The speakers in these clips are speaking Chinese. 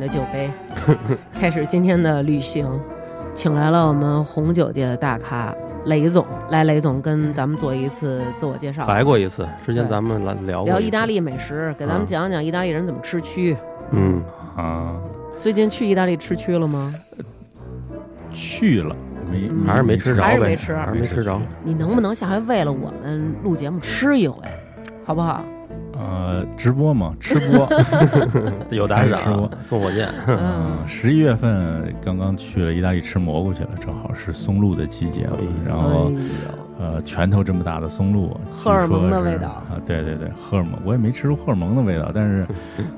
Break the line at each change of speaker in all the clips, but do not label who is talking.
的酒杯， 开始今天的旅行，请来了我们红酒界的大咖雷总，来雷总跟咱们做一次自我介绍，
来过一次，之前
对
咱们来聊过
聊
一
意大
次，
利美食，给咱
啊
们讲讲意大利人怎么吃蛆。
嗯，
啊，
最近去意大利吃蛆了吗？
去了没
嗯？
还是没吃着呗，
还是没吃
还是没吃着。
你能不能下回为了我们录节目吃一回，好不好？
呃，直播嘛，吃 播。啊
有打赏
还是吃
啊送火箭，
哎
嗯，十一月份刚刚去了意大利吃蘑菇去了，正好是松露的季节了
哎呀。
然
哎
后
呦，
呃，拳头这么大的松露，
荷尔蒙
据说
的
是
味道
啊，对对对，荷尔蒙，我也没吃出荷尔蒙的味道，但 是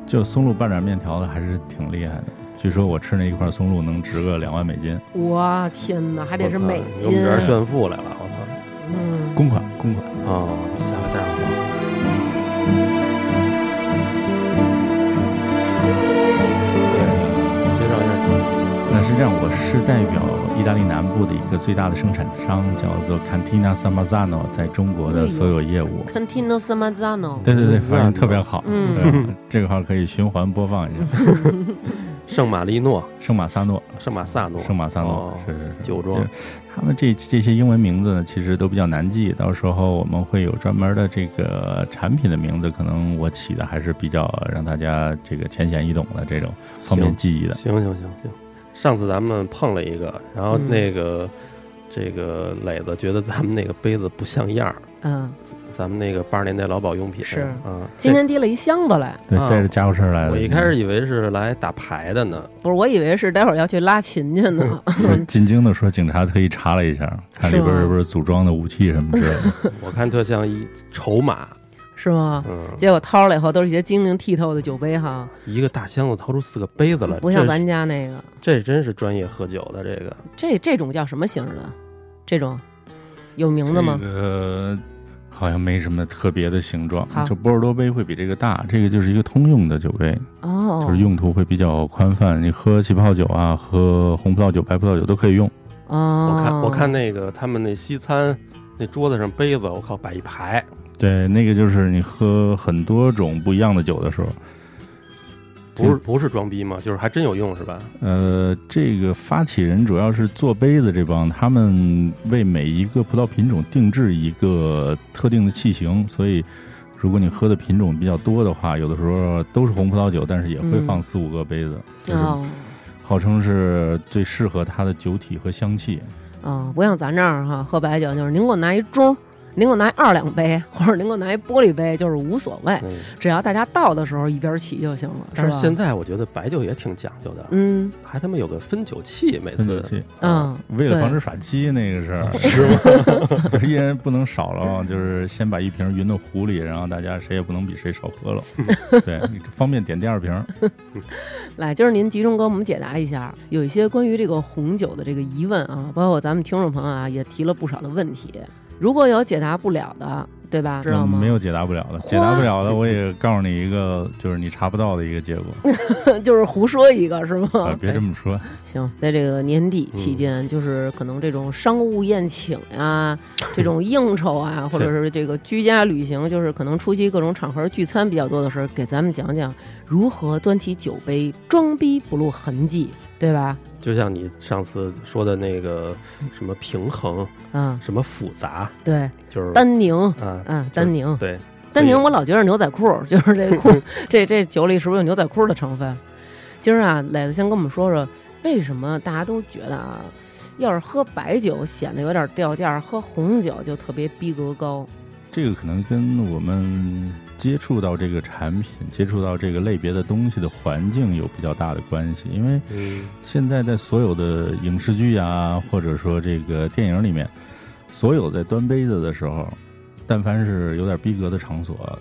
就松露拌点面条子还是挺厉害的。据说我吃那一块松露能值个两万美金，
我天哪，还得是
我操
美
你给我
金
们这，儿炫富来了，我操！
嗯，
公款公款。
哦，下回带上我。对，介绍一下，
那是这样，我是代表意大利南部的一个最大的生产商，叫做 Cantina s a m a z a n o 在中国的所有业务。
Cantino s a m a z a n o
对对对，发音特别好。
嗯
对，这个号可以循环播放一下。
圣马力诺、
圣马萨诺，
圣马萨诺、
圣马萨诺、
哦
是是是。
酒庄
就是他们这这些英文名字呢，其实都比较难记。到时候我们会有专门的这个产品的名字，可能我起的还是比较让大家这个浅显易懂的这种方便记忆的。
行行行行，上次咱们碰了一个，然后
嗯
那个、这个磊子觉得咱们那个杯子不像样儿，
嗯，
咱们那个八十年代劳保用品
是
啊。
今天提了一箱子来，
对，
啊
带着家伙事儿来的。
我一开始以为是来打牌的呢，
不是，我以为是待会儿要去拉琴去 呢。
进京的说，警察特意查了一下，看里边是不是组装的武器什么之类 的。
我看特像一筹码，
是吗？
嗯，
结果掏出来以后都是一些晶莹剔透的酒杯哈，
一个大箱子掏出四个杯子来，
不像
这是
咱家那个。
这真是专业喝酒的这个，
这这种叫什么型儿的？这种有名字吗？
这个好像没什么特别的形状
好，
就波尔多杯会比这个大，这个就是一个通用的酒杯，
哦，
就是用途会比较宽泛，你喝气泡酒啊，喝红葡萄酒、白葡萄酒都可以用。
哦，
我看我看那个他们那西餐那桌子上杯子，我靠摆一排，
对，那个就是你喝很多种不一样的酒的时候，
不
嗯
是不是装逼吗？就是还真有用是吧？
呃，这个发起人主要是做杯子这帮，他们为每一个葡萄品种定制一个特定的器型，所以如果你喝的品种比较多的话，有的时候都是红葡萄酒，但是也会放四五个杯子，就是
嗯哦
号称是最适合它的酒体和香气。
哦，不像咱这儿哈，喝白酒就是您给我拿一盅，您给我拿一二两杯， 或者您给我拿一玻璃杯，哎就是无所谓，
嗯，
只要大家倒的时候一边儿起就行了，
但是
吧？
现在我觉得白酒也挺讲究的，
嗯
还他妈有个分酒器，每
分酒
次
器，
嗯，
为了
对
防止耍鸡那个 事儿，
是吗？
就是一人不能少了，啊就是先把一瓶匀到壶里，然后大家谁也不能比谁少喝 了。对，方便点第二瓶。
来，今儿您集中给我们解答一下有一些关于这个红酒的这个疑问啊，包括咱们听众朋友啊也提了不少的问题。如果有解答不了的，对吧？知道
嗯
吗？
没有解答不了的，解答不了的，我也告诉你一个，就是你查不到的一个结果。
嗯有， 就是胡说一个是
啊嗯
吗？
别这么说，
行，在这个年底期间，就是可能这种商务宴请呀、 这种应酬啊，或者是这个居家旅行，就是可能出席各种场合聚餐比较多的时候，给咱们讲讲如何端起酒杯装逼不露痕迹，对吧？
就像你上次说的那个什么平衡，
嗯，
什么复杂，
对，
就是
丹宁。
啊，
嗯，
就是
丹宁，
对，
丹宁，
对
我老觉得是牛仔裤，就是这裤， 这这酒里是不是有牛仔裤的成分？今儿啊，磊子先跟我们说说，为什么大家都觉得啊，要是喝白酒显得有点掉价儿，喝红酒就特别逼格高？
这个可能跟我们接触到这个产品、接触到这个类别的东西的环境有比较大的关系。因为
嗯，
现在在所有的影视剧啊，或者说这个电影里面，所有在端杯子的时候，但凡是有点逼格的场所，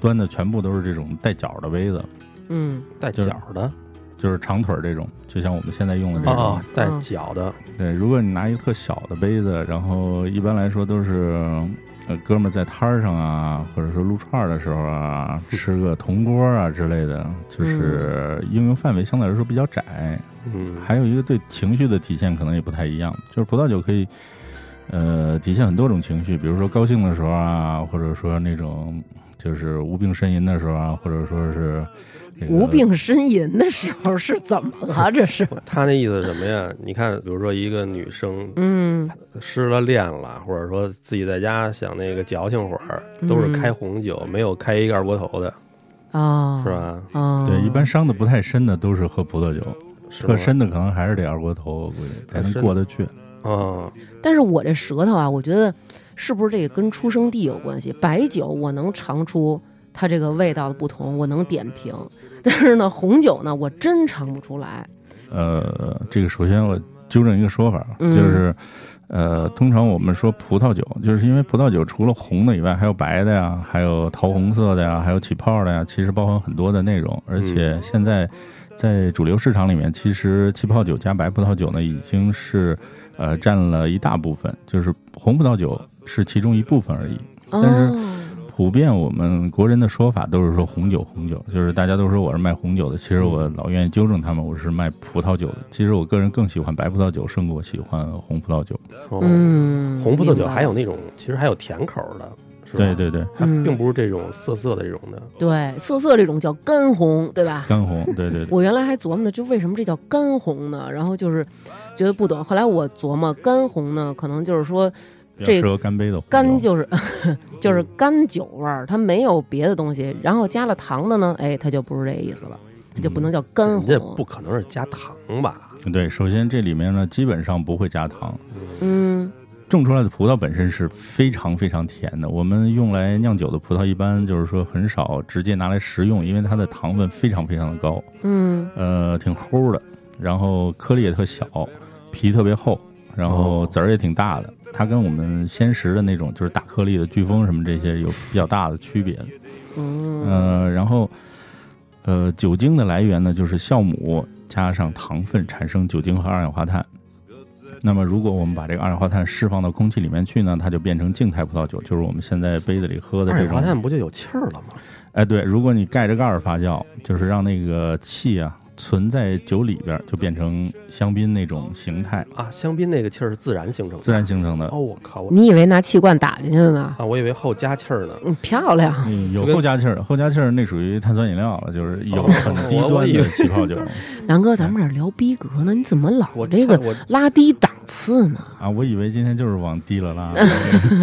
端的全部都是这种带角的杯子，
嗯，
带
就是
脚的
就是长腿儿这种，就像我们现在用的这种。
哦，带
嗯
脚的，
对，如果你拿一个特小的杯子，然后一般来说都是，呃，哥们儿在摊儿上啊，或者说撸串儿的时候啊，吃个铜锅啊之类的，
嗯
就是应用范围相对来说比较窄。
嗯，
还有一个对情绪的体现可能也不太一样，就是葡萄酒可以，呃，体现很多种情绪，比如说高兴的时候啊，或者说那种就是无病呻吟的时候啊，或者说是、这个
无病呻吟的时候是怎么了？这是，
他那意思是什么呀？你看，比如说一个女生
嗯，
失了恋了，或者说自己在家想那个矫情会儿，都
嗯
是开红酒，没有开一个二锅头的，
哦，
是？吧？
哦，
对，一般伤的不太深的都是喝葡萄酒，
是
特
吗
深的可能还是得二锅头，我估计才能过得去。
啊，
但是我这舌头啊，我觉得是不是这个跟出生地有关系？白酒我能尝出它这个味道的不同，我能点评， 但是呢，红酒呢，我真尝不出来。
呃，这个首先我纠正一个说法，啊
嗯
就是呃，通常我们说葡萄酒，就是因为葡萄酒除了红的以外，还有白的呀，还有桃红色的呀，还有起泡的呀，其实包含很多的内容。而且现在在主流市场里面，其实气泡酒加白葡萄酒呢，已经是呃占了一大部分，就是红葡萄酒是其中一部分而已。
哦，
但普遍我们国人的说法都是说红酒，红酒就是大家都说我是卖红酒的，其实我老愿意纠正他们，我是卖葡萄酒的。其实我个人更喜欢白葡萄酒胜过喜欢红葡萄酒。
哦
嗯，
红葡萄
明
酒
白
还有那种，其实还有甜口的，是吧？
对，对对，
它
嗯
并不是这种涩涩的这种的，
对涩涩这种叫干红，对吧？
干红，对对对，
我原来还琢磨呢，这为什么这叫干红呢？然后就是觉得不懂，后来我琢磨干红呢，可能就是说
比较
这
适合干杯的红酒
干就是
嗯
就是干酒味儿，它没有别的东西，然后加了糖的呢，哎，它就不是这意思了，它就不能叫干
嗯人家
红。
不可能是加糖吧？
对。首先这里面呢，基本上不会加糖，
嗯
嗯
种出来的葡萄本身是非常非常甜的。我们用来酿酒的葡萄一般就是说很少直接拿来食用，因为它的糖分非常非常的高。
嗯
呃，挺齁的，然后颗粒也特小，皮特别厚，然后
哦
籽儿也挺大的。它跟我们鲜食的那种就是大颗粒的飓风什么这些有比较大的区别。
嗯
呃，然后呃，酒精的来源呢，就是酵母加上糖分产生酒精和二氧化碳。那么，如果我们把这个二氧化碳释放到空气里面去呢，它就变成静态葡萄酒，就是我们现在杯子里喝的
二
这
氧
种
化。碳不就有气儿了吗？
哎，对，如果你盖着盖儿发酵，就是让那个气啊存在酒里边儿，就变成香槟那种形态，
啊，香槟那个气儿是自然形成的。
自然形成的。
哦，我靠，我
你以为拿气罐打进去的呢？
啊，我以为后加气儿呢。
嗯，漂亮。
嗯，有
就跟
后加气儿，后加气儿那属于碳酸饮料了，就是有
哦
很低
我我
端
以
的
为
气 泡酒
南哥，咱们这儿聊逼格呢，你怎么老
我
这个
我
拉低档次呢？
啊！我以为今天就是往低了拉，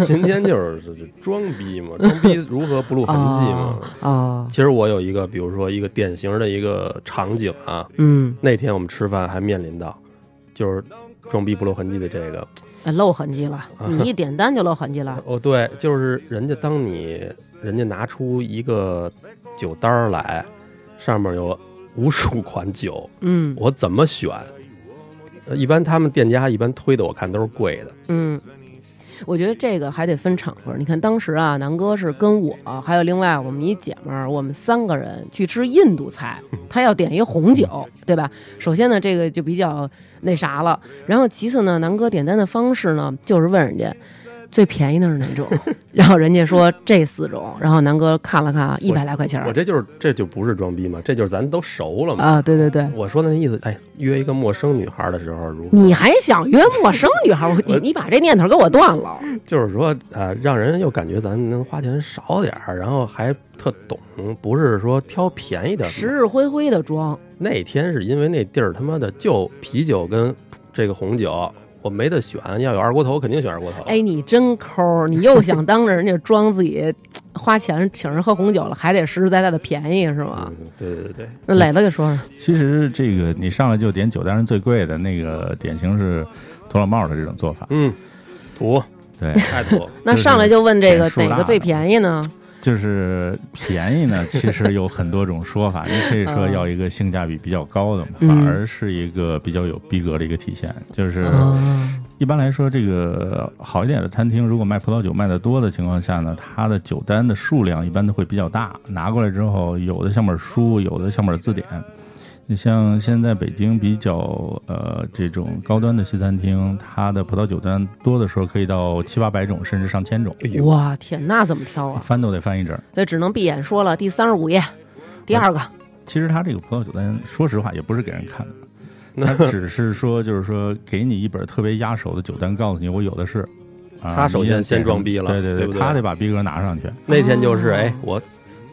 今天就是就是装逼嘛，装逼如何不露痕迹嘛？
哦，
其实我有一个，比如说一个典型的一个场景啊，
嗯，
那天我们吃饭还面临到，就是装逼不露痕迹的这个。
哎露痕迹了，
啊
你一点单就露痕迹了。
哦，对，就是人家当你人家拿出一个酒单儿来，上面有无数款酒，
嗯
我怎么选？呃一般他们店家一般推的，我看都是贵的。
嗯，我觉得这个还得分场合。你看当时啊，南哥是跟我还有另外我们一姐们儿，我们三个人去吃印度菜，他要点一红酒，对吧？首先呢，这个就比较那啥了。然后其次呢，南哥点单的方式呢，就是问人家。最便宜的是哪种？然后人家说这四种，然后南哥看了看，一百来块钱
我
儿
这就是这就不是装逼嘛，这就是咱都熟了嘛。
啊，对对对，
我说的那意思，哎，约一个陌生女孩的时候，如何
你还想约陌生女孩儿？我你你把这念头给我断 了。
就是说啊、让人又感觉咱能花钱少点儿，然后还特懂，不是说挑便宜点儿。
时日灰灰的装，
那天是因为那地儿他妈的就啤酒跟这个红酒，我没得选，要有二锅头我肯定选二锅头。
哎，，你真抠儿，你又想当着人家装自己花钱请人喝红酒了，还得实实在在的便宜是吗
嗯？，对对对对，
那
嗯
磊子给说说，
其实这个你上来就点酒，当然最贵的那个典型是土老帽的这种做法。
嗯，土
对，
太土，哎
那上来就问这个
就是
哪个最便宜呢？
就是便宜呢，其实有很多种说法，你可以说要一个性价比比较高的嘛，
嗯
反而是一个比较有逼格的一个体现。就是
啊，
一般来说，这个好一点的餐厅，如果卖葡萄酒卖的多的情况下呢，它的酒单的数量一般都会比较大，拿过来之后，有的像本书，有的像本字典。你像现在北京比较呃这种高端的西餐厅，它的葡萄酒单多的时候可以到七八百种，甚至上千种，
哎呦
哇天，那怎么挑啊？
翻都得翻一阵儿。
那只能闭眼说了，第三十五页，第二个，
其实他这个葡萄酒单，说实话也不是给人看的，
那
他只是说就是说给你一本特别压手的酒单，告诉你我有的是，啊
他首
你也
先先装逼了
对对
对不对
他得把逼格拿上去。
那天就是
哦
哎，我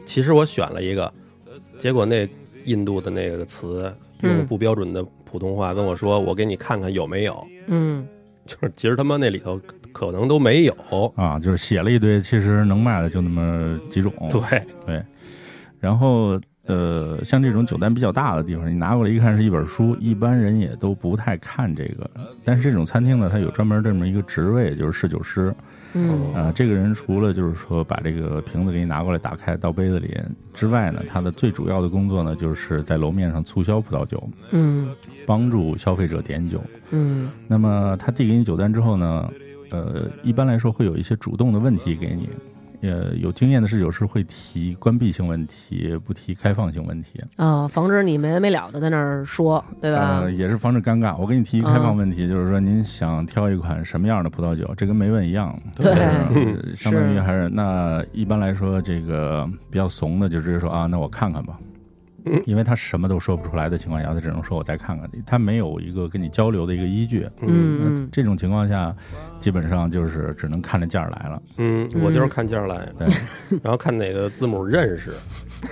其实我选了一个，结果那印度的那个词用
嗯
不标准的普通话跟我说，我给你看看有没有，
嗯，
就是其实他妈那里头可能都没有。
啊，就是写了一堆，其实能卖的就那么几种。
对，
然后呃，像这种酒单比较大的地方，你拿过来一看是一本书，一般人也都不太看这个。但是这种餐厅呢，它有专门这么一个职位，就是侍酒师。
嗯，
啊、这个人除了就是说把这个瓶子给你拿过来打开倒杯子里之外呢，他的最主要的工作呢，就是在楼面上促销葡萄酒，
嗯，
帮助消费者点酒。
嗯，
那么他递给你酒单之后呢，呃，一般来说会有一些主动的问题给你。呃，有经验的侍酒师会提关闭性问题，不提开放性问题。
哦，防止你没完没了的在那儿说，对吧嗯
呃，？也是防止尴尬。我给你提一开放问题，就是说您想挑一款什么样的葡萄酒，这跟没问一样。
对
就是相当于
是
还是那一般来说，这个比较怂的就直接说啊，那我看看吧
嗯。
因为他什么都说不出来的情况下，他只能说我再看看，他没有一个跟你交流的一个依据。
嗯
嗯
这种情况下，基本上就是只能看着价儿来了。
嗯，我就是看价儿来的，
嗯
然后看哪个字母认识，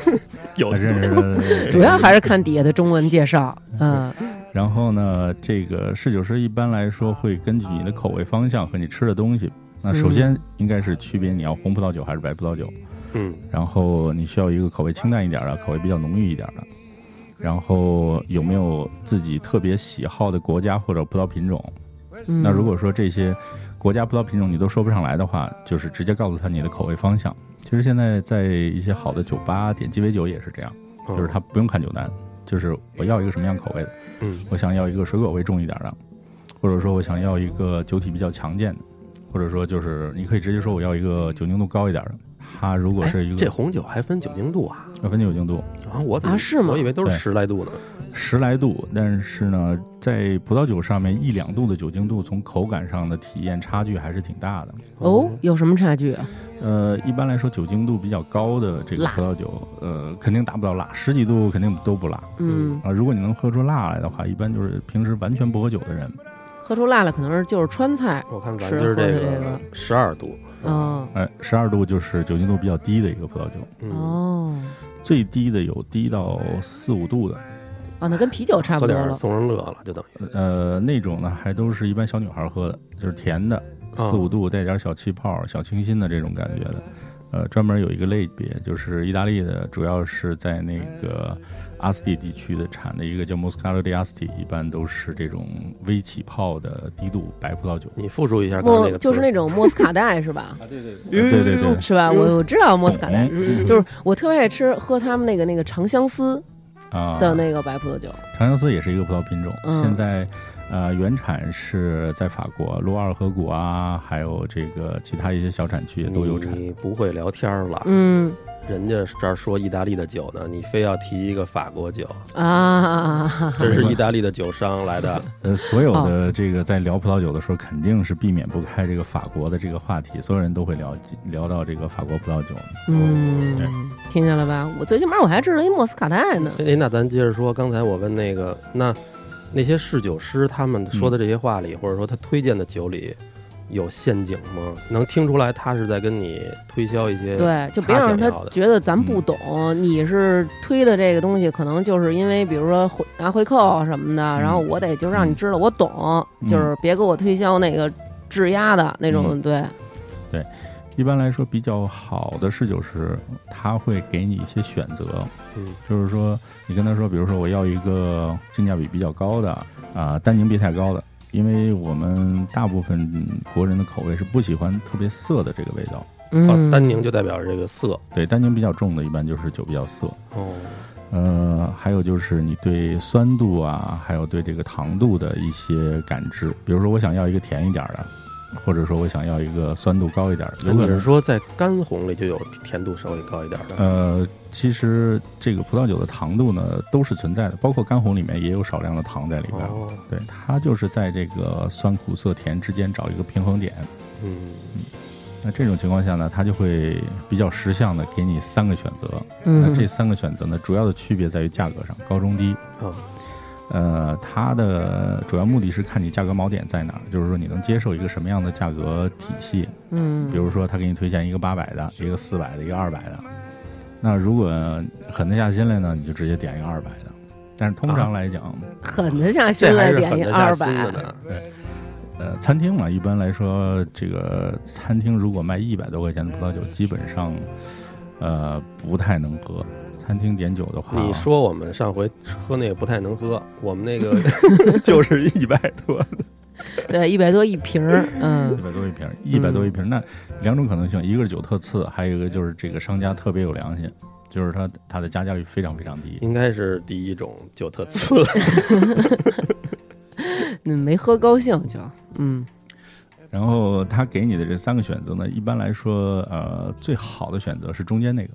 有
他认识的
嗯，主要还是看底下的中文介绍，嗯
然后呢，这个侍酒师一般来说会根据你的口味方向和你吃的东西，那首先应该是区别你要红葡萄酒还是白葡萄酒，
嗯
然后你需要一个口味清淡一点的，口味比较浓郁一点的，然后有没有自己特别喜好的国家或者葡萄品种？
嗯。
那如果说这些国家葡萄品种你都说不上来的话，就是直接告诉他你的口味方向。其实现在在一些好的酒吧点鸡尾酒也是这样，
嗯
就是他不用看酒单，就是我要一个什么样口味的。
嗯
我想要一个水果味重一点的，或者说我想要一个酒体比较强健的，或者说就是你可以直接说我要一个酒精度高一点的。它如果是一
哎
个
这红酒还分酒精度啊？
要分酒精度
啊，我怎么
啊是吗
我以为都是
对
十来度呢。
十来度，但是呢，在葡萄酒上面一两度的酒精度，从口感上的体验差距还是挺大的。
哦，有什么差距啊？
呃，一般来说酒精度比较高的这个
辣
葡萄酒，呃，肯定达不到辣，十几度肯定都不辣啊、
嗯，
如果你能喝出辣来的话，一般就是平时完全不喝酒的人，
喝出辣来可能是就是川菜，
哦我看咱
吃
今儿
喝的
这
这
个
个
十二度，
哦
呃，十二度就是酒精度比较低的一个葡萄酒。
嗯，
哦
最低的有低到四五度的，
哦，那跟啤酒差不
喝
多
点儿
了，
送人乐了，就等于
呃，那种呢还都是一般小女孩喝的，就是甜的，
哦
啊
四五度带点小气泡、小清新的这种感觉的。呃，专门有一个类别，就是意大利的，主要是在那个阿斯蒂地区的产的一个叫 Moscato di Asti，一般都是这种微起泡的低度白葡萄酒。
你复述一下刚才那
莫
个词
就是那种莫斯卡带是 吧？哎
呃对对对，
是吧？我我知道莫斯卡带，
嗯
哎就是我特别爱吃喝他们那个那个长相思
啊
的那个白葡萄酒。
长相思也是一个葡萄品种，
嗯
现在呃原产是在法国卢瓦尔河谷啊，还有这个其他一些小产区也都有产。
你不会聊天儿了，
嗯
人家这儿说意大利的酒呢，你非要提一个法国酒，
啊，
这是意大利的酒商来的，
呃，所有的
哦
这个在聊葡萄酒的时候，肯定是避免不开这个法国的这个话题，所有人都会聊聊到这个法国葡萄酒。哦
嗯
对，
听见了吧？我最起码我还知道一莫斯卡带呢。
哎，那咱接着说，刚才我问那个，那那些侍酒师他们说的这些话里，或者说他推荐的酒里，有陷阱吗？能听出来他是在跟你推销一些？，
对，就别
他
让
想
他
要的嗯
觉得咱不懂，你是推的这个东西，可能就是因为比如说回拿回扣什么的，然
嗯
后我得就让你知道我懂，就是别给我推销那个质押的那种，
嗯
对，
一般来说，比较好的侍酒师，他会给你一些选择，
嗯
就是说，你跟他说，比如说我要一个性价比比较高的啊、单宁别太高的，因为我们大部分嗯国人的口味是不喜欢特别涩的这个味道。
哦，
嗯，
单宁就代表这个色
对，单宁比较重的，一般就是酒比较涩。
哦，
呃，还有就是你对酸度啊，还有对这个糖度的一些感知，比如说我想要一个甜一点的，或者说我想要一个酸度高一点的，有
你
可能
是说在干红里就有甜度稍微高一点的？哦
呃，其实这个葡萄酒的糖度呢都是存在的，包括干红里面也有少量的糖在里边。
哦，
对，它就是在这个酸苦涩甜之间找一个平衡点。
嗯，
那这种情况下呢，它就会比较识相的给你三个选择。那
嗯
啊
这三个选择呢，主要的区别在于价格上，高中低。
哦，
呃，它的主要目的是看你价格锚点在哪儿，就是说你能接受一个什么样的价格体系。
嗯，
比如说，他给你推荐一个八百的，一个四百的，一个二百的。那如果狠得下心来呢，你就直接点一个二百的。但是通常来讲，
狠得下心
这还
来
是
点
狠
一
得下
二
心的
百，
呢。
呃，餐厅嘛，一般来说，这个餐厅如果卖一百多块钱的葡萄酒，基本上，呃，不太能喝。餐厅点酒的 话，
你说我们上回喝那个不太能喝，我们那 个 就是一百多，
对，一百多一瓶儿，嗯
一 百多一瓶，一百多一
嗯
瓶，那两种可能性，一个是酒特次，还有一个就是这个商家特别有良心，就是他他的加价率非常非常低。
应该是第一种酒特 次。
嗯，没喝高兴就，嗯
然后他给你的这三个选择呢，一般来说，呃，最好的选择是中间那个，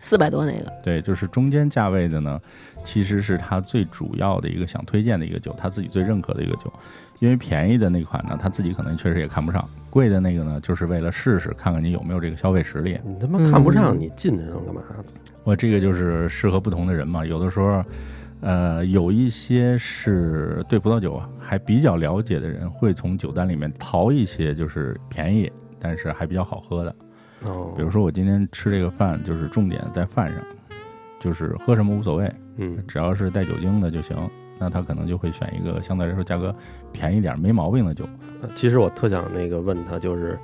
四百多那个，
对，就是中间价位的呢，其实是他最主要的一个想推荐的一个酒，他自己最认可的一个酒。因为便宜的那款呢，他自己可能确实也看不上；贵的那个呢，就是为了试试，看看你有没有这个消费实力。
你他妈看不上，
嗯
你进这种干嘛？
我这个就是适合不同的人嘛。有的时候，呃，有一些是对葡萄酒还比较了解的人，会从酒单里面淘一些就是便宜但是还比较好喝的。
哦，
比如，说我今天吃这个饭，就是重点在饭上，就是喝什么无所谓，
嗯，
只要是带酒精的就行。那他可能就会选一个相对来说价格便宜点儿、没毛病的酒。
其实我特想那个问他，就是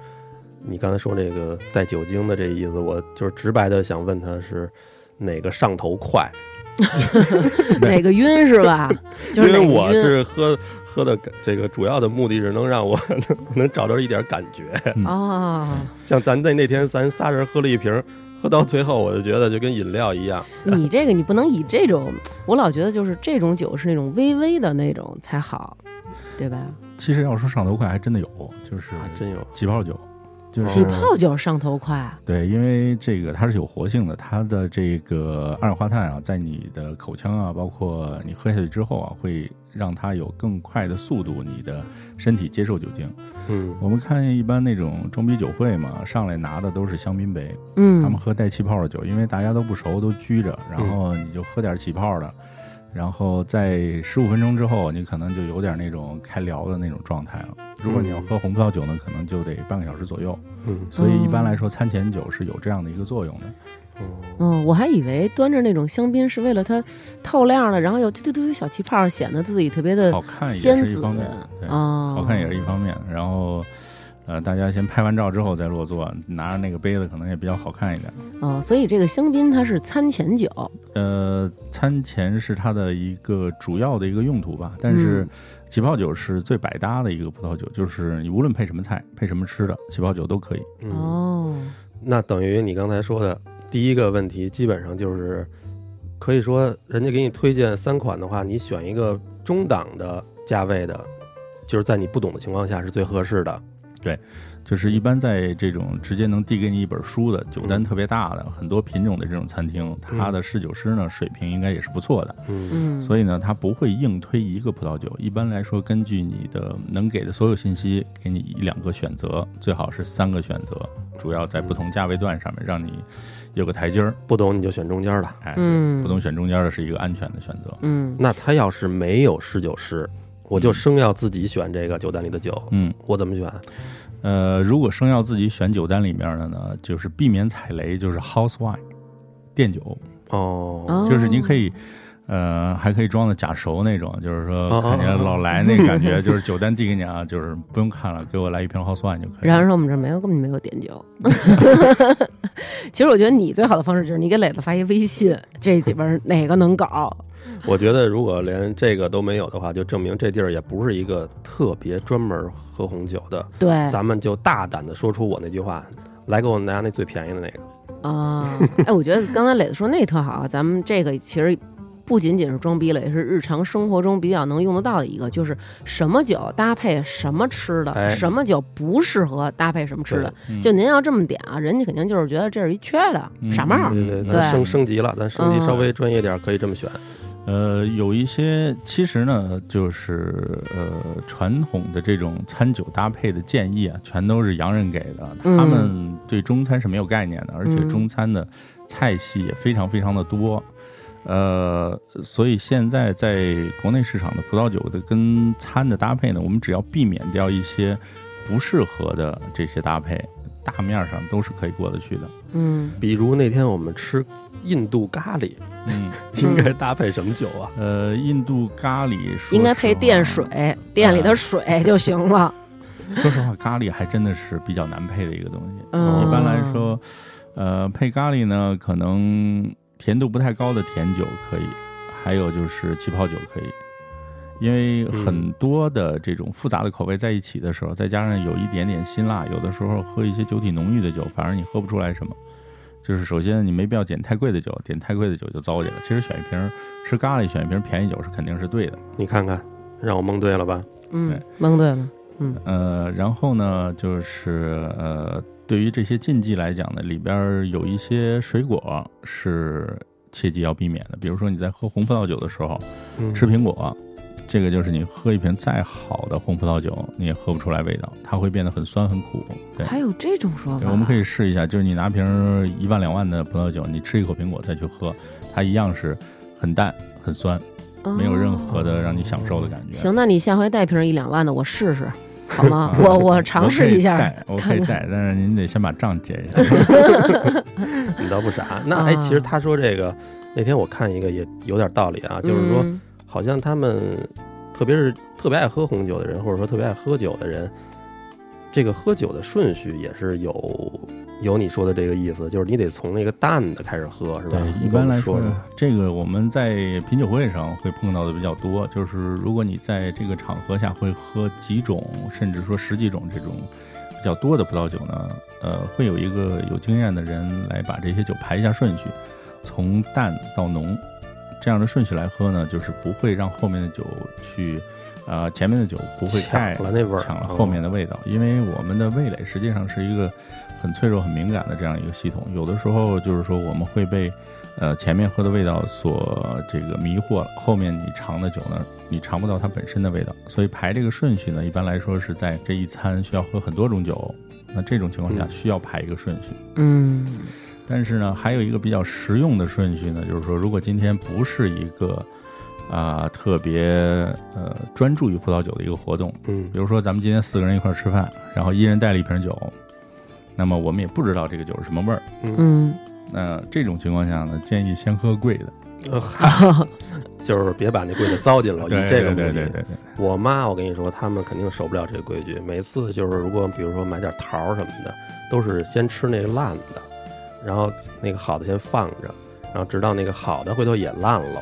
你刚才说这个带酒精的这意思，我就是直白的想问他是哪个上头快，
对
哪个晕是 吧？就
因
是
为
哪
我
个晕
是喝喝的这个主要的目的是能让我 能能找着一点感觉。
哦，
像咱那那天咱仨人喝了一瓶，喝到最后我就觉得就跟饮料一样，
你这个你不能以这种，我老觉得就是这种酒是那种微微的那种才好，对吧？
其实要说上头快，还真的有，就是
啊，真有。
起泡酒，就是
起泡酒上头快，
对，因为这个它是有活性的，它的这个二氧化碳啊，在你的口腔啊，包括你喝下去之后啊，会让它有更快的速度，你的身体接受酒精。
嗯，
我们看一般那种装逼酒会嘛，上来拿的都是香槟杯，他们
嗯，
喝带气泡的酒，因为大家都不熟，都拘着，然后你就喝点起泡的，然后在十五分钟之后，你可能就有点那种开聊的那种状态了。如果你要喝红葡萄酒呢，
嗯
可能就得半个小时左右。
嗯，
所以一般来说，餐前酒是有这样的一个作用的。
哦
嗯，我还以为端着那种香槟是为了它透亮了，然后有嘟嘟嘟小气泡，显得自己特别的
好看也
嗯仙
是一
子
方面，对，
哦，
好看也是一方面。然后，呃，大家先拍完照之后再落座，拿着那个杯子可能也比较好看一点。
哦，所以这个香槟它是餐前酒，
呃，餐前是它的一个主要的一个用途吧，但是
嗯
起泡酒是最百搭的一个葡萄酒，就是你无论配什么菜、配什么吃的，起泡酒都可以。
嗯，
哦，
那等于你刚才说的第一个问题，基本上就是可以说，人家给你推荐三款的话，你选一个中档的价位的，就是在你不懂的情况下是最合适的。
就是一般在这种直接能递给你一本书的酒单
嗯
特别大的、很多品种的这种餐厅，它的侍酒师呢水平应该也是不错的，
嗯
嗯，
所以呢，它不会硬推一个葡萄酒。一般来说，根据你的能给的所有信息，给你一两个选择，最好是三个选择，主要在不同价位段上面让你有个台阶儿。
不懂你就选中间了。
哎，
嗯，
不懂选中间的是一个安全的选择。
嗯，
那他要是没有侍酒师，我就
嗯
生要自己选这个酒单里的酒，
嗯，
我怎么选？
呃，如果生要自己选酒单里面的呢，就是避免踩雷，就是 house wine，店酒，
哦，
哦
就是你可以。呃，还可以装的假熟那种，就是
哦
说看起来老来那感觉，就是酒单递给你啊，就是不用看了，给我来一瓶 house wine 就可以
然
了。
后说我们这儿没有，根本没有点酒。 其实我觉得你最好的方式就是你给磊子发一微信，这里边儿哪个能搞？
我觉得如果连这个都没有的话，就证明这地儿也不是一个特别专门喝红酒的。
对
咱们就大胆的说出我那句话，来给我拿那最便宜的那个。
啊，哎，我觉得刚才磊子说那特好啊，咱们这个其实。不仅仅是装逼了，也是日常生活中比较能用得到的一个，就是什么酒搭配什么吃的，
哎
什么酒不适合搭配什么吃的。
嗯
就您要这么点啊，人家肯定就是觉得这是一缺的、
嗯
傻帽儿。
对对，
嗯
咱
对
升升级了，咱升级
嗯
稍微专业点，可以这么选。
呃，有一些其实呢，就是呃传统的这种餐酒搭配的建议啊，全都是洋人给的，啊
嗯
他们对中餐是没有概念的，而且
嗯
中餐的菜系也非常非常的多。呃，所以现在在国内市场的葡萄酒的跟餐的搭配呢，我们只要避免掉一些不适合的这些搭配，大面上都是可以过得去的。
嗯，
比如那天我们吃印度咖喱，
嗯，
应该搭配什么酒啊？
呃，印度咖喱说
应该配
实话哎
电水，店里的水就行了。
说实话，咖喱还真的是比较难配的一个东西。
嗯
一般来说，呃，配咖喱呢，可能甜度不太高的甜酒可以，还有就是气泡酒可以。因为很多的这种复杂的口味在一起的时候，再加上有一点点辛辣，有的时候喝一些酒体浓郁的酒，反而你喝不出来什么。就是首先你没必要点太贵的酒，点太贵的酒就糟践了。其实选一瓶吃咖喱，选一瓶便宜酒是肯定是对的。
你看看，让我蒙对了吧？
嗯
对，
蒙对了。嗯
呃，然后呢，就是呃，对于这些禁忌来讲呢，里边儿有一些水果是切记要避免的，比如说你在喝红葡萄酒的时候
嗯
吃苹果，这个就是你喝一瓶再好的红葡萄酒，你也喝不出来味道，它会变得很酸很苦。对，
还有这种说
对
法，啊
我们可以试一下，就是你拿瓶儿一万两万的葡萄酒，你吃一口苹果再去喝，它一样是很淡很酸，没有任何的让你享受的感觉。？
哦行，那你下回带瓶一两万的，我试试，好吗啊 我我尝试一
我可以
下。
带我可以带，但是您得先把账结一下。
你倒 不傻。那哎，
啊
其实他说这个，那天我看一个也有点道理啊，就是说，
嗯
好像他们，特别是特别爱喝红酒的人，或者说特别爱喝酒的人，这个喝酒的顺序也是有有你说的这个意思，就是你得从那个淡的开始喝，是吧？
对，
你
一
跟我
般
们
来
说
说
说，，
这个我们在品酒会上会碰到的比较多。就是如果你在这个场合下会喝几种，甚至说十几种这种比较多的葡萄酒呢，呃，会有一个有经验的人来把这些酒排一下顺序，从淡到浓，这样的顺序来喝呢，就是不会让后面的酒去。呃，前面的酒不会
抢
盖
了那味儿，哦嗯
抢了后面的味道，因为我们的味蕾实际上是一个很脆弱、很敏感的这样一个系统。有的时候就是说我们会被呃前面喝的味道所这个迷惑了，后面你尝的酒呢，你尝不到它本身的味道。所以排这个顺序呢，一般来说是在这一餐需要喝很多种酒，那这种情况下
嗯
需要排一个顺序。
嗯
但是呢，还有一个比较实用的顺序呢，就是说，如果今天不是一个啊、特别呃专注于葡萄酒的一个活动，
嗯
比如说咱们今天四个人一块儿吃饭，然后一人带了一瓶酒，那么我们也不知道这个酒是什么味儿。
嗯，
那这种情况下呢，建议先喝贵的。
呃嗨，就是别把那规矩糟践了，以这个目的。
对对对对对，
我妈，我跟你说，他们肯定守不了这个规矩。每次就是，如果比如说买点桃儿什么的，都是先吃那个烂的，然后那个好的先放着，然后直到那个好的回头也烂了，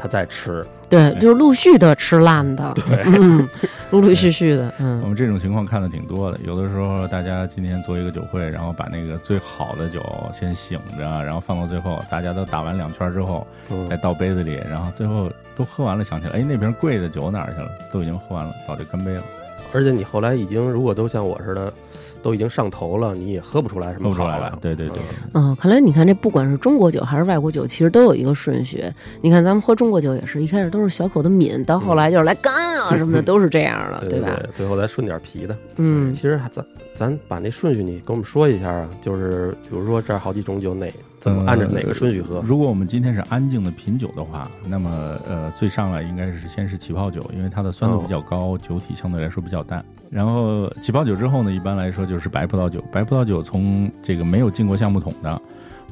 他再吃。
对，
哎
就是陆续的吃烂的，嗯，陆陆续续的，
我
嗯
们这种情况看的挺多的。有的时候大家今天做一个酒会，然后把那个最好的酒先醒着，然后放到最后，大家都打完两圈之后，
嗯
再，倒杯子里，然后最后都喝完了，想起来，哎，那瓶贵的酒哪儿去了？都已经喝完了，早就干杯了。
而且你后来已经，如果都像我似的，都已经上头了，你也喝不出来什
喝
么
不出
好
来
来
了。。对对对，
嗯，看来你看这不管是中国酒还是外国酒，其实都有一个顺序。你看咱们喝中国酒也是一开始都是小口的抿，到后来就是来干啊什么的，都是这样了，
对
对吧
对？，最后再顺点皮的。
嗯
其实还咱咱把那顺序你给我们说一下啊，就是比如说这儿好几种酒哪怎
嗯
么按照哪
呃
个顺序喝？
如果我们今天是安静的品酒的话，那么呃，最上来应该是先是起泡酒，因为它的酸度比较高，酒体相对来说比较淡。然后起泡酒之后呢，一般来说就是白葡萄酒。白葡萄酒从这个没有进过橡木桶的，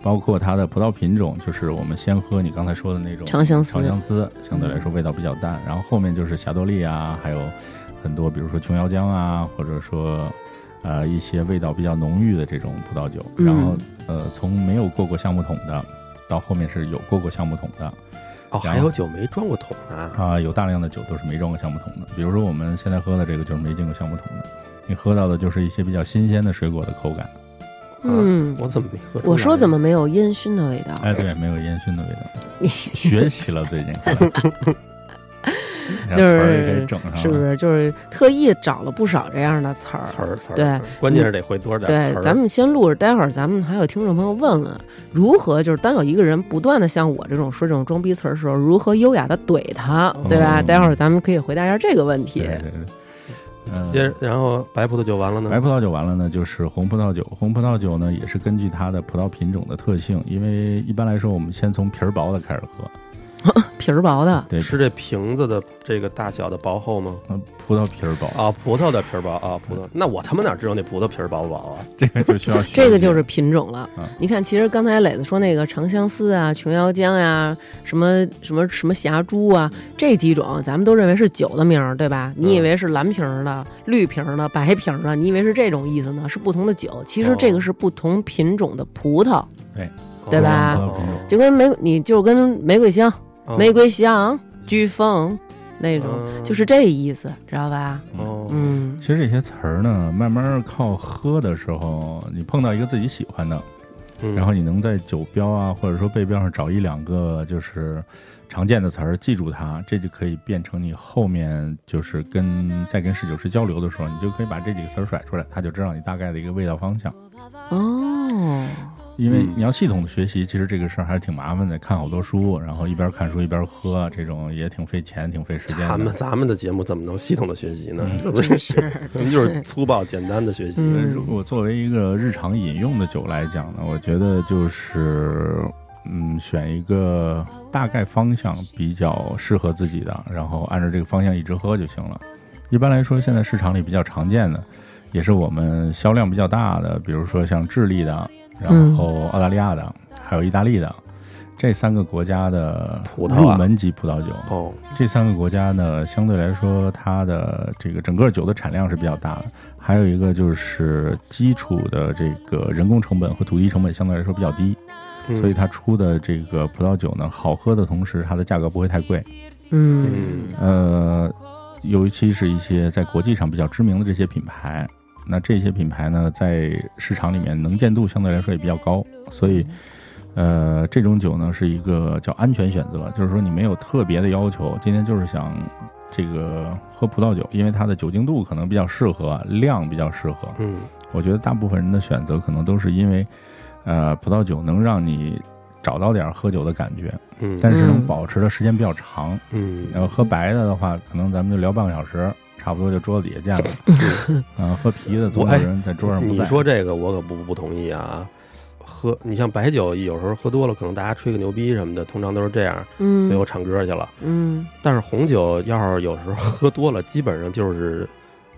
包括它的葡萄品种，就是我们先喝你刚才说的那种
长相思
长相思，相对来说味道比较淡。然后后面就是霞多丽啊，还有很多比如说琼瑶浆啊，或者说。呃，一些味道比较浓郁的这种葡萄酒，
嗯
然后呃，从没有过过橡木桶的，到后面是有过过橡木桶的
哦，还有酒没装过桶呢。
啊、有大量的酒都是没装过橡木桶的。比如说我们现在喝的这个就是没进过橡木桶的，你喝到的就是一些比较新鲜的水果的口感。
嗯，
我怎么没喝出来？
我说怎么没有烟熏的味道？
哎，对，没有烟熏的味道，
你
学习了最 近，看来然后
就是
词儿也给整上了，
是不是就是特意找了不少这样的词儿？
词儿词儿？
对
词儿关键是得会多少点
对
词，儿。啊
咱们先录着，待会儿咱们还有听众朋友问问，如何就是当有一个人不断的像我这种说这种装逼词儿的时候，如何优雅的怼他，对吧？
嗯
待会儿咱们可以回答一下这个问题
对。对对，嗯、
接着，然后白葡萄酒完了呢？
白葡萄酒完了呢，就是红葡萄酒。红葡萄酒呢，也是根据它的葡萄品种的特性，因为一般来说，我们先从皮儿薄的开始喝，
皮儿薄的，
对，
是这瓶子的这个大小的薄厚吗？
呃葡萄皮儿薄，
啊，葡萄的皮儿薄啊，葡萄。那我他妈哪知道那葡萄皮儿薄不薄啊？
这个就 需要
这个
学习
就是品种了
嗯。
你看，其实刚才磊子说那个长相思啊、琼瑶浆呀、什么什么什么霞珠啊，这几种咱们都认为是酒的名儿，对吧？你以为是蓝瓶儿的、绿瓶儿的、白瓶儿的，你以为是这种意思呢？是不同的酒，其实这个是不同品种的葡萄，对吧
哦
就跟玫你就跟玫瑰香、
哦
玫瑰香、飓风那种，
嗯
就是这意思，知道吧？
哦，
嗯
其实这些词儿呢，慢慢靠喝的时候，你碰到一个自己喜欢的，
嗯
然后你能在酒标啊，或者说背标上找一两个就是常见的词儿，记住它，这就可以变成你后面就是跟在跟侍酒师交流的时候，你就可以把这几个词儿甩出来，他就知道你大概的一个味道方向。
哦，
因为
嗯
你要系统的学习，其实这个事儿还是挺麻烦的，看好多书，然后一边看书一边喝，啊这种也挺费钱、挺费时间
咱们
的。
咱们的节目怎么能系统的学习呢？
嗯
是不
真
是？
是
咱们就是粗暴简单的学习。
嗯
如果作为一个日常饮用的酒来讲呢，我觉得就是，嗯，选一个大概方向比较适合自己的，然后按照这个方向一直喝就行了。一般来说，现在市场里比较常见的，也是我们销量比较大的，比如说像智利的，然后澳大利亚的，还有意大利的。这三个国家的
葡萄
入
啊
门级葡萄酒，
哦，
这三个国家呢，相对来说，它的这个整个酒的产量是比较大的。还有一个就是基础的这个人工成本和土地成本相对来说比较低，
嗯
所以它出的这个葡萄酒呢，好喝的同时，它的价格不会太贵。
嗯
呃，尤其是一些在国际上比较知名的这些品牌，那这些品牌呢，在市场里面能见度相对来说也比较高，所以。呃，这种酒呢是一个叫安全选择，就是说你没有特别的要求，今天就是想这个喝葡萄酒，因为它的酒精度可能比较适合，量比较适合。
嗯
我觉得大部分人的选择可能都是因为，呃，葡萄酒能让你找到点儿喝酒的感觉，
嗯，
但是能
嗯
保持的时间比较长。然
嗯
后喝白的的话，可能咱们就聊半个小时，差不多就桌子底下见了。 嗯、喝啤的总有人在桌上不在。
哎你说这个我可不不同意啊。喝，你像白酒，有时候喝多了，可能大家吹个牛逼什么的，通常都是这样，
嗯，
最后唱歌去了。
嗯
但是红酒要是有时候喝多了，基本上就是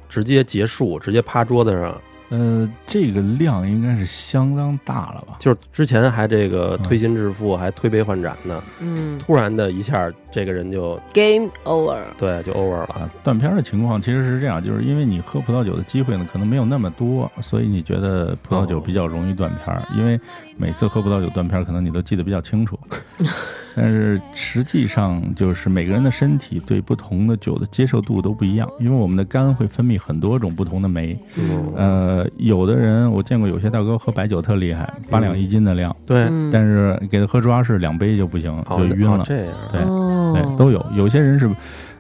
直接结束，直接趴桌子上。
呃，这个量应该是相当大了吧？
就是之前还这
嗯
个推心置腹，还推杯换盏呢，
嗯
突然的一下，这个人就
，Game Over。
对就 over 了。
啊，断片儿的情况其实是这样，就是因为你喝葡萄酒的机会呢，可能没有那么多，所以你觉得葡萄酒比较容易断片儿， 因为每次喝葡萄酒断片儿，可能你都记得比较清楚。但是实际上，就是每个人的身体对不同的酒的接受度都不一样，因为我们的肝会分泌很多种不同的酶。
嗯
呃，有的人我见过有些大哥喝白酒特厉害，八两一斤的量，
对，
嗯
但是给他喝主要是两杯就不行，
哦
就晕
哦
了。
这样，
对
哦
对，，都有。有些人是，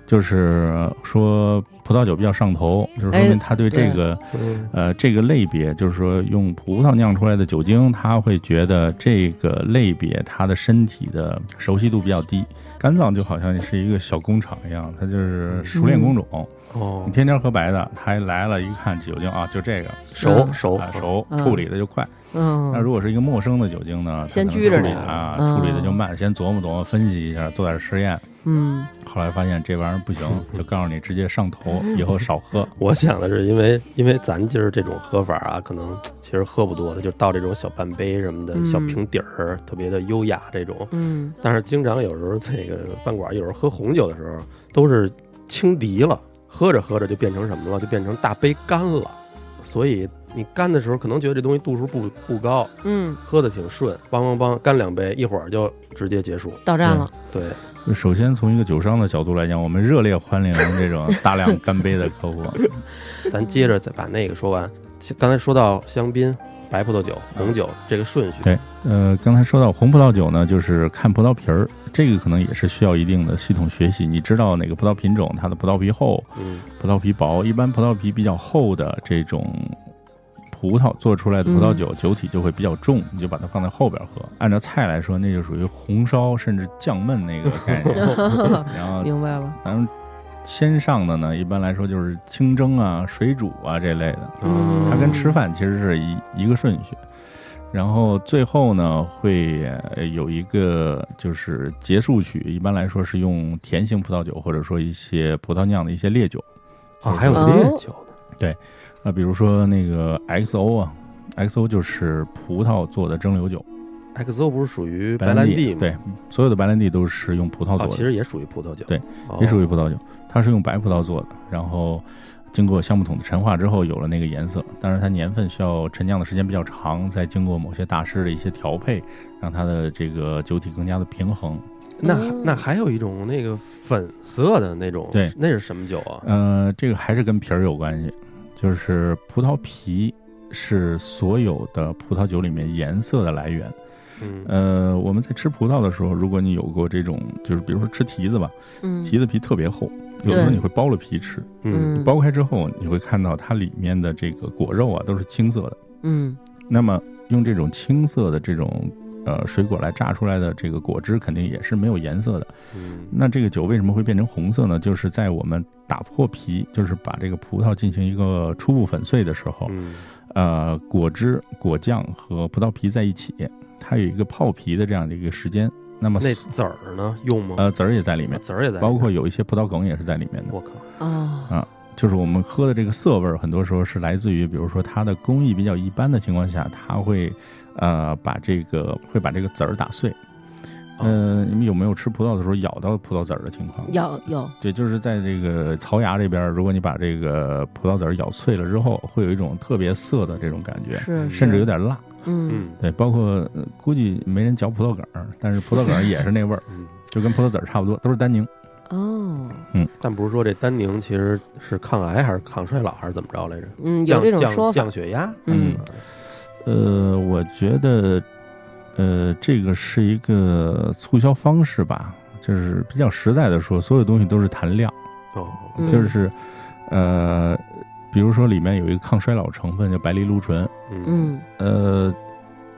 就是说葡萄酒比较上头，就是说
哎
明他对这个、
嗯
呃这个类别，就是说用葡萄酿出来的酒精，他会觉得这个类别他的身体的熟悉度比较低。肝脏就好像是一个小工厂一样，它就是熟练工种。
哦
你，天天喝白的，他来了，一看酒精啊，就这个
熟哎熟
啊，熟，
嗯
处理的就快。那
嗯，
如果是一个陌生的酒精呢，
先
它可能
拘着
处理
你
啊，
嗯
处理的就慢，先琢磨琢磨，分析一下，做点实验。
嗯，
后来发现这玩意儿不行，就告诉你直接上头，以后少喝。
嗯
我想的是，因为因为咱今儿这种喝法啊，可能其实喝不多的，就倒这种小半杯什么的，
嗯
小平底儿，特别的优雅这种。
嗯，
但是经常有时候这个饭馆，有时候喝红酒的时候都是轻敌了，喝着喝着就变成什么了？就变成大杯干了。所以你干的时候，可能觉得这东西度数不不高，
嗯，
喝的挺顺，梆梆梆干两杯，一会儿就直接结束。
到站了，
对，
首先从一个酒商的角度来讲，我们热烈欢迎这 种大量干杯的客户。
咱接着再把那个说完。其刚才说到香槟、白葡萄酒、红酒这个顺序，
对，呃，刚才说到红葡萄酒呢，就是看葡萄皮儿，这个可能也是需要一定的系统学习。你知道哪个葡萄品种，它的葡萄皮厚，
嗯
葡萄皮薄，一般葡萄皮比较厚的这种葡萄做出来的葡萄酒，酒体就会比较重，你就把它放在后边喝。按照菜来说，那就属于红烧甚至酱焖那个概念。 然后
明白了，
咱们先上的呢，一般来说就是清蒸啊、水煮啊这类的，
嗯
它跟吃饭其实是一一个顺序。然后最后呢，会呃有一个就是结束曲，一般来说是用甜型葡萄酒或者说一些葡萄酿的一些烈酒，
啊，还有
哦
烈酒呢，
啊，比如说那个 XO 啊，XO 就是葡萄做的蒸馏酒，
XO 不是属于
白
兰
地
地吗？
对，所有的白兰地都是用葡萄
哦，
做
其
的，
实也属于葡萄酒，
对
哦，
也属于葡萄酒，它是用白葡萄做的，然后经过橡木桶的陈化之后有了那个颜色，但是它年份需要陈酿的时间比较长，再经过某些大师的一些调配，让它的这个酒体更加的平衡。
那
哦
那还有一种那个粉色的那种，
对
那是什么酒啊？
呃，这个还是跟皮儿有关系，就是葡萄皮是所有的葡萄酒里面颜色的来源。
嗯，
呃，我们在吃葡萄的时候，如果你有过这种，就是比如说吃提子吧，
嗯
提子皮特别厚，有的时候
对
你会剥了皮吃，
嗯
嗯
剥开之后你会看到它里面的这个果肉啊都是青色的。
嗯
那么用这种青色的这种呃水果来榨出来的这个果汁，肯定也是没有颜色的。
嗯
那这个酒为什么会变成红色呢？就是在我们打破皮，就是把这个葡萄进行一个初步粉碎的时候，
嗯
呃，果汁、果酱和葡萄皮在一起，它有一个泡皮的这样的一个时间。那么，
那籽儿呢？用吗？
呃，籽儿也在里面，
籽儿也在里面，
包括有一些葡萄梗也是在里面的。
我靠，
哦
啊就是我们喝的这个涩味儿，很多时候是来自于，比如说它的工艺比较一般的情况下，它会，呃，把这个会把这个籽儿打碎。
哦
呃，你们有没有吃葡萄的时候咬到葡萄籽儿的情况？
有有
对，就是在这个槽牙这边儿，如果你把这个葡萄籽儿咬碎了之后，会有一种特别涩的这种感觉，
是
甚至有
点
点辣。
嗯
嗯，
对，包括、呃估计没人嚼葡萄梗儿，但是葡萄梗儿也是那味儿
嗯，
就跟葡萄籽儿差不多，都是单宁。
哦
但不是说这丹宁其实是抗癌还是抗衰老还是怎么着来着？
嗯有
降
这种
降
说法
降血压，
嗯
呃，我觉得，呃，这个是一个促销方式吧，就是比较实在的说，所有东西都是谈量，
哦，
嗯
就是，呃，比如说里面有一个抗衰老成分叫白藜芦醇，
嗯
嗯
呃，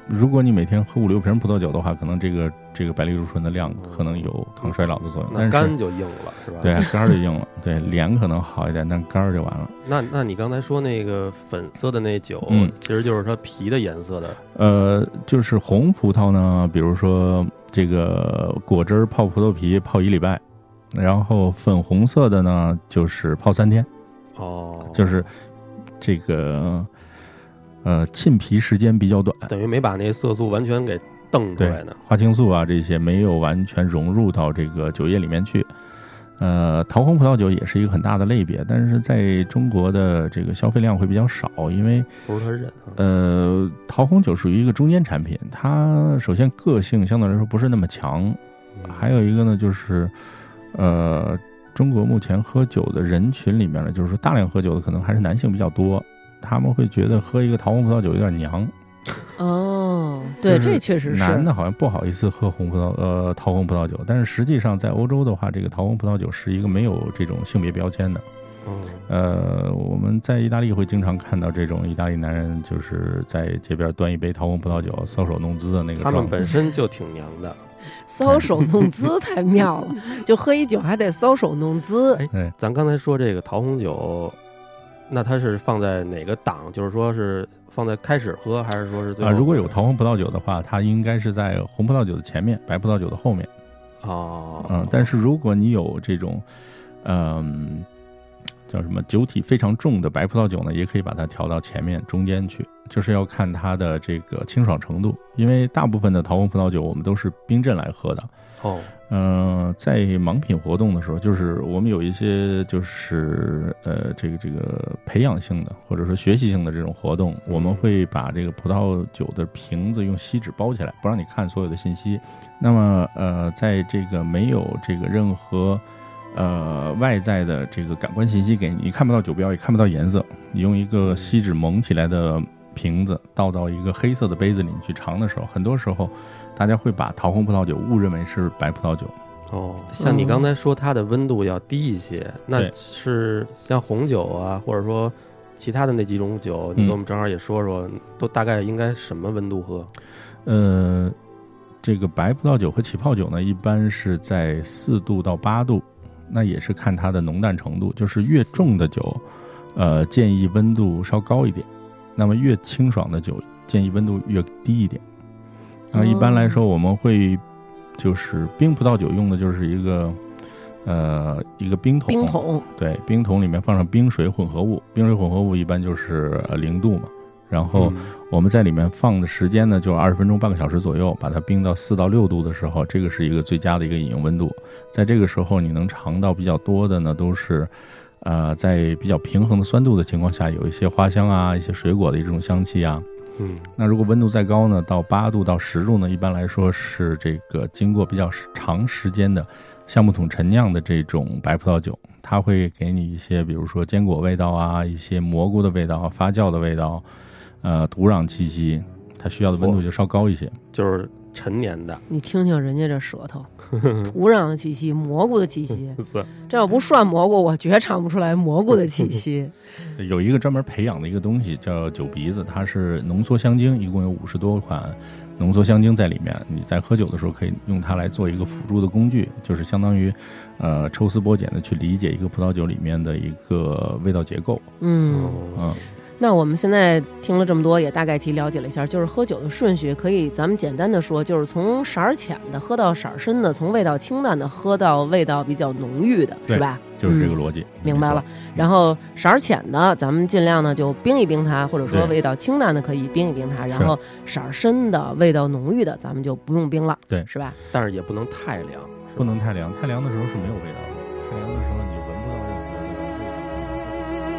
如果你每天喝五六瓶葡萄酒的话，可能这个这个白藜芦醇的量可能有抗衰老的作用，
那
但是
肝就硬了是吧？
对，肝儿就硬了，对脸可能好一点，但肝儿就完了。
那那你刚才说那个粉色的那酒，
嗯
其实就是它皮的颜色的，
呃，就是红葡萄呢，比如说这个果汁儿泡葡萄皮泡一礼拜，然后粉红色的呢就是泡三天，
哦，
就是这个呃浸皮时间比较短，
等于没把那色素完全给瞪出来呢。
花青素啊这些没有完全融入到这个酒液里面去。呃，桃红葡萄酒也是一个很大的类别，但是在中国的这个消费量会比较少，因为
不是他认啊，
呃，桃红酒属于一个中间产品，它首先个性相对来说不是那么强，
嗯
还有一个呢就是，呃，中国目前喝酒的人群里面呢，就是说大量喝酒的可能还是男性比较多，他们会觉得喝一个桃红葡萄酒有点娘，
哦对
就是
这确实是
男嗯的好像不好意思喝红葡萄呃桃红葡萄酒，但是实际上在欧洲的话，这个桃红葡萄酒是一个没有这种性别标签的。
嗯
呃，我们在意大利会经常看到这种意大利男人就是在街边端一杯桃红葡萄酒搔首弄姿的那个
他们
状态。
本身就挺娘的。
搔首弄姿太妙了，就喝一酒还得搔首弄姿
哎，
对，
咱刚才说这个桃红酒，那它是放在哪个档？就是说是放在开始喝，还是说是最
啊，
后
如果有
喝
桃红葡萄酒的话，它应该是在红葡萄酒的前面，白葡萄酒的后面。
哦，
嗯，但是如果你有这种，嗯、叫什么酒体非常重的白葡萄酒呢，也可以把它调到前面中间去，就是要看它的这个清爽程度。因为大部分的桃红葡萄酒我们都是冰镇来喝的，
哦，
嗯、在盲品活动的时候，就是我们有一些就是呃，这个这个培养性的或者说学习性的这种活动，我们会把这个葡萄酒的瓶子用锡纸包起来，不让你看所有的信息。那么呃，在这个没有这个任何呃外在的这个感官信息给你，你看不到酒标，也看不到颜色，你用一个锡纸蒙起来的瓶子倒到一个黑色的杯子里你去尝的时候，很多时候。大家会把桃红葡萄酒误认为是白葡萄酒。
哦，像你
嗯
刚才说它的温度要低一些，那
对
是像红酒啊，或者说其他的那几种酒，你
嗯
给我们正好也说说，都大概应该什么温度喝？
呃，这个白葡萄酒和起泡酒呢，一般是在四度到八度，那也是看它的浓淡程度。就是越重的酒，呃，建议温度稍高一点；那么越清爽的酒，建议温度越低一点。然后一般来说，我们会就是冰葡萄酒用的就是一个呃一个冰桶，
冰桶，
对，冰桶里面放上冰水混合物，冰水混合物一般就是呃零度嘛。然后
嗯
我们在里面放的时间呢，就二十分钟、半个小时左右，把它冰到四到六度的时候，这个是一个最佳的一个饮用温度。在这个时候，你能尝到比较多的呢，都是，呃，在比较平衡的酸度的情况下，有一些花香啊，一些水果的一种香气啊。
嗯
那如果温度再高呢，到八度到十度呢，一般来说是这个经过比较长时间的橡木桶陈酿的这种白葡萄酒，它会给你一些，比如说坚果味道啊，一些蘑菇的味道啊，发酵的味道，呃，土壤气息，它需要的温度就稍高一些。
就是陈年的，
你听听人家这舌 头，土壤的气息，蘑菇的气息，
是
这要不涮蘑菇，我绝尝不出来蘑菇的 气息。
有一个专门培养的一个东西叫酒鼻子，它是浓缩香精，一共有五十多款浓缩香精在里面。你在喝酒的时候可以用它来做一个辅助的工具，就是相当于，呃，抽丝剥茧的去理解一个葡萄酒里面的一个味道结构。
嗯，
哦
嗯，
那我们现在听了这么多，也大概其了解了一下，就是喝酒的顺序，可以咱们简单的说，就是从色儿浅的喝到色儿深的，从味道清淡的喝到味道比较浓郁的，
对嗯
是吧？
就是这个逻辑。
嗯明白了。然后色儿浅的，咱们尽量呢就冰一冰它，或者说
对
味道清淡的可以冰一冰它，
是
然后色儿深的、味道浓郁的，咱们就不用冰了，
对
是吧？
但是也不能太凉，是吧
不能太凉，太凉的时候是没有味道的，太凉的时候你闻不到任何的味道。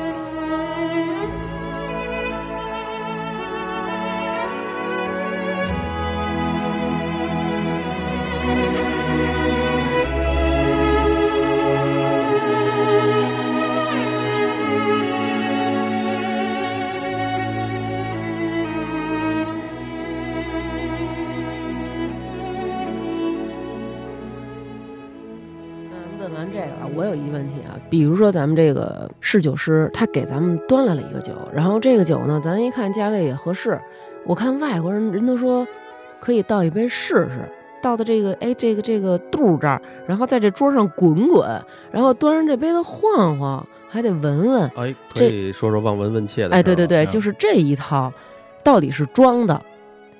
嗯，问完这个啊，我有一问题啊，比如说咱们这个侍酒师，他给咱们端来了一个酒，然后这个酒呢，咱一看价位也合适，我看外国人人都说可以倒一杯试试，倒到这个哎这个这个肚这儿，然后在这桌上滚滚，然后端上这杯子晃晃，还得闻闻，
哎，可
这
以说说望闻问切的事儿了。
哎，对对对，
嗯
就是这一套，到底是装的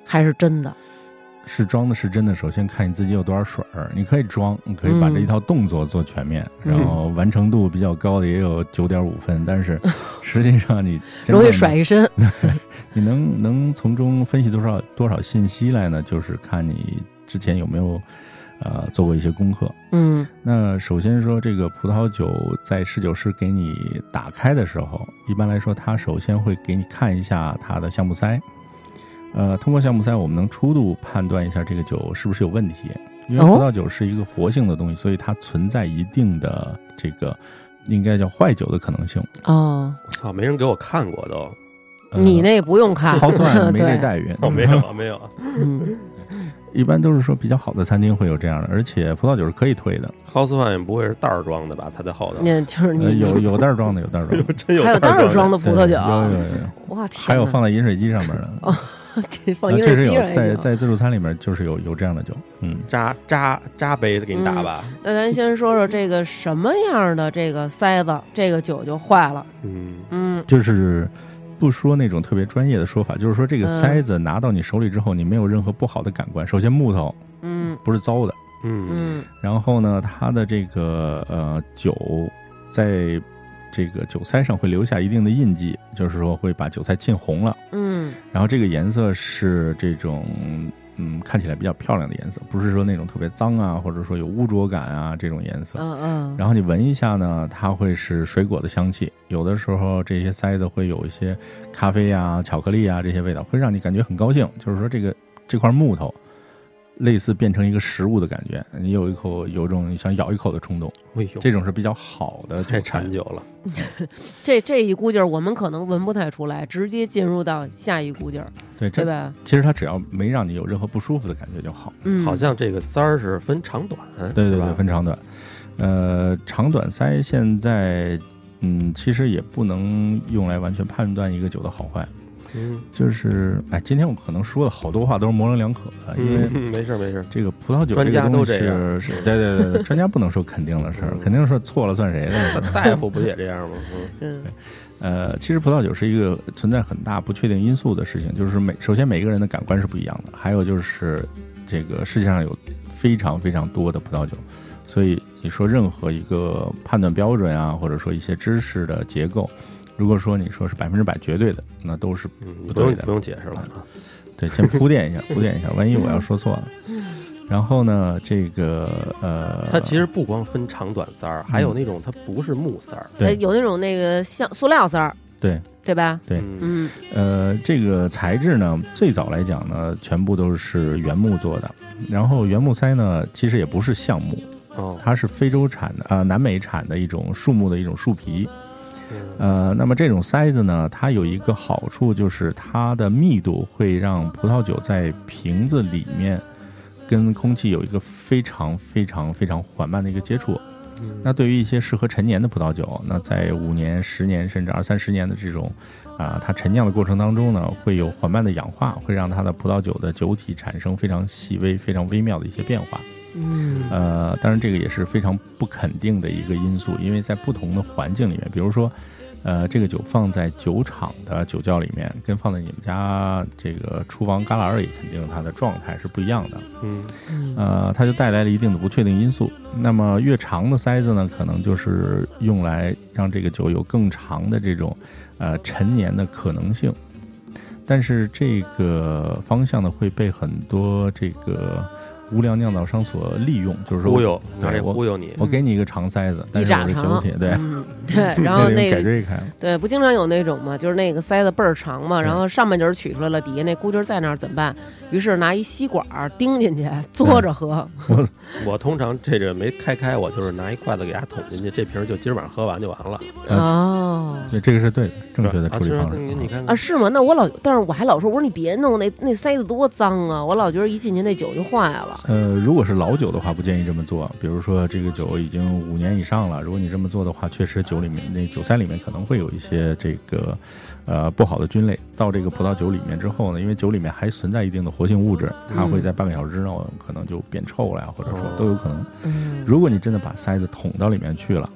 还是真的？
是装的是真的，首先看你自己有多少水儿，你可以装，你可以把这一套动作做全面，
嗯
然后完成度比较高的也有九点五分，但是实际上你真
容易
正
甩一 身。
你能能从中分析多少多少信息来呢？就是看你之前有没有呃做过一些功课。
嗯
那首先说，这个葡萄酒在侍酒师给你打开的时候，一般来说，他首先会给你看一下它的橡木塞。呃，通过橡木塞，我们能初步判断一下这个酒是不是有问题。因为
哦
葡萄酒是一个活性的东西，所以它存在一定的这个应该叫坏酒的可能性。
哦，
我操，没人给我看过都，
呃、
你那不用看，
好算没这
对，
待遇，
哦，没有没有，
嗯
一般都是说比较好的餐厅会有这样的，而且葡萄酒是可以退的，
h o u s e wine 不会是袋儿装的吧？它在后头，哎
那就是
呃
你
有有袋儿装的，有袋儿装的，
真有
还有袋儿装的
的，
葡萄酒，啊
有有有有，
哇天哪，
还有放在饮水机上面的。
这放
啊
饮
确
水
实
机
有
上也
在
行。
在自助餐里面就是有有这样的酒，嗯，
扎扎扎杯子给你打吧。
那咱先说说这个什么样的这个塞子，这个酒就坏了。
嗯，
嗯，
就是不说那种特别专业的说法，就是说这个
嗯
塞子拿到你手里之后，你没有任何不好的感官。首先木头
嗯
不是糟的，
嗯，
嗯
然后呢，它的这个呃酒在这个酒塞上会留下一定的印记，就是说会把酒塞浸红了。
嗯
然后这个颜色是这种嗯看起来比较漂亮的颜色，不是说那种特别脏啊，或者说有污浊感啊这种颜色。
嗯嗯，
然后你闻一下呢，它会是水果的香气，有的时候这些塞子会有一些咖啡啊、巧克力啊这些味道，会让你感觉很高兴。就是说这个这块木头，类似变成一个食物的感觉，你有一口有一种想咬一口的冲动，
哎呦，
这种是比较好的
太
韭菜
馋。酒了。
这这一股劲儿我们可能闻不太出来，直接进入到下一股劲儿，
对，
对
这
吧？
其实它只要没让你有任何不舒服的感觉就好。
嗯，
好像这个塞儿是分长短，
对对
是
对，
吧？
分长短。呃，长短塞现在，嗯，其实也不能用来完全判断一个酒的好坏。
嗯，
就是，哎，今天我可能说了好多话，都是模棱两可的，呃因为
嗯，没事儿没事儿，
这个葡萄酒
专
这
家
个
都
东
这
西
样
是，是 对对对对，专家不能说肯定的事儿，
嗯
肯定说错了算谁的？
大夫不也这样吗？
嗯
呃，其实葡萄酒是一个存在很大不确定因素的事情，就是每首先每个人的感官是不一样的，还有就是这个世界上有非常非常多的葡萄酒，所以你说任何一个判断标准啊，或者说一些知识的结构，如果说你说是百分之百绝对的，那都是
嗯，你
不
不用
对的
不用解释了啊。
对，先铺垫一下，铺垫一下，万一我要说错了。然后呢，这个呃，
它其实不光分长短塞
嗯
儿，还有那种它不是木塞儿。
对
哎有那种那个像塑料塞儿，
对
对吧？
对
嗯，
嗯，
呃，这个材质呢，最早来讲呢，全部都是原木做的。然后原木塞呢，其实也不是橡木，
嗯
哦，
它是非洲产的，呃，南美产的一种树木的一种树皮。
嗯
呃，那么这种塞子呢，它有一个好处就是它的密度会让葡萄酒在瓶子里面跟空气有一个非常非常非常缓慢的一个接触。
嗯
那对于一些适合陈年的葡萄酒，那在五年、十年甚至二三十年的这种啊、它陈酿的过程当中呢，会有缓慢的氧化，会让它的葡萄酒的酒体产生非常细微、非常微妙的一些变化。
嗯，
呃，当然这个也是非常不肯定的一个因素，因为在不同的环境里面，比如说，呃，这个酒放在酒厂的酒窖里面，跟放在你们家这个厨房旮旯里，肯定它的状态是不一样的。
嗯
嗯
呃，它就带来了一定的不确定因素。那么越长的塞子呢，可能就是用来让这个酒有更长的这种呃陈年的可能性。但是这个方向呢，会被很多这个无良酿造商所利用，就是说
忽悠，
对
拿这
我
忽悠你。
我给你一个长塞子，
一
但是我
拃
的酒
长
体，对，
嗯对，然后
被人
那
改锥开了，
对，不经常有那种嘛，就是那个塞子倍儿长嘛，
对
然后上半截儿取出来了，底下那箍筋儿在那儿怎么办？于是拿一吸管儿钉进去，嘬着喝。
我通常这个没开开，我就是拿一筷子给它捅进去，这瓶儿就今儿晚上喝完就完了。
嗯
哦。
对，这个是对的，正确的
啊
处理
其实
方式。
你你看
啊，
看，
是吗？那我老，但是我还老说，我说你别弄那那塞子多脏啊！我老觉得一进去那酒就坏了。
呃，如果是老酒的话，不建议这么做。比如说，这个酒已经五年以上了，如果你这么做的话，确实酒里面那酒塞里面可能会有一些这个呃不好的菌类到这个葡萄酒里面之后呢，因为酒里面还存在一定的活性物质，
嗯
它会在半个小时之内可能就变臭了呀，或者说都有可能。
嗯，
如果你真的把塞子捅到里面去了，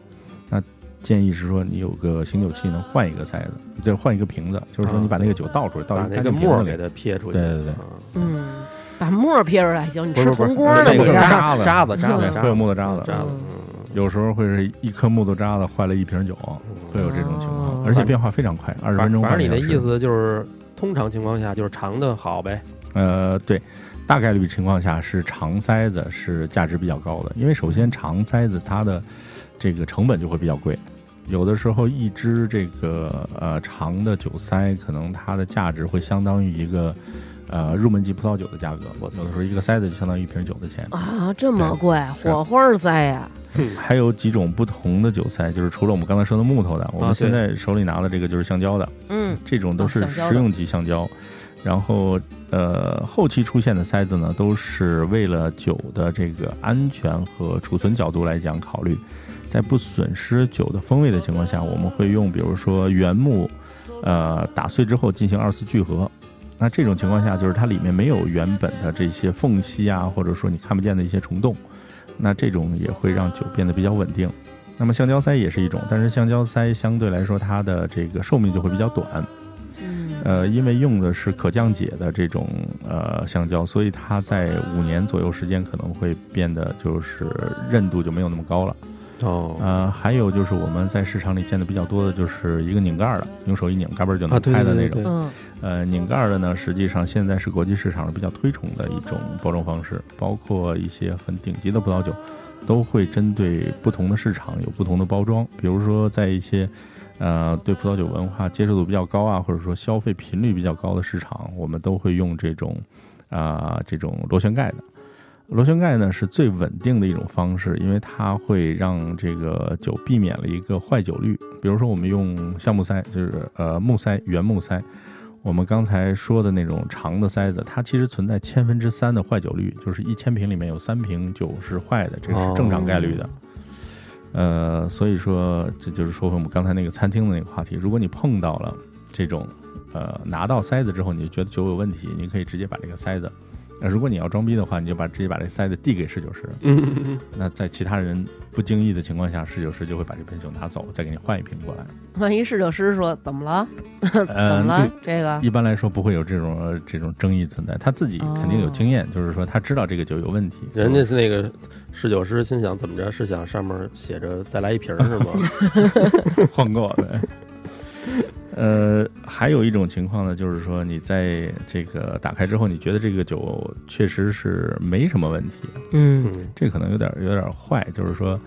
那建议是说你有个醒酒器能换一个塞子，就换一个瓶子，就是说你把那个酒倒出来，倒
把
一
那
塞
啊
个
进瓶
沫
子
儿
里
给，它撇出去。
对对对
啊
嗯，把沫儿撇出来行，你
不
吃
是不是
铜锅呢？
那
你
个
这
渣
是
渣子渣子渣
对
子
嗯
渣
会有
子
木头渣子。
渣子，
有时候会是一颗木头渣子坏了一瓶酒，会有这种情况，
哦
而且变化非常快，二
嗯
十分钟。
反正你的
半个小
意
时，
思就是，通常情况下就是长的好呗。
呃，对，大概率情况下是长塞子是价值比较高的，因为首先长塞子它的这个成本就会比较贵，有的时候一支这个呃长的酒塞可能它的价值会相当于一个呃入门级葡萄酒的价格，我有的时候一个塞子就相当于一瓶酒的钱。
啊，这么贵，火花儿塞呀！
还有几种不同的酒塞，就是除了我们刚才说的木头的，我
啊对
们现在手里拿的这个就是橡胶的。
嗯，
这种都是
哦橡胶的
食用级橡胶。然后，呃，后期出现的塞子呢，都是为了酒的这个安全和储存角度来讲考虑，在不损失酒的风味的情况下，我们会用比如说原木，呃，打碎之后进行二次聚合。那这种情况下，就是它里面没有原本的这些缝隙啊，或者说你看不见的一些虫洞，那这种也会让酒变得比较稳定。那么橡胶塞也是一种，但是橡胶塞相对来说它的这个寿命就会比较短，
嗯
呃，因为用的是可降解的这种呃橡胶，所以它在五年左右时间可能会变得就是韧度就没有那么高了。
哦
呃，还有就是我们在市场里见的比较多的就是一个拧盖儿的，用手一拧，嘎嘣儿就
啊
能
对
开的
对
那
对
种。
嗯
呃，拧盖儿的呢，实际上现在是国际市场上比较推崇的一种包装方式，包括一些很顶级的葡萄酒，都会针对不同的市场有不同的包装。比如说，在一些呃对葡萄酒文化接受度比较高啊，或者说消费频率比较高的市场，我们都会用这种啊、这种螺旋盖的。螺旋盖呢是最稳定的一种方式，因为它会让这个酒避免了一个坏酒率。比如说我们用橡木塞，就是呃木塞、原木塞，我们刚才说的那种长的塞子，它其实存在千分之三的坏酒率，就是一千瓶里面有三瓶酒是坏的，这是正常概率的。呃，所以说这就是说回我们刚才那个餐厅的那个话题，如果你碰到了这种呃拿到塞子之后，你就觉得酒有问题，你可以直接把这个塞子那如果你要装逼的话，你就把直接把这塞子递给侍酒师。
嗯嗯
那在其他人不经意的情况下，侍酒师就会把这瓶酒拿走，再给你换一瓶过来。
啊
万一侍酒师说怎么了， 怎么
嗯
了？这个
一般来说不会有这种呃这种争议存在，他自己肯定有经验，就是说他知道这个酒有问题。
哦人家是那个侍酒师，心想怎么着？是想上面写着再来一瓶儿是 吗？
换过的。呃，还有一种情况呢，就是说你在这个打开之后，你觉得这个酒确实是没什么问题，
嗯
嗯
这可能有点有点坏，就是说，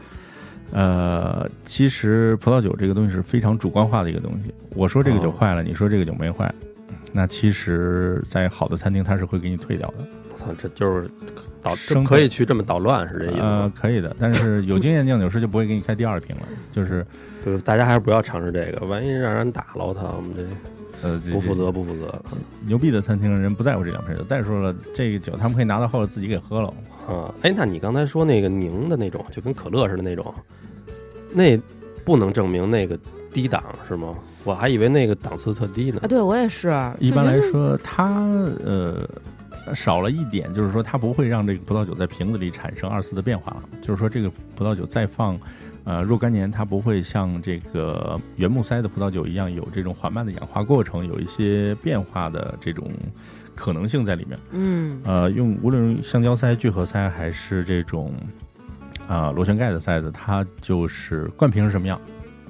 呃，其实葡萄酒这个东西是非常主观化的一个东西。我说这个酒
哦
坏了，你说这个酒没坏，那其实，在好的餐厅它是会给你退掉的。
我操，这就是捣，这
生
可以去这么捣乱是这意思
呃
吗？，
可以的，但是有经验酿酒师就不会给你开第二瓶了，就是
就是大家还是不要尝试这个，万一让人打了，我操，我们这
呃
不负。
这
责不负责
牛逼的餐厅人不在乎这两瓶酒。再说了，这个酒他们可以拿到后头自己给喝了。
啊！哎，那你刚才说那个凝的那种，就跟可乐似的那种，那不能证明那个低档是吗？我还以为那个档次特低呢
啊，。对我也是，
一
就
般
觉
来
得
说，它呃少了一点，就是说它不会让这个葡萄酒在瓶子里产生二次的变化了。就是说，这个葡萄酒再放呃若干年，它不会像这个原木塞的葡萄酒一样有这种缓慢的氧化过程，有一些变化的这种可能性在里面。
嗯
呃，用无论用橡胶塞、聚合塞还是这种啊、螺旋盖的塞子，它就是灌瓶是什么样，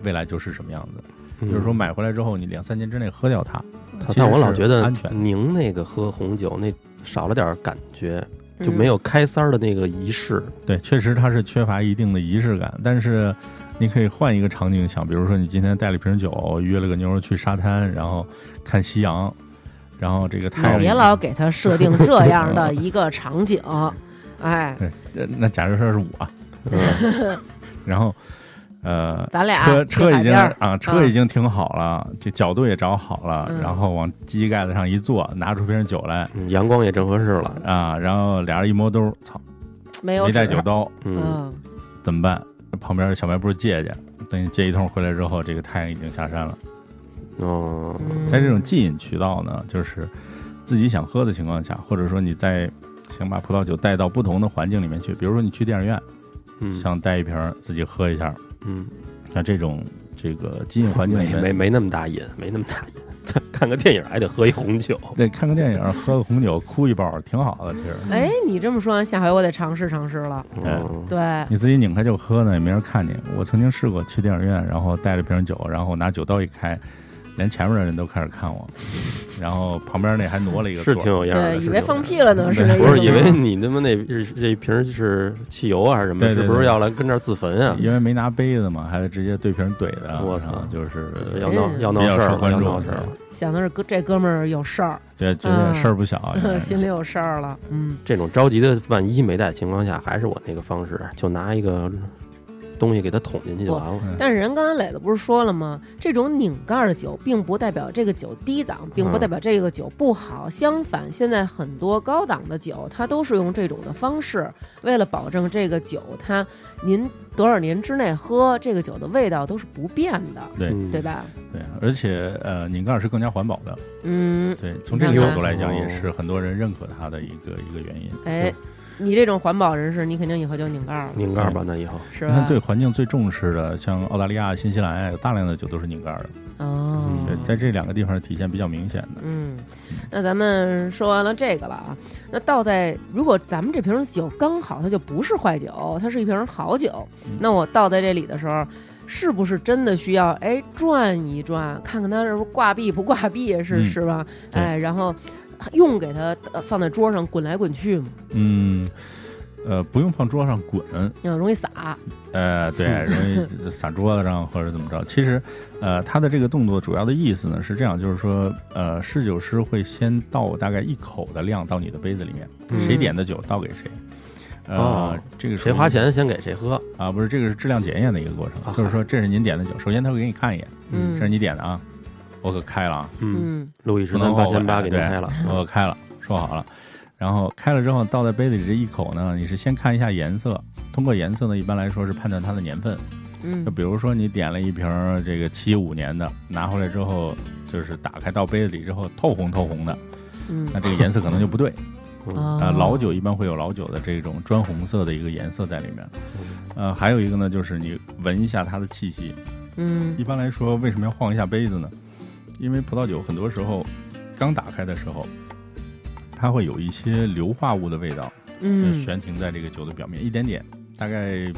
未来就是什么样子。就是
嗯
说买回来之后，你两三年之内喝掉它。
他
其实
但我老
是
觉得
安全的
宁那个喝红酒那少了点儿感觉，就
嗯
没有开塞儿的那个仪式。
对，确实它是缺乏一定的仪式感，但是你可以换一个场景想，比如说你今天带了一瓶酒，约了个妞儿去沙滩，然后看夕阳，然后这个太
你
阳
嗯别老给他设定
嗯
这样的一个场景，哎，
呃那假如说是我，
嗯，
然后呃。
咱俩
车
去
车
海
已经
边儿
啊，车已经停好了，这角度也找好了，
嗯
然后往机盖子上一坐，拿出瓶酒来
嗯阳光也正合适了。
啊，然后俩人一摸兜，操，
没有
没带
纸
酒，刀，
嗯，
嗯，
怎么办？旁边小卖部借去，等你借一通回来之后，这个太阳已经下山了。
哦，
嗯
在这种即饮渠道呢，就是自己想喝的情况下，或者说你在想把葡萄酒带到不同的环境里面去，比如说你去电影院，
嗯，
想带一瓶儿自己喝一下，
嗯，
像这种这个即饮环境里
没没
面，
没那么大瘾，没那么大瘾。 看个电影还得喝一红酒，
对，看个电影，喝个红酒，哭一包，挺好的。其实
哎，你这么说，下回我得尝试尝试了。
哎
嗯，
对，
你自己拧开就喝呢，也没人看你。我曾经试过去电影院，然后带着瓶酒，然后拿酒刀一开，连前面的人都开始看我，然后旁边那还挪了一个
是
座儿
挺有样儿
对，
的。
以
是
为
挺有
放
样儿
屁了呢，是
嗯对
那意思
不
吗
是以为你他妈那是这瓶儿是汽油啊还是什么？
对对
是不是
对
要来跟这儿自焚啊？
因为没拿杯子嘛，还得直接对瓶怼的。啊
我操
然后就是
要闹
嗯
要闹
比较
事儿
受
了，
关
要
注
闹事儿了。
想的是哥这哥们儿有事儿，
这这件事儿不小，
嗯 心里有事儿了。嗯，
这种着急的，万一没带的情况下，还是我那个方式，就拿一个东西给它捅进去就完了。
但是人刚才磊子不是说了吗？这种拧盖儿的酒，并不代表这个酒低档，并
嗯
不代表这个酒不好。相反，现在很多高档的酒，它都是用这种的方式，为了保证这个酒它您多少年之内喝这个酒的味道都是不变的，
对
嗯
对？吧？
对，而且呃，拧盖儿是更加环保的，
嗯，
对，从这个角度来讲，
你看
也
看
是很多人认可它的一个一个原因。
哎，你这种环保人士，你肯定以后就拧盖儿了，
拧盖儿吧，那以后。
是
你看
吧？
对环境最重视的，像澳大利亚、新西兰啊，有大量的酒都是拧盖儿的，
哦，
嗯对，在这两个地方体现比较明显的。
嗯，那咱们说完了这个了啊，那倒在如果咱们这瓶酒刚好它就不是坏酒，它是一瓶好酒，
嗯
那我倒在这里的时候，是不是真的需要哎转一转，看看它是不是挂壁不挂壁，是、
嗯
是吧？
对
哎，然后用给它、呃放在桌上滚来滚去嘛，
嗯，呃，不用放桌上滚，
嗯，容易洒。
呃， 对，容易撒桌子上或者怎么着。其实，呃，他的这个动作主要的意思呢是这样，就是说，呃，侍酒师会先倒大概一口的量到你的杯子里面，
嗯
谁点的酒倒给谁。呃，
哦
这个属
谁
于
花钱先给谁喝？
啊？不是，这个是质量检验的一个过程，
啊
就是说这是您点的酒，首先他会给你看一眼，
嗯
这是你点的啊，我可开了啊，
嗯，
嗯
路易十三八千八给您
对嗯
开了。
我可开了，说好了。然后开了之后倒在杯子里这一口呢，你是先看一下颜色，通过颜色呢，一般来说是判断它的年份。
嗯
就比如说你点了一瓶儿这个七五年的，拿回来之后就是打开到杯子里之后透红透红的，
嗯
那这个颜色可能就不对。
嗯
哦
呃，老酒一般会有老酒的这种砖红色的一个颜色在里面。
嗯
呃，还有一个呢，就是你闻一下它的气息。
嗯
一般来说，为什么要晃一下杯子呢？因为葡萄酒很多时候刚打开的时候，它会有一些硫化物的味道，就
嗯，
悬停在这个酒的表面一点点，大概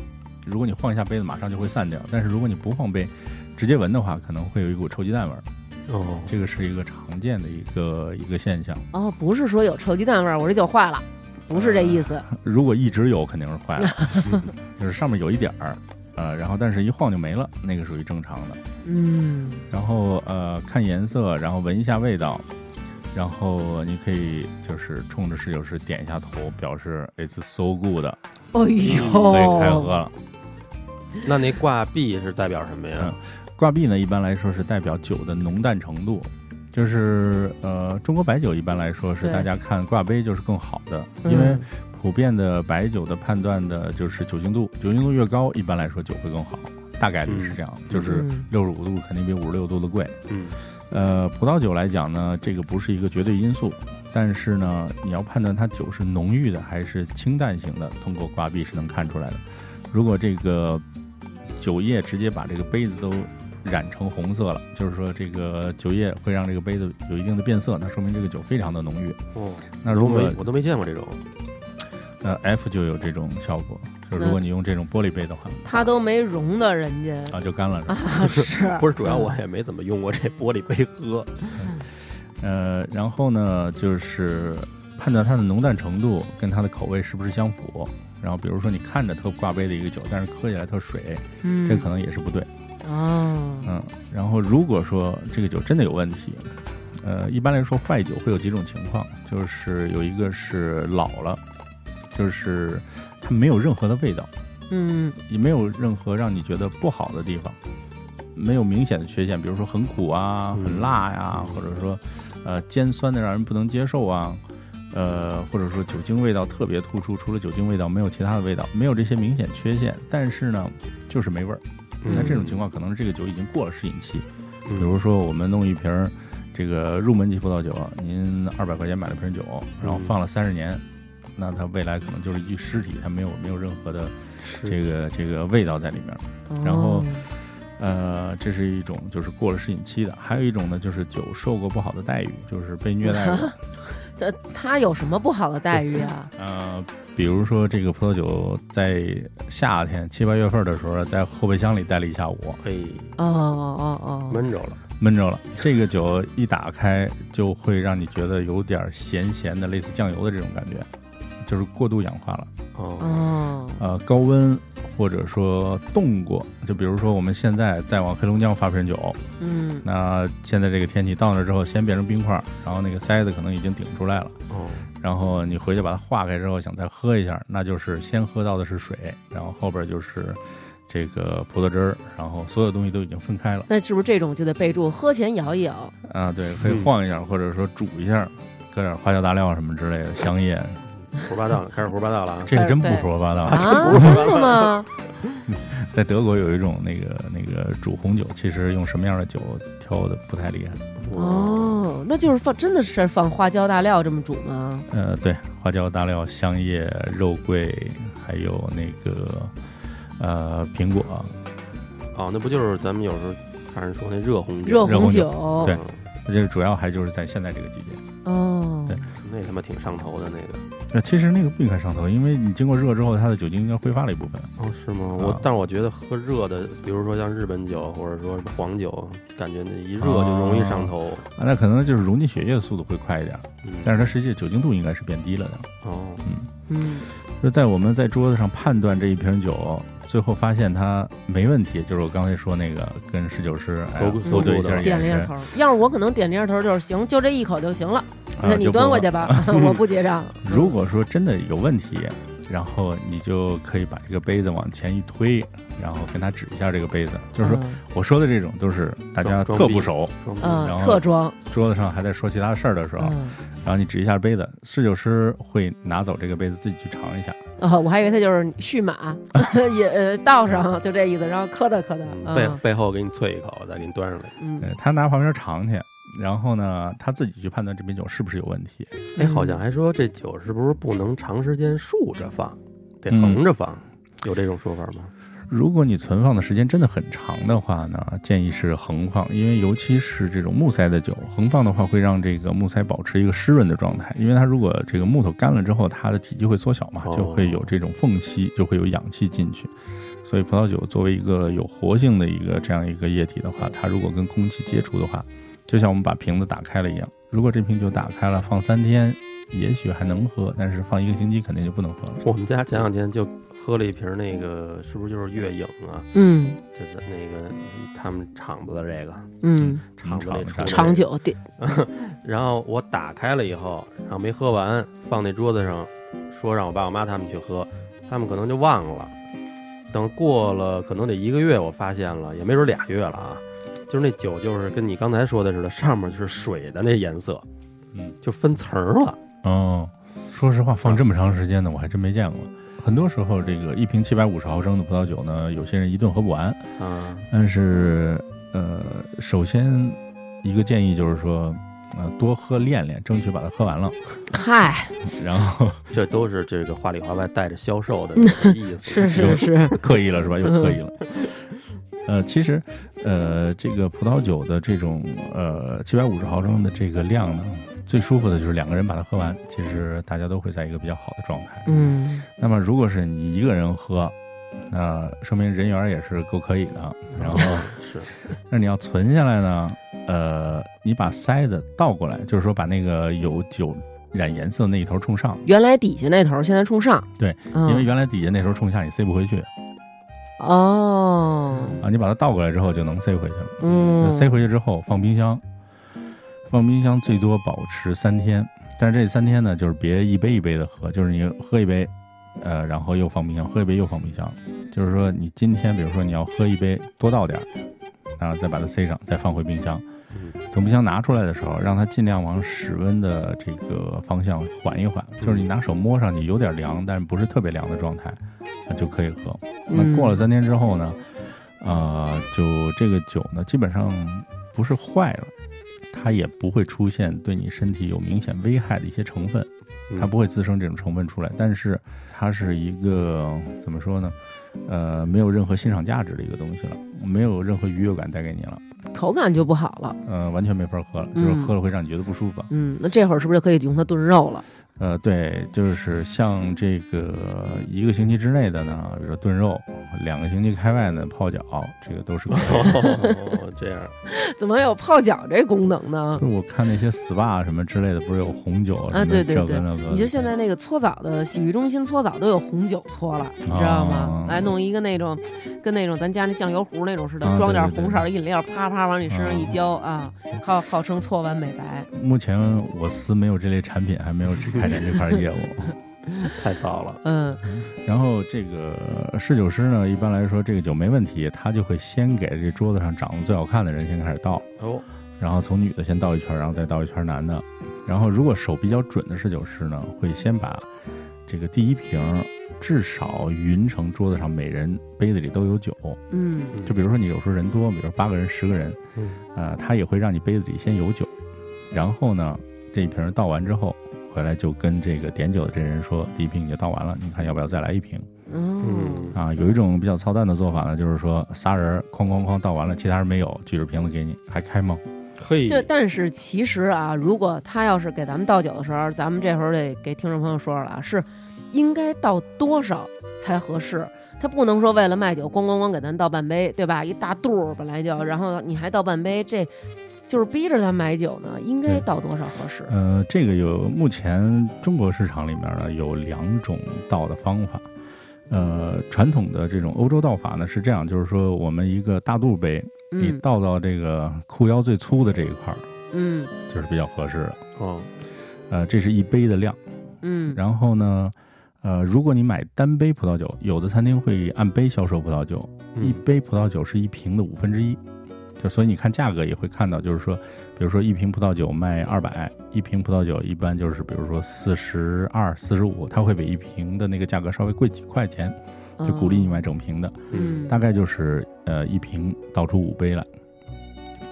如果你晃一下杯子，马上就会散掉。但是如果你不晃杯，直接闻的话，可能会有一股臭鸡蛋味儿，
哦，
这个是一个常见的一个一个现象。
哦，不是说有臭鸡蛋味儿，我这酒坏了，不是这意思。
如果一直有，肯定是坏了，就是上面有一点儿，呃，然后但是一晃就没了，那个属于正常的。
嗯
然后呃，看颜色，然后闻一下味道，然后你可以就是冲着侍酒师点一下头，表示 it's so good，
哎
所以开喝
呦，
了。
那那挂壁是代表什么呀？
挂壁呢，一般来说是代表酒的浓淡程度。就是呃，中国白酒一般来说是
对
大家看挂杯就是更好的，
嗯
因为普遍的白酒的判断的就是酒精度，酒精度越高，一般来说酒会更好，大概率是这样，就是
嗯
六十五度肯定比五十六度的贵。
嗯，
呃，葡萄酒来讲呢，这个不是一个绝对因素，但是呢，你要判断它酒是浓郁的还是清淡型的，通过挂壁是能看出来的。如果这个酒液直接把这个杯子都染成红色了，就是说这个酒液会让这个杯子有一定的变色，那说明这个酒非常的浓郁。
哦，
那如
我
果
都没我都没见过这种，
呃 F 就有这种效果，就是如果你用这种玻璃杯的话，
他都没容的人家
啊就干了是吧。
啊， 是
不是主要我也没怎么用过这玻璃杯喝。
呃，然后呢，就是判断它的浓淡程度跟它的口味是不是相符。然后比如说你看着特挂杯的一个酒，但是喝起来特水，
嗯，
这可能也是不对。
哦，
嗯，然后如果说这个酒真的有问题，呃，一般来说坏酒会有几种情况，就是有一个是老了，就是它没有任何的味道。
嗯
也没有任何让你觉得不好的地方，没有明显的缺陷，比如说很苦啊、
嗯
很辣呀、或者说呃尖酸的让人不能接受啊，呃或者说酒精味道特别突出，除了酒精味道没有其他的味道，没有这些明显缺陷，但是呢就是没味儿。那这种情况可能这个酒已经过了适饮期，
嗯，
比如说我们弄一瓶儿这个入门级葡萄酒，您二百块钱买了瓶酒，
嗯
然后放了三十年，那它未来可能就是一具尸体，它没有没有任何的。
是
这个这个味道在里面。
嗯
然
哦
后呃，这是一种就是过了适饮期的，还有一种呢就是酒受过不好的待遇，就是被虐待过。
他他有什么不好的待遇啊？
呃，比如说这个葡萄酒在夏天七八月份的时候，在后备箱里待了一下午，
嘿，
哦哦哦，
闷着了，
闷着了。这个酒一打开，就会让你觉得有点咸咸的，类似酱油的这种感觉。就是过度氧化了，
哦，
哦，
呃，高温或者说冻过，就比如说我们现在再往黑龙江发瓶酒，
嗯
那现在这个天气到那之后，先变成冰块儿，然后那个塞子可能已经顶出来了，
哦，
然后你回去把它化开之后，想再喝一下，那就是先喝到的是水，然后后边就是这个葡萄汁儿，然后所有东西都已经分开了。
那是不是这种就得备注喝前摇一摇？
啊，对，可以晃一下，或者说煮一下，搁点花椒大料什么之类的，香叶，
胡说八道了，开始胡说八道了啊！
这个真不胡说八道。
啊，真的 吗？
在德国有一种那个那个煮红酒，其实用什么样的酒挑的不太厉害。
哦，那就是放，真的是放花椒大料这么煮吗？
呃，对，花椒、大料、香叶、肉桂，还有那个呃苹果，
哦，那不就是咱们有时候看人说那热红酒？嗯
热
红
红
酒
酒，
对，这就是主要还就是在现在这个季节。
哦，
对
那他妈挺上头的那个。
那其实那个不应该上头，因为你经过热之后，它的酒精应该挥发了一部分。
哦，是吗？我
啊
但是我觉得喝热的，比如说像日本酒或者说黄酒，感觉那一热就容易上头。
啊，那可能就是溶进血液的速度会快一点，
嗯，
但是它实际酒精度应该是变低了的。
哦，
嗯，
就在我们在桌子上判断这一瓶酒，最后发现它没问题，就是我刚才说那个跟侍酒师哎呀
搜
搜
对一
过
下
的
点
眼
了一下
神，
头。要是我可能点了一下头，就是行，就这一口就行了。那
啊
你
就
端
不
过去吧， 我不结账。
嗯
如果说真的有问题，然后你就可以把这个杯子往前一推，然后跟他指一下这个杯子。就是说
嗯，
我说的这种都是大家
装
特
逼
不熟，
装逼
嗯，
然后
特装，
桌子上还在说其他事儿的时候，
嗯，
然后你指一下杯子，侍酒师会拿走这个杯子自己去尝一下。
哦，我还以为他就是驯马， 也呃倒
嗯
上，就这意思，然后磕哒磕哒，
嗯背
嗯
背后给你啐一口，再给你端上来。
嗯
呃，他拿旁边尝去，然后呢，他自己去判断这瓶酒是不是有问题。
哎，好像还说这酒是不是不能长时间竖着放，得横着放，有这种说法吗？
如果你存放的时间真的很长的话呢，建议是横放，因为尤其是这种木塞的酒，横放的话会让这个木塞保持一个湿润的状态，因为它如果这个木头干了之后，它的体积会缩小嘛，
哦
就会有这种缝隙，就会有氧气进去。所以葡萄酒作为一个有活性的一个这样一个液体的话，它如果跟空气接触的话，就像我们把瓶子打开了一样，如果这瓶酒打开了放三天，也许还能喝，但是放一个星期肯定就不能喝了。
我们家前两天就喝了一瓶那个，是不是就是月影啊？
嗯
就是那个他们厂子的这个
嗯，
厂子
厂
里
子
出的这
长
个
久的，
然后我打开了以后，然后没喝完，放那桌子上，说让我爸我妈他们去喝，他们可能就忘了。等过了可能得一个月，我发现了，也没准俩月了啊，就是那酒就是跟你刚才说的似的，上面就是水的那颜色，
嗯，
就分层了。
哦，说实话，放这么长时间呢，我还真没见过。很多时候，这个一瓶七百五十毫升的葡萄酒呢，有些人一顿喝不完。
啊，
但是，呃，首先一个建议就是说，呃，多喝练练，争取把它喝完了。
嗨，
然后
这都是这个话里话外带着销售的那个意 思。
是是是，
刻意了是吧？又刻意了。呃，其实，呃，这个葡萄酒的这种呃七百五十毫升的这个量呢，最舒服的就是两个人把它喝完，其实大家都会在一个比较好的状态。
嗯
那么如果是你一个人喝，那说明人缘儿也是够可以的。然后，
是，
那你要存下来呢，呃，你把塞子倒过来，就是说把那个有酒染颜色的那一头冲上，
原来底下那头儿现在冲上，
对
嗯，
因为原来底下那头冲下你塞不回去
哦，
啊，你把它倒过来之后就能塞回去了。
嗯
那塞回去之后放冰箱，放冰箱最多保持三天，但是这三天呢，就是别一杯一杯的喝，就是你喝一杯，呃，然后又放冰箱，喝一杯又放冰箱，就是说你今天比如说你要喝一杯，多倒点儿，然后再把它塞上，再放回冰箱。
嗯
从冰箱拿出来的时候，让它尽量往室温的这个方向缓一缓，就是你拿手摸上去有点凉，但不是特别凉的状态，那就可以喝。
嗯
那过了三天之后呢，呃，就这个酒呢，基本上不是坏了，它也不会出现对你身体有明显危害的一些成分，
嗯
它不会滋生这种成分出来。但是它是一个怎么说呢？呃，没有任何欣赏价值的一个东西了，没有任何愉悦感带给你了，
口感就不好了。
呃，完全没法喝了，就是喝了会让你觉得不舒服。
嗯，那这会儿是不是就可以用它炖肉了？
呃，对，就是像这个一个星期之内的呢，比如说炖肉，两个星期开外呢泡脚，这个都是可以的。
哦，这样
怎么有泡脚这功能呢？
就我看那些 SPA 什么之类的，不是有红酒什么
嗯啊对对
这
对
个那个，
你就现在那个搓澡的洗浴中心搓澡都有红酒搓了，你知道吗？
啊
哎，弄一个那种，跟那种咱家那酱油壶那种似的，
啊
装点
对对对
红色的饮料，啪啪往你身上一浇啊，号号称搓完美白。
目前我司没有这类产品，还没有去开展这块业务。
太糟了。
嗯
然后这个侍酒师呢，一般来说这个酒没问题，他就会先给这桌子上长得最好看的人先开始倒，
哦，
然后从女的先倒一圈，然后再倒一圈男的。然后如果手比较准的侍酒师呢，会先把这个第一瓶至少匀成桌子上每人杯子里都有酒。
嗯
就比如说你有时候人多，比如说八个人、十个人，
嗯
呃，他也会让你杯子里先有酒，然后呢，这一瓶倒完之后，回来就跟这个点酒的这人说，第一瓶已经倒完了，你看要不要再来一瓶
嗯
嗯，
啊？有一种比较操蛋的做法呢，就是说仨人哐哐哐倒完了，其他人没有，举着瓶子给你，还开吗？
嘿，
就但是其实啊，如果他要是给咱们倒酒的时候，咱们这会儿得给听众朋友说说了啊，是应该倒多少才合适。他不能说为了卖酒，咣咣咣给咱倒半杯，对吧？一大肚儿本来就，然后你还倒半杯，这就是逼着他买酒呢。应该
对
倒多少合适？
呃，这个有目前中国市场里面呢有两种倒的方法。呃，传统的这种欧洲倒法呢是这样，就是说我们一个大肚杯，你
嗯
倒到这个裤腰最粗的这一块儿，
嗯
就是比较合适的。
哦，
呃，这是一杯的量。
嗯，
然后呢，呃，如果你买单杯葡萄酒，有的餐厅会按杯销售葡萄酒，一
嗯
杯葡萄酒是一瓶的五分之一。就所以你看价格也会看到，就是说，比如说一瓶葡萄酒卖二百，一瓶葡萄酒一般就是比如说四十二、四十五，它会比一瓶的那个价格稍微贵几块钱，就
哦
鼓励你买整瓶的。
嗯。
大概就是呃一瓶倒出五杯来，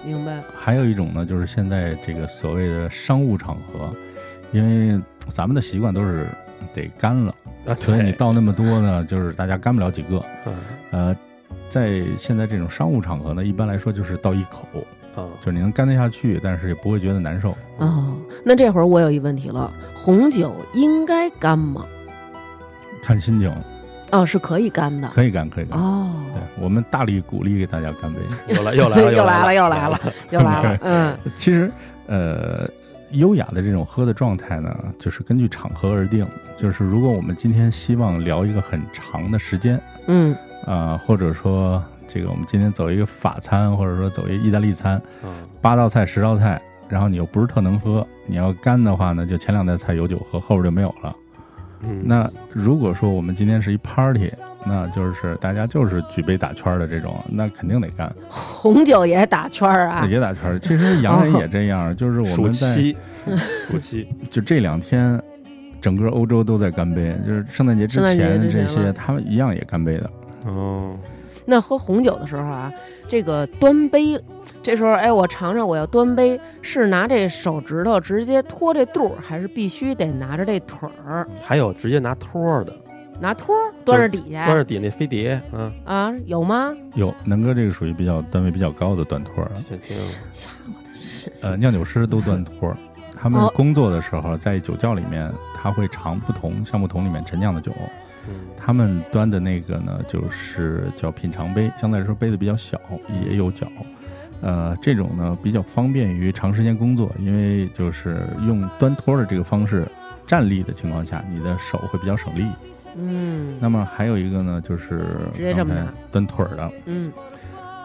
明白，
还有一种呢，就是现在这个所谓的商务场合，因为咱们的习惯都是得干了，
啊，
所以你
对
倒那么多呢，就是大家干不了几个。
嗯
呃，在现在这种商务场合呢，一般来说就是倒一口，
啊
就是你能干得下去，但是也不会觉得难受。
哦，那这会儿我有一问题了，红酒应该干吗？
看心情，
哦，是可以干的。
可以干，可以干。
哦，
对我们大力鼓励给大家干杯。
又来又来了
又
来
来了，又来
了
了，又来 了。嗯，
其实，呃，优雅的这种喝的状态呢，就是根据场合而定。就是如果我们今天希望聊一个很长的时间，
嗯，
啊、或者说这个我们今天走一个法餐，或者说走一个意大利餐，
啊
八道菜十道菜，然后你又不是特能喝，你要干的话呢，就前两道菜有酒喝，后边就没有了。
嗯，
那如果说我们今天是一 party，那就是大家就是举杯打圈儿的这种，那肯定得干，
红酒也打圈儿啊。
也打圈儿。其实洋人也这样，就是我
暑
们在
期暑期
就这两天，整个欧洲都在干杯，就是圣诞节之
圣诞
前
节之前
这
了
些，他们一样也干杯的。
哦，
那喝红酒的时候啊，这个端杯，这时候哎，我尝尝，我要端杯是拿这手指头直接托这肚儿，还是必须得拿着这腿儿，
还有直接拿托儿的，
拿托儿端着底
端
下
着底那飞碟啊，
啊？有吗？
有南哥这个属于比较单位比较高的断托了，
挺挺
家伙的是，
呃，酿酒师都断托儿。他们
哦
工作的时候，在酒窖里面，他会尝不同橡木桶里面陈酿的酒。
嗯
他们端的那个呢，就是叫品尝杯，相对来说杯子比较小，也有脚。呃，这种呢比较方便于长时间工作，因为就是用端托的这个方式站立的情况下，你的手会比较省力。
嗯
那么还有一个呢，就是
直接这么拿
刚才端腿儿的，
嗯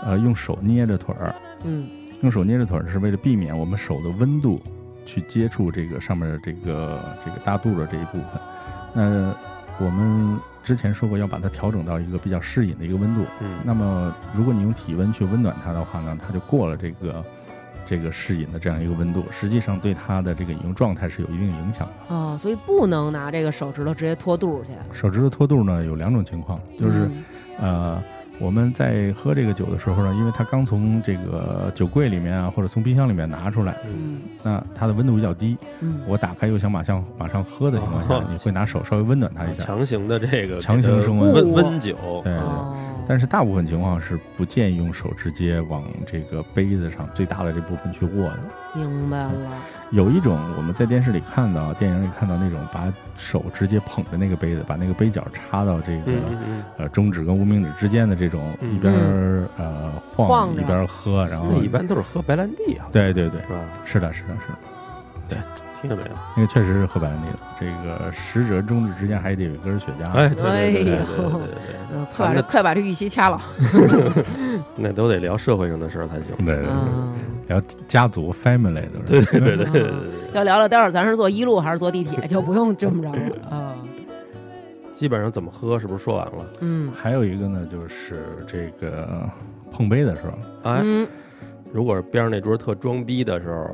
呃，用手捏着腿儿，
嗯，
用手捏着腿儿是为了避免我们手的温度去接触这个上面的这个这个大肚的这一部分。那我们之前说过要把它调整到一个比较适饮的一个温度。
嗯，
那么如果你用体温去温暖它的话呢，它就过了这个这个适饮的这样一个温度，实际上对它的这个饮用状态是有一定影响的。
哦，所以不能拿这个手指头直接托肚儿去，
手指头脱肚呢有两种情况，就是、
嗯
呃。我们在喝这个酒的时候呢，因为它刚从这个酒柜里面啊，或者从冰箱里面拿出来，
嗯
那它的温度比较低，
嗯，
我打开又想马上马上喝的情况
哦
下，你会拿手稍微温暖它一下。
强行的这个
强行升
温
温
温温酒，
对对
哦，
但是大部分情况是不建议用手直接往这个杯子上最大的这部分去握的。
明白了，
有一种我们在电视里看到、电影里看到那种把手直接捧着那个杯子，把那个杯角插到这个、
嗯嗯
呃中指跟无名指之间的这种，
嗯
一边儿、呃晃
晃着
一边儿喝，然
嗯，
后
那一般都是喝白兰地啊，
对对对，
是吧？
是的，是的，是的，
听着没有？
那个确实是喝白兰地的。这个食指、中指之间还得有一根雪茄。
哎，对对对对
哎呦
对对对对，
嗯，快把
咱
这
们
快把这玉溪掐了，
那都得聊社会上的事儿才行。
对对对，
嗯，
聊家族 family 的，
对对对对对对对
要聊聊待会儿咱是坐一路还是坐地铁，就不用这么着了啊，
对，基本上怎么喝是不是说完了？
嗯
还有一个呢，就是这个碰杯的时候，
哎，
嗯，
如果是边上那桌特装逼的时候，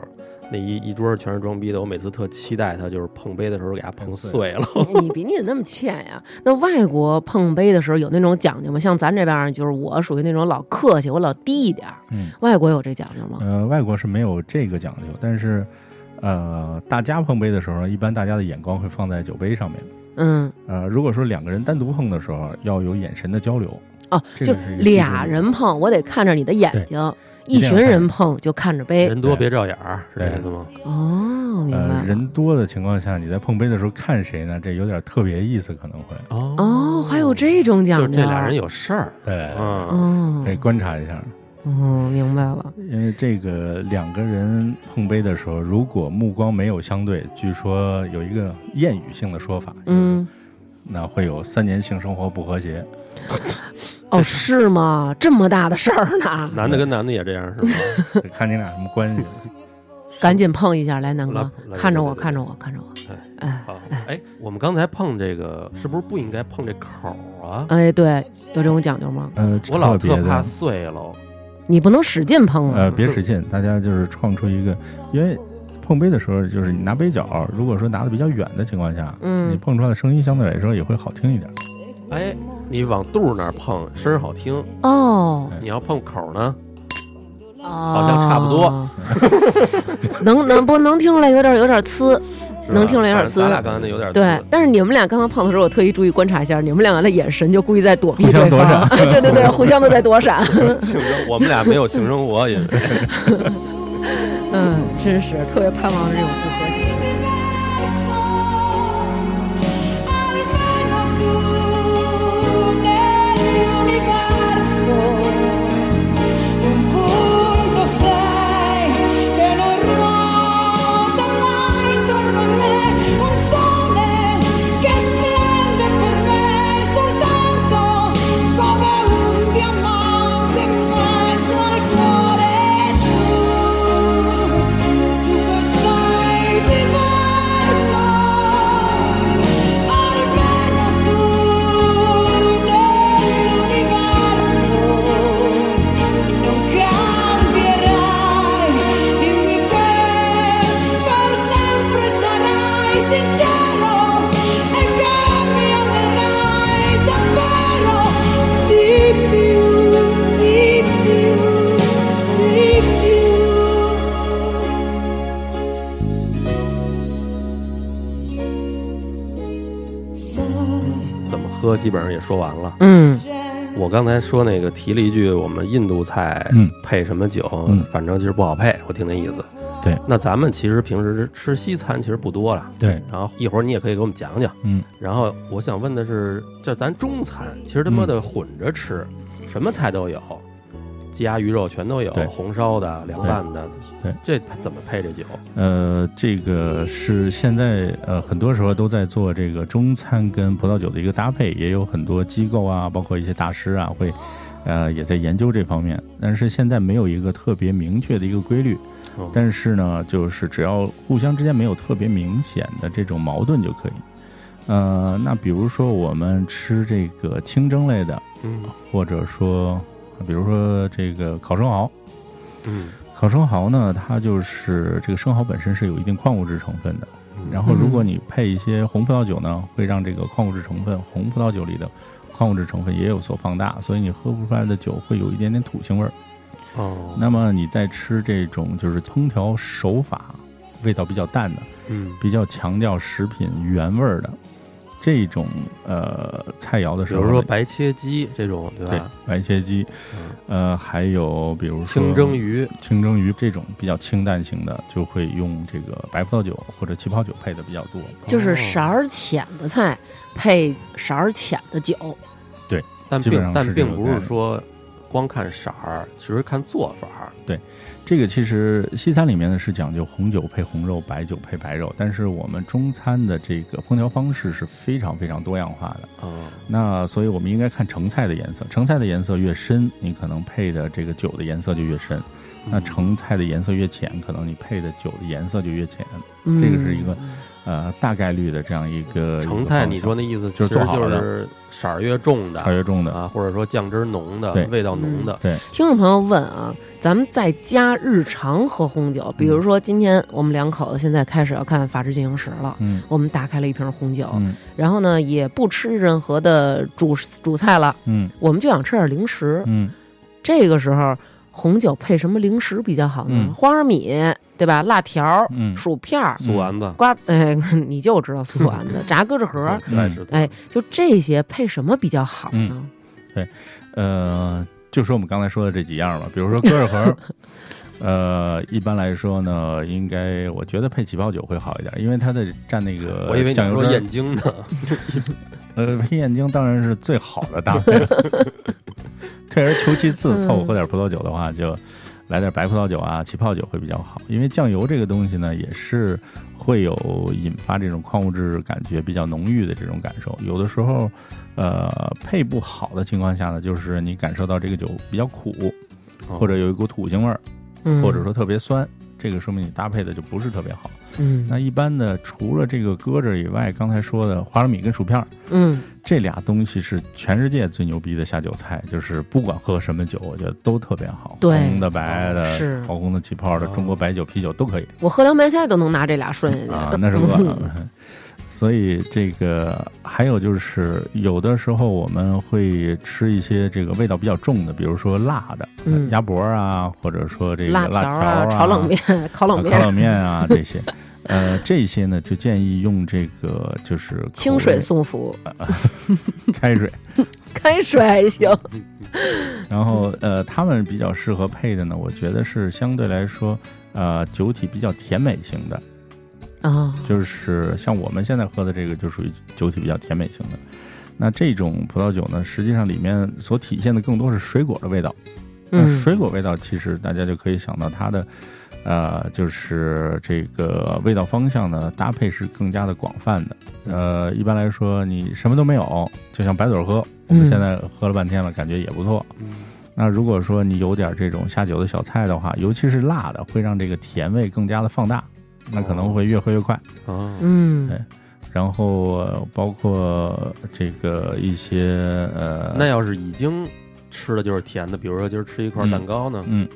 那一一桌全是装逼的，我每次特期待他就是碰杯的时候给他碰碎了。
哎你比你怎么那么欠呀？那外国碰杯的时候有那种讲究吗？像咱这边儿就是我属于那种老客气，我老低一点儿。
嗯，
外国有这讲究吗？
呃，外国是没有这个讲究，但是，呃，大家碰杯的时候呢，一般大家的眼光会放在酒杯上面。
嗯，
呃，如果说两个人单独碰的时候，要有眼神的交流，
哦，
这
就
个
是
是一个
俩
基本
人碰，我得看着你的眼睛；一群人碰就看着杯。
人多别照眼儿，是
对
这意思吗？
哦，明白
呃，
了。
人多的情况下，你在碰杯的时候看谁呢？这有点特别意思，可能会
哦
哦，还有这啊种
就
讲
是
究。
这俩人。有事儿，
对，
嗯，
哦
可以，观察一下。
哦，明白了。
因为这个两个人碰杯的时候，如果目光没有相对，据说有一个谚语性的说法，，
嗯，
那会有三年性生活不和 谐。
哦，是吗？这么大的事儿呢，
男的跟男的也这样是吗？
看你俩什么关系？
赶紧碰一下，来，南哥
来，来
看着我，
对对对
看着我，看着我。哎
好，哎，我们刚才碰这个是不是不应该碰这口儿啊？
哎，对，有这种讲究吗？
呃，
我老
特
特
别
怕
的，
碎了，
你不能使劲碰啊。
呃，别使劲，大家就是创出一个，因为碰杯的时候，就是你拿杯角，如果说拿的比较远的情况下，
嗯
你碰出来的声音相对来说也会好听一点。
哎，你往肚儿那儿碰声儿好听，
哦
哎
你要碰口儿呢，
好
像差不多。
能能不能听出来有点有点呲？
是吧
能听着有点
反正
呲
咱俩刚才那有点
对
呲，
但是你们俩刚刚碰的时候，我特意注意观察一下，你们两个的眼神就故意在躲避
互相
对
躲
方， 对对 对，互相都在躲闪。
性生，我们俩没有性生活也是。
嗯，真是特别盼望这种不和谐。
Un punto sei che non ruota mai intorno a me, un sole che splende per me soltanto come un diamante in mezzo al cuore. Tu tu che sei diverso, almeno tu nell'universo non cambierai, dimmi che per sempre sarai sincero e che mi amerai davvero di più, di più, di più. Sai
怎么喝基本上也说完了。
嗯，
già
我刚才说那个提了一句，我们印度菜
嗯
配什么酒，
嗯
反正就是不好配。我听那意思。
对，
那咱们其实平时吃西餐其实不多了。
对，
然后一会儿你也可以给我们讲讲。
嗯，
然后我想问的是，就咱中餐其实他
嗯
妈的混着吃，什么菜都有，鸡鸭鱼肉全都有
对，
红烧的、凉拌的，
对
这怎么配这酒？
呃，这个是现在呃很多时候都在做这个中餐跟葡萄酒的一个搭配，也有很多机构啊，包括一些大师啊会。呃，也在研究这方面，但是现在没有一个特别明确的一个规律。
嗯
但是呢，就是只要互相之间没有特别明显的这种矛盾就可以。呃，那比如说我们吃这个清蒸类的，
嗯
或者说，比如说这个烤生蚝，
嗯，
烤生蚝呢，它就是这个生蚝本身是有一定矿物质成分的。
嗯
然后，如果你配一些红葡萄酒呢，会让这个矿物质成分，红葡萄酒里的矿物质成分也有所放大，所以你喝不出来的酒会有一点点土腥味儿。
哦，
那么你在吃这种就是烹调手法味道比较淡的，
嗯
比较强调食品原味儿的这种呃菜肴的
比
时候
如
呢，
说白切鸡这种，对
对
吧？
白切鸡，
嗯
呃，还有比如说
清蒸鱼，
清蒸鱼这种比较清淡型的，就会用这个白葡萄酒或者起泡酒配的比较多。
哦
就是色儿浅的菜配色儿浅的酒。
但
基本
并
上是
但
这
并
个
不
概
是
念
说光看色儿，其实看做法儿。
这个其实西餐里面呢是讲究红酒配红肉，白酒配白肉，但是我们中餐的这个烹调方式是非常非常多样化的。
嗯
那所以我们应该看成菜的颜色，成菜的颜色越深，你可能配的这个酒的颜色就越深；
嗯
嗯
那成菜的颜色越浅，可能你配的酒的颜色就越浅。
嗯
这个是一个呃大概率的这样一个
成菜，你说
那
那意思
就
其
是
实
做好
就
了的
是色儿越重的
超越重的，
啊，或者说酱汁儿浓的
对，
味道浓的，
听众朋友问啊，咱们在家日常喝红
嗯
酒，比如说今天我们两口子现在开始要看《法制进行时》了。
嗯
我们打开了一瓶红
啊
酒，
嗯
然后呢，也不吃任何的主主菜了，
嗯
我们就想吃点零食。
嗯
这个时候，红酒配什么零食比较好呢？
嗯
花生米，对吧？辣条、
嗯，
薯片儿、
素丸子，
瓜， 哎，你就知道素丸子、炸胳肢核
嗯，最爱吃素。
哎，就这些配什么比较好呢？
呃，就说我们刚才说的这几样吧，比如说胳肢盒，呃，一般来说呢，应该我觉得配起泡酒会好一点，因为它的蘸那个
我以为你
酱油
说
汁
燕
儿，
京 呢，
呃，配燕京当然是最好的搭配了。 退而求其次，凑合喝点葡萄酒的话，就来点白葡萄酒啊，起泡酒会比较好，因为酱油这个东西呢，也是会有引发这种矿物质感觉比较浓郁的这种感受。有的时候，呃，配不好的情况下呢，就是你感受到这个酒比较苦，
哦
或 者有一股土腥味儿，
嗯，
或者说特别酸，这个说明你搭配的就不是特别好。
嗯，
那一般的，除了这个搁着以外，刚才说的花生米跟薯片儿
嗯
这俩东西是全世界最牛逼的下酒菜，就是不管喝什么酒，我觉得都特别好，
对
红的、白
是
的、桃红的、起泡的
哦，
中国白酒、啤酒都可以啊
我喝凉白开都能拿这俩顺下去。嗯
啊，那是饿了。所以这个还有就是，有的时候我们会吃一些这个味道比较重的，比如说辣的，
嗯
鸭脖啊，或者说 这个
辣
辣
条
条啊、
炒冷面、烤冷
啊
面
烤、冷面啊这些。呃，这些呢，就建议用这个就是口
清水
味
送服、
开水，
开水还 行。
嗯
然后呃，他们比较适合配的呢，我觉得是相对来说，呃，酒体比较甜美型的，
啊，
就是像我们现在喝的这个就属于酒体比较甜美型的。那这种葡萄酒呢，实际上里面所体现的更多是水果的味道。那
嗯，
水果味道其实大家就可以想到它的，呃，就是这个味道方向呢搭配是更加的广泛的。呃，一般来说你什么都没有，就像白嘴喝，我们
嗯
现在喝了半天了，感觉也不错。
嗯
那如果说你有点这种下酒的小菜的话，尤其是辣的，会让这个甜味更加的放大，那可能会越喝越快。
哦，
嗯
哎，然后呃包括这个一些呃，
那要是已经吃的就是甜的，比如说今儿吃一块蛋糕呢，
嗯，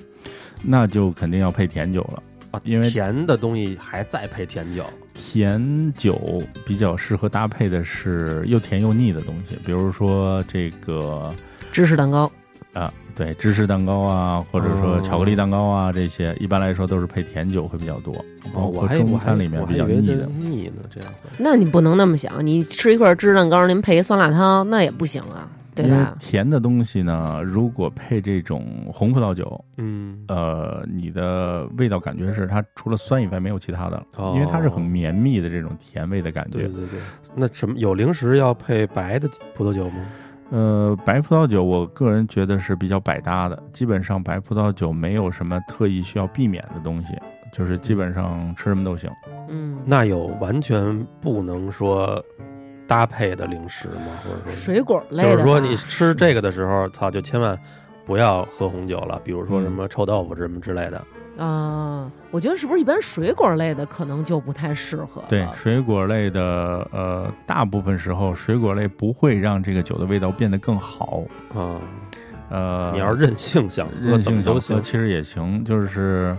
那就肯定要配甜酒了。
啊，
因为
甜的东西还再配甜酒，
甜酒比较适合搭配的是又甜又腻的东西，比如说这个
芝士蛋糕，
啊，对，芝士蛋糕啊，或者说巧克力蛋糕啊，这些一般来说都是配甜酒会比较多，包
哦，我
括
还我
中
还
餐里面
我还
比较
以为
腻
这
的。
腻呢，这样会
那你不能那么想，你吃一块芝士蛋糕，您配酸辣汤，那也不行啊，对
因为
吧？
甜的东西呢，如果配这种红葡萄酒，
嗯
呃，你的味道感觉是它除了酸以外没有其他的了，
哦
因为它是很绵密的这种甜味的感
对
觉。
对对，那什么有零食要配白的葡萄酒吗？
呃，白葡萄酒我个人觉得是比较百搭的，基本上白葡萄酒没有什么特意需要避免的东西，就是基本上吃什么都行。
嗯，
那有完全不能说搭配的零食吗？或者说，
水果类的吧，
就是说你吃这个的时候，操，就千万不要喝红酒了，比如说
嗯
什么臭豆腐什么之类的。
啊，我觉得是不是一般水果类的可能就不太适合了？
对，
啊
水果类的，呃，大部分时候水果类不会让这个酒的味道变得更好。
啊，
呃，
你要是任性想喝，
任
怎么
性
都
小喝
行。
其实也行，就是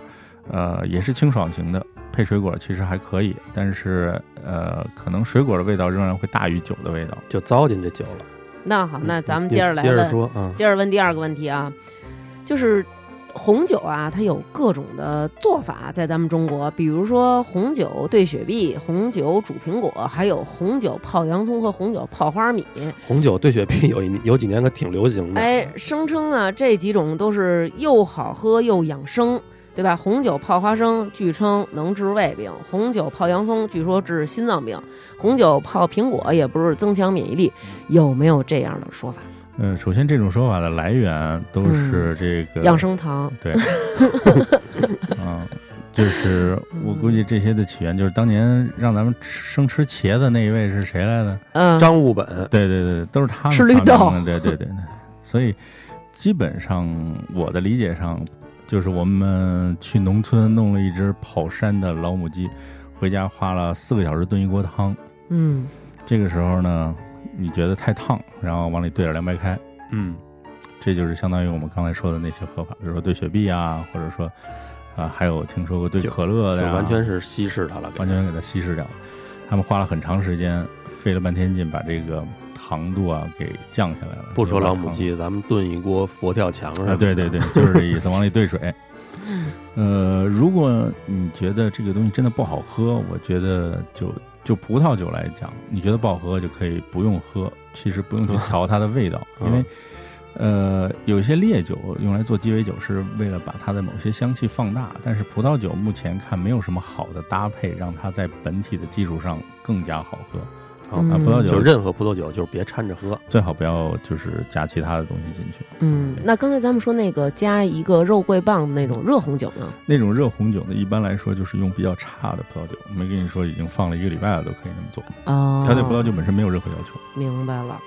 呃也是清爽型的，配水果其实还可以，但是呃可能水果的味道仍然会大于酒的味道。
就糟践这酒了。
那好，那咱们
你
接着来
接着
问，
说啊，
接着问第二个问题啊，就是红酒啊，它有各种的做法，在咱们中国，比如说红酒兑雪碧、红酒煮苹果，还有红酒泡洋葱和红酒泡花米。
嗯
红酒兑雪碧有一有几年可挺流行的。
哎，声称啊，这几种都是又好喝又养生，对吧？红酒泡花生，据称能治胃病；红酒泡洋葱，据说治心脏病；红酒泡苹果，也不是增强免疫力。有没有这样的说法？
嗯，首先这种说法的来源都是这个、
嗯养生堂，
对， 嗯，就是我估计这些的起源就是当年让咱们吃生吃茄子那一位是谁来的？
嗯，
张悟本，
对对对，都是他们
吃绿
发明的
豆
对对对对，所以基本上我的理解上，就是我们去农村弄了一只跑山的老母鸡，回家花了四个小时炖一锅汤。
嗯，
这个时候呢，你觉得太烫，然后往里兑点凉白开，
嗯，
这就是相当于我们刚才说的那些喝法，比如说兑雪碧啊，或者说啊、还有听说过兑
就
可乐
就
的呀，
完全是稀释它了，给它
完全给它稀释掉了。他们花了很长时间，费了半天劲把这个糖度啊给降下来了。
不说
就把
老母
糖
鸡，咱们炖一锅佛跳墙上
啊，对对对，就是这意思，往里兑水。呃，如果你觉得这个东西真的不好喝，我觉得就就葡萄酒来讲，你觉得不好喝就可以不用喝，其实不用去调它的味道，
嗯
因为呃，有一些烈酒用来做鸡尾酒是为了把它的某些香气放大，但是葡萄酒目前看没有什么好的搭配，让它在本体的基础上更加好喝。
好
嗯
啊，葡萄
就
酒
任何葡萄酒就是别掺着喝，
最好不要就是加其他的东西进去。
嗯，那刚才咱们说那个加一个肉桂棒的那种热红酒呢？
那种热红酒呢，一般来说就是用比较差的葡萄酒，没跟你说已经放了一个礼拜了，都可以那么做。
哦，
它对葡萄酒本身没有任何要求。
明白了。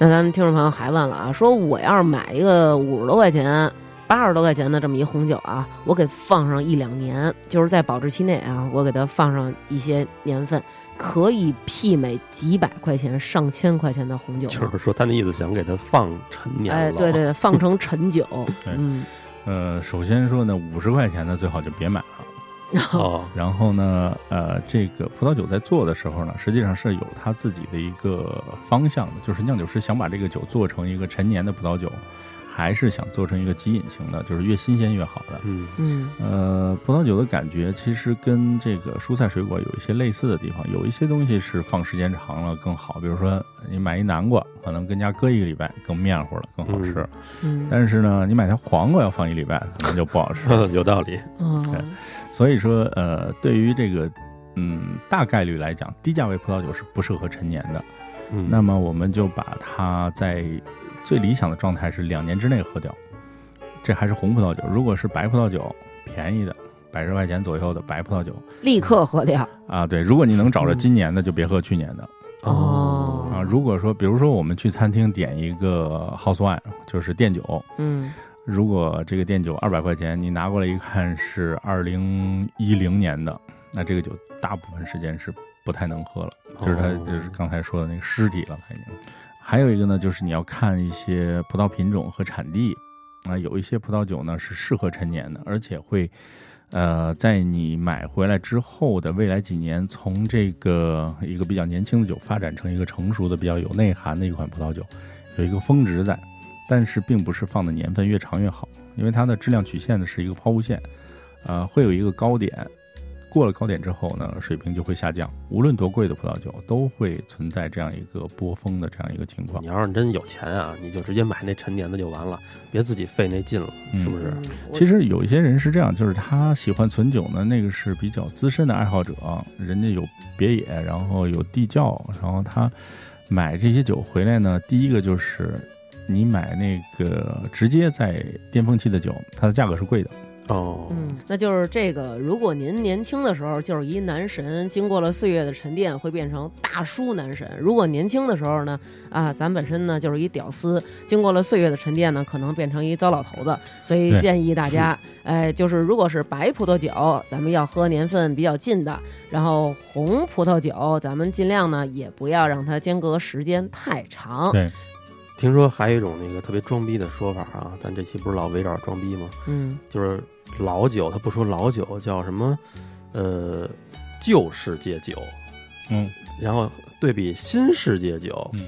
那咱们听众朋友还问了啊，说我要是买一个五十多块钱、八十多块钱的这么一红酒啊，我给放上一两年，就是在保质期内啊，我给它放上一些年份，可以媲美几百块钱、上千块钱的红
嗯
酒
就
吗。
是说他那意思想给它放陈年了。
哎，对对，对，放成陈酒
对，
嗯，
呃，首先说呢，五十块钱的最好就别买了，
哦，
然后呢，呃，这个葡萄酒在做的时候呢，实际上是有它自己的一个方向的，就是酿酒师想把这个酒做成一个陈年的葡萄酒，还是想做成一个基饮型的，就是越新鲜越好的。
嗯
嗯
呃，葡萄酒的感觉其实跟这个蔬菜水果有一些类似的地方，有一些东西是放时间长了更好，比如说你买一南瓜，可能跟家搁一个礼拜更面糊了，更好吃。
嗯
但是呢，你买条黄瓜要放一礼拜，可能就不好吃。
嗯，有道理。
哎
哦
所以说，呃，对于这个，嗯，大概率来讲，低价位葡萄酒是不适合陈年的。
嗯，
那么我们就把它在最理想的状态是两年之内喝掉，这还是红葡萄酒。如果是白葡萄酒，便宜的，百十块钱左右的白葡萄酒
立刻喝掉。
啊，对，如果你能找着今年的，就别喝去年的
哦
啊。如果说，比如说我们去餐厅点一个 house wine，就是店酒，
嗯
如果这个店酒二百块钱，你拿过来一看是二零一零年的，那这个酒大部分时间是不太能喝了，就是它
哦
就是刚才说的那个尸体了，它已经。还有一个呢，就是你要看一些葡萄品种和产地，啊，有一些葡萄酒呢是适合陈年的，而且会，呃，在你买回来之后的未来几年，从这个一个比较年轻的酒发展成一个成熟的、比较有内涵的一款葡萄酒，有一个峰值在，但是并不是放的年份越长越好，因为它的质量曲线呢是一个抛物线，呃，会有一个高点，过了高点之后呢，水平就会下降。无论多贵的葡萄酒，都会存在这样一个波峰的这样一个情况
你，要是真有钱啊，你就直接买那陈年的就完了，别自己费那劲了，
嗯
是不是？
我
其实有一些人是这样，就是他喜欢存酒呢，那个是比较资深的爱好者，人家有别野，然后有地窖，然后他买这些酒回来呢，第一个就是你买那个直接在巅峰期的酒，它的价格是贵的。
哦，
嗯，那就是这个。如果您年轻的时候就是一男神，经过了岁月的沉淀，会变成大叔男神；如果年轻的时候呢，啊，咱本身呢就是一屌丝，经过了岁月的沉淀呢，可能变成一糟老头子。所以
对
建议大家，哎，就是如果是白葡萄酒，咱们要喝年份比较近的；然后红葡萄酒，咱们尽量呢也不要让它间隔时间太长。
对，
听说还有一种那个特别装逼的说法啊，咱这期不是老围绕装逼吗？
嗯，
就是老酒，他不说老酒，叫什么？呃，旧世界酒，
嗯，
然后对比新世界酒，
嗯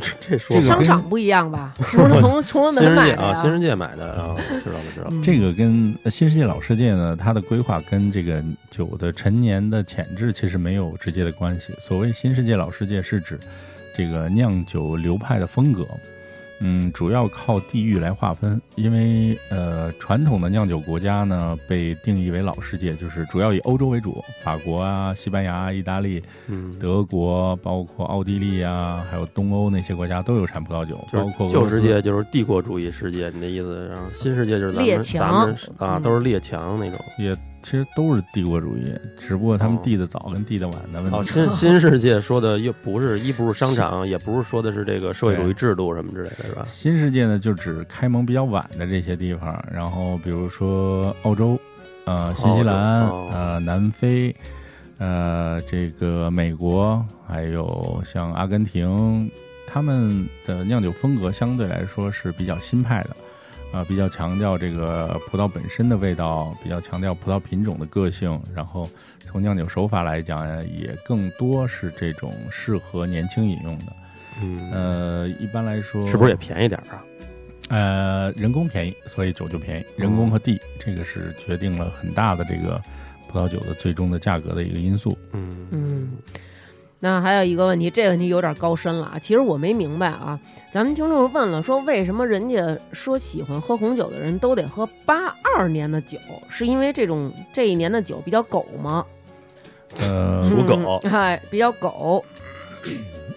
这 这说
这个
法
商场不一样吧？是不是从崇文门
新世
买
界
的
啊，
呀？
新世界买的啊，知道了知道了。
嗯
这个跟呃新世界老世界呢，它的规划跟这个酒的陈年的潜质其实没有直接的关系。所谓新世界老世界，是指这个酿酒流派的风格，嗯，主要靠地域来划分。因为呃，传统的酿酒国家呢，被定义为老世界，就是主要以欧洲为主，法国啊、西班牙啊、意大利、
嗯，
德国，包括奥地利啊，还有东欧那些国家都有产葡萄酒，包
就
括
是
俄
旧
罗斯
世界就是帝国主义世界，你的意思？然后新世界就是咱
列
们
强
咱们是啊，
嗯
都是列强那种。
也其实都是帝国主义，只不过他们
哦
递的早跟递的晚的问
哦，
题。
新新世界说的又不是一不是商场，也不是说的是这个社会主义制度什么之类的，是吧？
新世界呢，就指开蒙比较晚的这些地方，然后比如说澳洲、呃新西兰、
澳洲哦
呃南非、呃这个美国，还有像阿根廷，他们的酿酒风格相对来说是比较新派的，啊、比较强调这个葡萄本身的味道，比较强调葡萄品种的个性，然后从酿酒手法来讲，也更多是这种适合年轻饮用的。
嗯，
呃，一般来说，
是不是也便宜点儿啊？
呃，人工便宜，所以酒就便宜。人工和地，这个是决定了很大的这个葡萄酒的最终的价格的一个因素。
嗯
嗯，那还有一个问题，这个问题有点高深了啊。其实我没明白啊，咱们听众问了，说为什么人家说喜欢喝红酒的人都得喝八二年的酒，是因为这种这一年的酒比较狗吗？
呃，
属狗
嗯哎，比较狗。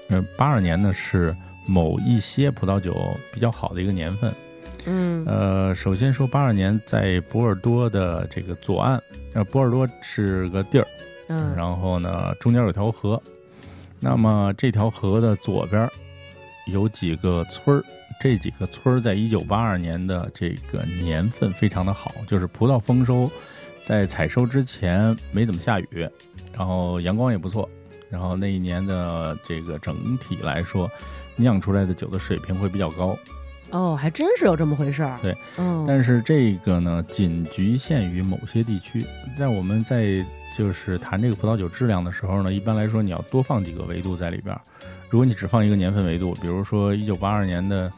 呃，八二年呢是某一些葡萄酒比较好的一个年份。
嗯
呃，首先说八二年在波尔多的这个左岸，呃，波尔多是个地儿，
嗯
然后呢，中间有条河，那么这条河的左边儿有几个村儿，这几个村儿在一九八二年的这个年份非常的好，就是葡萄丰收，在采收之前没怎么下雨，然后阳光也不错，然后那一年的这个整体来说，酿出来的酒的水平会比较高。
哦，还真是有这么回事儿。
对，
嗯，
但是这个呢，仅局限于某些地区。在我们在就是谈这个葡萄酒质量的时候呢，一般来说你要多放几个维度在里边儿。如果你只放一个年份维度，比如说一九八二年的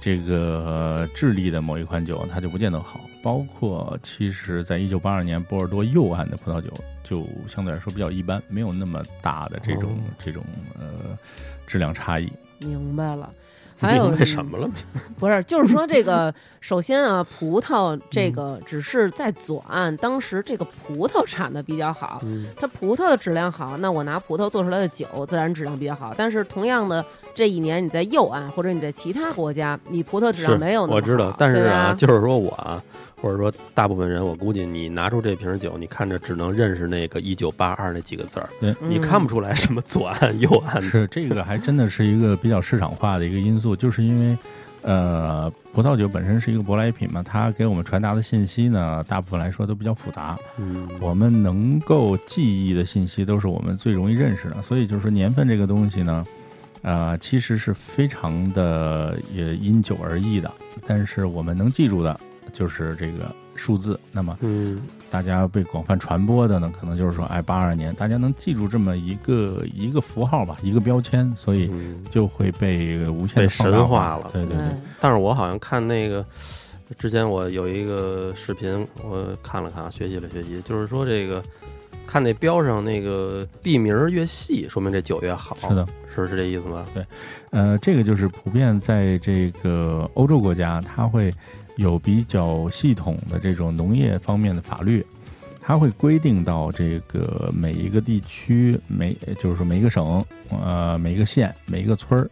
这个智利的某一款酒，它就不见得好。包括其实，在一九八二年波尔多右岸的葡萄酒，就相对来说比较一般，没有那么大的这种、
哦
这种呃质量差异。
明白了。还有
明白什么了？
不是，就是说这个， 首先啊，葡萄这个只是在左岸，当时这个葡萄产的比较好，
嗯，
它葡萄的质量好，那我拿葡萄做出来的酒自然质量比较好。但是同样的，这一年你在右岸或者你在其他国家，你葡萄质
是
量没有那么好，
我知道，但是
对
啊，
吧
就是说我啊，或者说大部分人，我估计你拿出这瓶酒，你看着只能认识那个一九八二那几个字儿，
嗯
你看不出来什么左岸右岸的。
是这个还真的是一个比较市场化的一个因素，就是因为，呃，葡萄酒本身是一个舶来品嘛，它给我们传达的信息呢，大部分来说都比较复杂。
嗯，
我们能够记忆的信息都是我们最容易认识的，所以就是说年份这个东西呢，呃，其实是非常的也因酒而异的，但是我们能记住的就是这个数字。那么
嗯，
大家被广泛传播的呢，可能就是说，哎，八二年，大家能记住这么一个一个符号吧，一个标签，所以
嗯
就会被无限的
被神化了
对对对，
嗯
但是我好像看那个之前我有一个视频，我看了看啊，学习了学习，就是说这个看那标上那个地名儿越细，说明这酒越好，
是的，
是是这意思吗？
呃，这个就是普遍在这个欧洲国家，它会有比较系统的这种农业方面的法律，它会规定到这个每一个地区、每就是说每一个省、呃每一个县、每一个村儿，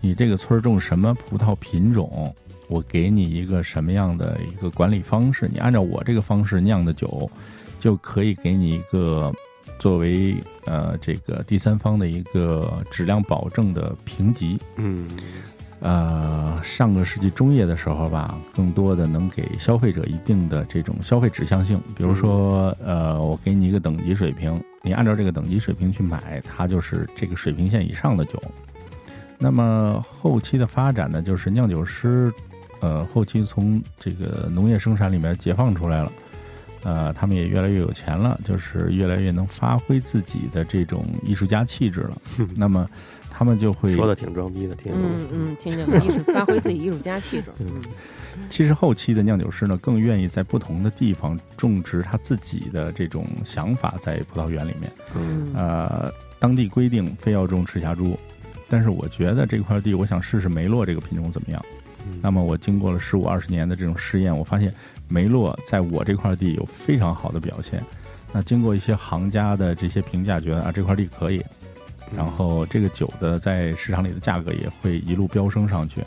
你这个村儿种什么葡萄品种，我给你一个什么样的一个管理方式，你按照我这个方式酿的酒，就可以给你一个作为呃这个第三方的一个质量保证的评级。
嗯，
呃，上个世纪中叶的时候吧，更多的能给消费者一定的这种消费指向性，比如说，呃，我给你一个等级水平，你按照这个等级水平去买，它就是这个水平线以上的酒。那么后期的发展呢，就是酿酒师，呃，后期从这个农业生产里面解放出来了，呃，他们也越来越有钱了，就是越来越能发挥自己的这种艺术家气质了。那么他们就会
说的挺装逼的，挺
嗯嗯，听见了，艺术发挥自己艺术家气质，嗯
其实后期的酿酒师呢，更愿意在不同的地方种植他自己的这种想法在葡萄园里面。
嗯
呃，当地规定非要种赤霞珠，但是我觉得这块地，我想试试梅洛这个品种怎么样。
嗯
那么我经过了十五二十年的这种试验，我发现梅洛在我这块地有非常好的表现。那经过一些行家的这些评价，觉得啊这块地可以，然后这个酒的在市场里的价格也会一路飙升上去。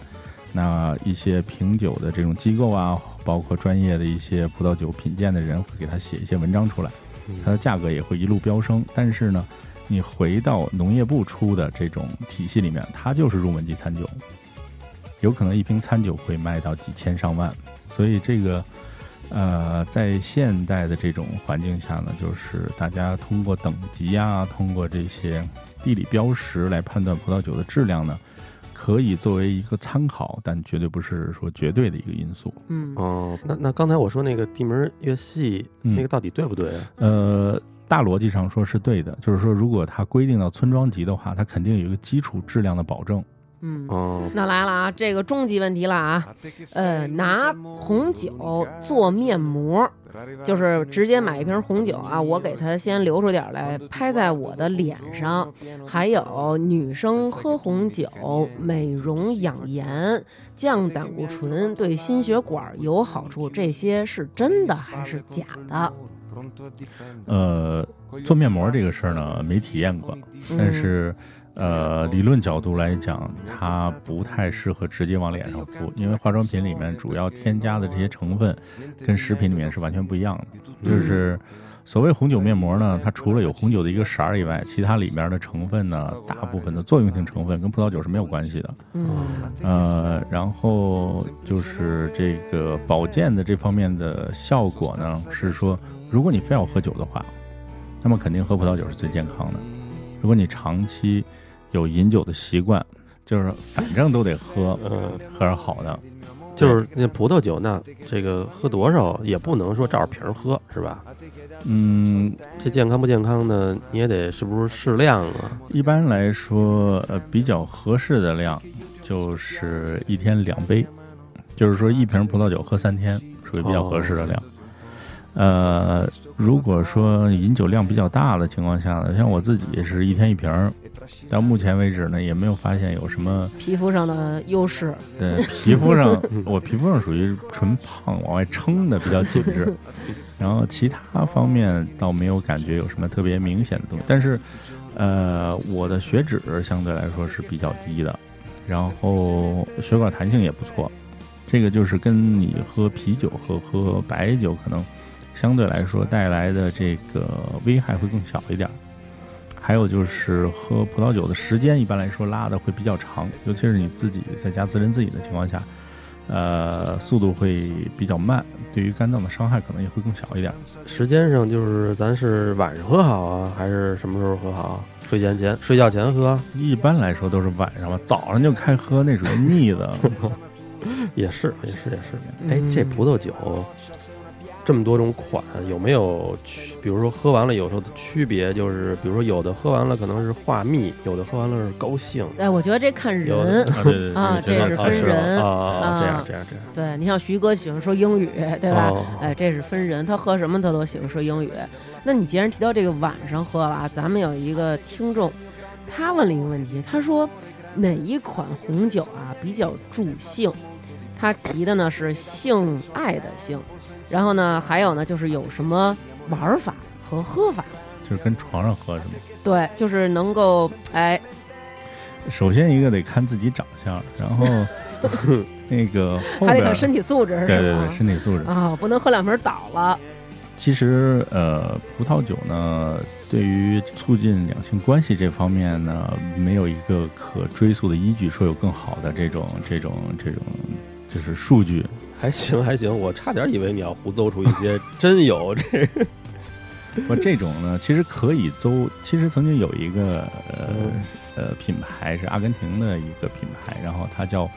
那一些品酒的这种机构啊，包括专业的一些葡萄酒品鉴的人，会给他写一些文章出来，
嗯
它的价格也会一路飙升。但是呢，你回到农业部出的这种体系里面，它就是入门级餐酒，有可能一瓶餐酒会卖到几千上万。所以这个，呃，在现代的这种环境下呢，就是大家通过等级啊，通过这些地理标识来判断葡萄酒的质量呢，可以作为一个参考，但绝对不是说绝对的一个因素。
嗯，
哦，那那刚才我说那个地名儿越细，
嗯
那个到底对不对啊？
呃，大逻辑上说是对的，就是说如果它规定到村庄级的话，它肯定有一个基础质量的保证。
嗯
哦，
那来了啊，这个终极问题了啊，呃，拿红酒做面膜，就是直接买一瓶红酒啊，我给它先留出点儿来，拍在我的脸上。还有女生喝红酒，美容养颜、降胆固醇，对心血管有好处，这些是真的还是假的？
呃，做面膜这个事儿呢，没体验过，
嗯
但是。呃，理论角度来讲，它不太适合直接往脸上敷，因为化妆品里面主要添加的这些成分，跟食品里面是完全不一样的。就是所谓红酒面膜呢，它除了有红酒的一个色儿以外，其他里面的成分呢，大部分的作用性成分跟葡萄酒是没有关系的。
嗯
呃，然后就是这个保健的这方面的效果呢，是说，如果你非要喝酒的话，那么肯定喝葡萄酒是最健康的。如果你长期有饮酒的习惯，就是反正都得喝，
嗯，
喝点好的。
就是那葡萄酒，那这个喝多少也不能说照着瓶儿喝，是吧？
嗯，
这健康不健康呢？你也得是不是适量啊？
一般来说，呃，比较合适的量就是一天两杯，就是说一瓶葡萄酒喝三天，属于比较合适的量。呃，如果说饮酒量比较大的情况下呢，像我自己是一天一瓶儿，到目前为止呢，也没有发现有什么
皮肤上的优势，
对，皮肤上我皮肤上属于纯胖，往外撑的比较紧致，然后其他方面倒没有感觉有什么特别明显的东西。但是，呃，我的血脂相对来说是比较低的，然后血管弹性也不错。这个就是跟你喝啤酒和喝白酒可能相对来说带来的这个危害会更小一点儿。还有就是喝葡萄酒的时间一般来说拉的会比较长，尤其是你自己在家自斟自饮的情况下，呃，速度会比较慢，对于肝脏的伤害可能也会更小一点。
时间上就是咱是晚上喝好啊，还是什么时候喝好啊？睡前前睡觉前喝
一般来说都是晚上吧，早上就开喝那属于腻的。
也是也是也是。哎，这葡萄酒这么多种款，有没有区？比如说喝完了有时候的区别就是，比如说有的喝完了可能是话密，有的喝完了是高兴。
哎，我觉得这看
有
人
的。
啊，对对
啊
对，
这是
啊
分
是吧
人
啊啊，
啊
这样这样这样，
对你像徐哥喜欢说英语，对吧？
哦
哎，这是分人，他喝什么他都喜欢说英语。那你既然提到这个晚上喝了啊，咱们有一个听众，他问了一个问题，他说哪一款红酒啊比较助兴？他提的呢是性爱的性，然后呢还有呢就是有什么玩法和喝法。
就是跟床上喝是吗？
对，就是能够哎，
首先一个得看自己长相，然 后那个后
还得
边
看
儿
身体素质是吧？
对对对身体素质。
啊，不能喝两瓶倒了。
其实，呃，葡萄酒呢，对于促进两性关系这方面呢，没有一个可追溯的依据，说有更好的这种、这种、这种，就是数据。
还行还行，我差点以为你要胡诌出一些真有这
不，这种呢，其实可以搜。其实曾经有一个呃呃品牌是阿根廷的一个品牌，然后它叫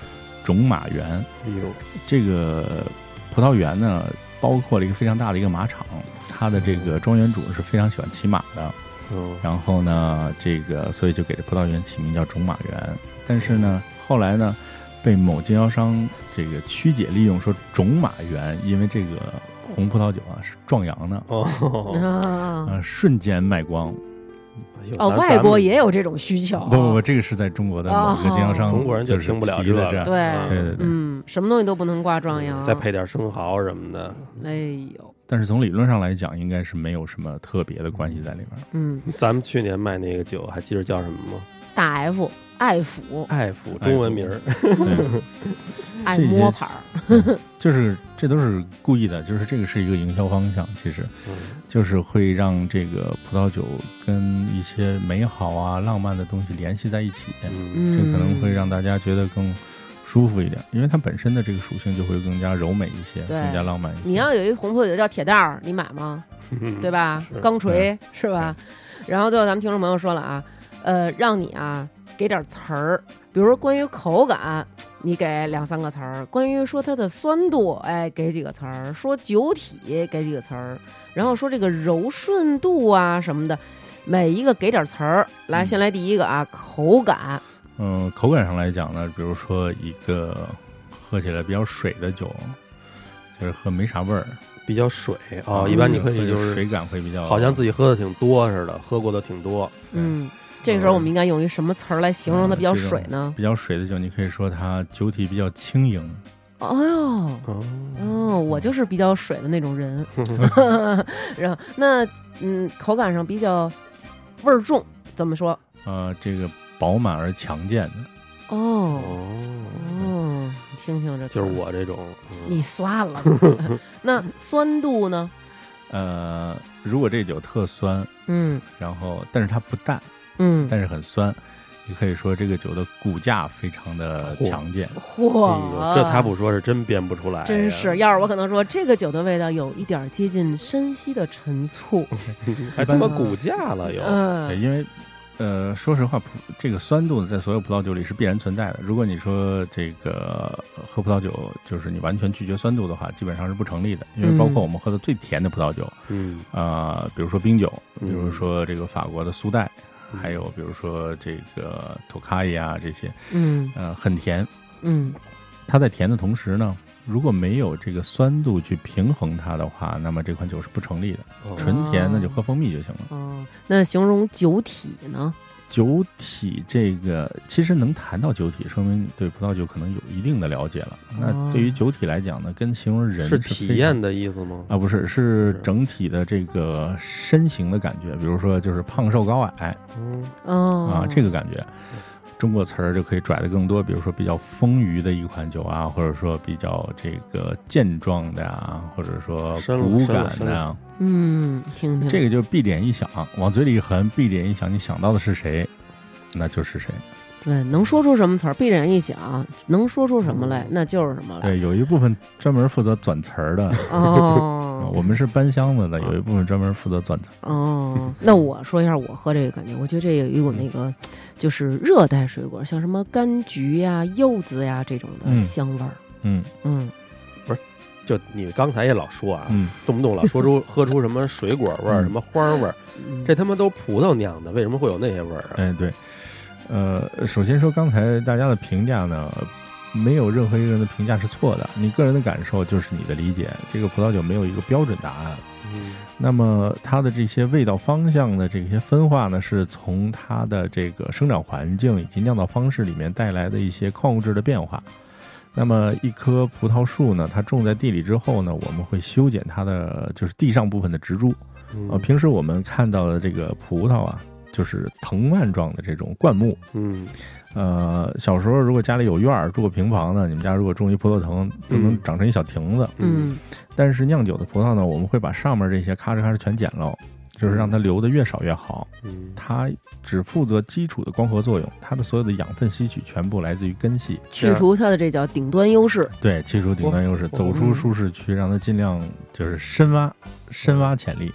种马园。
有
这个葡萄园呢，包括了一个非常大的一个马场，它的这个庄园主是非常喜欢骑马的。
嗯
然后呢，这个所以就给这葡萄园起名叫种马园。但是呢，后来呢，被某经销商这个曲解利用，说种马园，因为这个红葡萄酒啊是壮阳的，
哦，
啊
啊，瞬间卖光。
哎呦
哦，
咱
外国
咱
也有这种需求。
不不不，这个是在中国的某个经销商，
哦中国人就
就是
听不了
提
这
的
个
这样。
对
嗯
对对对。
嗯，什么东西都不能挂壮阳。啊
再配点生蚝什么的，
哎呦，
但是从理论上来讲，应该是没有什么特别的关系在里面。
嗯，
咱们去年卖那个酒，还记得叫什么吗？
大 F 爱抚
爱抚，中文名儿。
对，
爱摸牌儿，
就是这都是故意的，就是这个是一个营销方向，其实。
嗯
就是会让这个葡萄酒跟一些美好啊、浪漫的东西联系在一起，
嗯，
嗯，
这可能会让大家觉得更舒服一点，因为它本身的这个属性就会更加柔美一些，
对
更加浪漫一些。
你要有一红葡萄酒叫铁蛋儿，你买吗？
嗯
对吧
是？
钢锤嗯是吧？然后最后咱们听众朋友说了啊，呃，让你啊给点词儿，比如说关于口感，你给两三个词儿；关于说它的酸度，哎，给几个词儿；说酒体，给几个词儿；然后说这个柔顺度啊什么的，每一个给点词儿。来，
嗯
先来第一个啊，口感，
嗯，口感上来讲呢，比如说一个喝起来比较水的酒，就是喝没啥味儿
比较水啊，一般你可以就
会
是
水感会比较，
好像自己喝的挺多似的，喝过的挺多。
嗯，这个时候我们应该用一什么词儿来形容它比较水呢？
比较水的酒，你可以说它酒体比较轻盈，
哦。
哦，
哦，我就是比较水的那种人，然后那嗯，口感上比较味儿重，怎么说？
呃，这个饱满而强健的。
哦
哦，
哦，你听听这，
就是，我这种，嗯
你算了。 那酸度呢？
呃，如果这酒特酸，
嗯
然后但是它不淡，
嗯，
但是很酸，你可以说这个酒的骨架非常的
嚯
强健。
嚯
哎呦，这他不说是真编不出来呀，
真是，要是我可能说这个酒的味道有一点儿接近山西的陈醋，
还他妈骨架了又。
嗯
对，因为呃，说实话，葡这个酸度在所有葡萄酒里是必然存在的。如果你说这个呃喝葡萄酒就是你完全拒绝酸度的话，基本上是不成立的，因为包
嗯
括我们喝的最甜的葡萄酒，
嗯，
啊、比如说冰酒，比
嗯
如说这个法国的苏代，
嗯
还有比如说这个托卡伊啊这些，
嗯
呃，很甜。
嗯
它在甜的同时呢，如果没有这个酸度去平衡它的话，那么这款酒是不成立的。
哦
纯甜那就
哦
喝蜂蜜就行了。
哦，那形容酒体呢？
酒体这个其实能谈到酒体，说明你对葡萄酒可能有一定的了解了。那对于酒体来讲呢，跟形容人
哦是
非
体
常
验的意思吗？
啊，不是，是
是
整体的这个身形的感觉，比如说就是胖瘦高矮，
嗯
哦
啊，这个感觉，中国词儿就可以拽得更多，比如说比较丰腴的一款酒啊，或者说比较这个健壮的啊，或者说
深了
骨
深了
感
深
的
了
啊，
嗯，听听
这个就闭点一想，往嘴里一含，闭点一想，你想到的是谁，那就是谁。
对，能说出什么词儿，必然一想，能说出什么来，那就是什么来。
嗯对，有 一部分专门负责转词儿的，啊
嗯
哦
我们是搬箱子的，有一部分专门负责转词儿。
哦，那我说一下我喝这个感觉，我觉得这有一股那个就是热带水果，像什么柑橘呀、柚子呀这种的
嗯
香味儿。
嗯
嗯，
就你刚才也老说啊，
嗯，
动不动老说出喝出什么水果味儿、
嗯
什么花儿味儿，
嗯
这他妈都葡萄酿的，为什么会有那些味儿啊？
哎，对，呃，首先说刚才大家的评价呢，没有任何一个人的评价是错的，你个人的感受就是你的理解。这个葡萄酒没有一个标准答案，
嗯
那么它的这些味道方向的这些分化呢，是从它的这个生长环境以及酿造方式里面带来的一些矿物质的变化。那么一棵葡萄树呢，它种在地里之后呢，我们会修剪它的就是地上部分的植株，啊，
嗯
平时我们看到的这个葡萄啊，就是藤蔓状的这种灌木。
嗯
呃，小时候如果家里有院儿，住过平房呢，你们家如果种一葡萄藤，都能
嗯
长成一小亭子。
嗯
但是酿酒的葡萄呢，我们会把上面这些咔哧咔哧全剪喽，就是让它留的越少越好。
嗯
它只负责基础的光合作用，它的所有的养分吸取全部来自于根系。
去除它的这叫顶端优势。
对，切除顶端优势，
我
走出舒适区，让它尽量就是深挖，深挖潜力。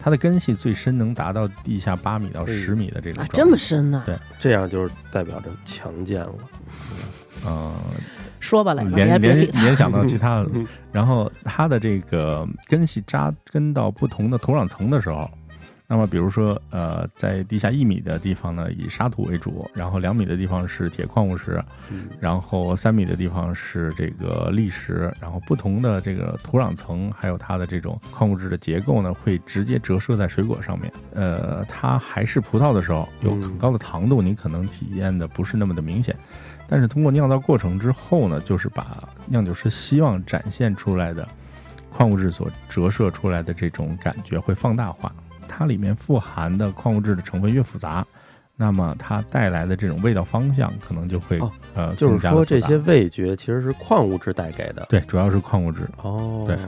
它的根系最深能达到地下八米到十米的这种
啊
状，态，
这么深呐！
对
这样就是代表着强健了。
嗯、
说吧，来吧，别
联
别理
联
他。
联想到其他的
嗯，
然后它的这个根系扎根到不同的土壤层的时候，那么比如说呃，在地下一米的地方呢，以沙土为主，然后两米的地方是铁矿物石，
嗯
然后三米的地方是这个砾石，然后不同的这个土壤层，还有它的这种矿物质的结构呢，会直接折射在水果上面。呃，它还是葡萄的时候，有
嗯
很高的糖度，你可能体验的不是那么的明显。但是通过酿造过程之后呢，就是把酿酒师希望展现出来的矿物质所折射出来的这种感觉会放大化。它里面富含的矿物质的成分越复杂，那么它带来的这种味道方向可能就会、
哦
呃，
就是
更加地
说
复
这
杂
些味觉其实是矿物质带给的。
对，主要是矿物质。
哦，
对，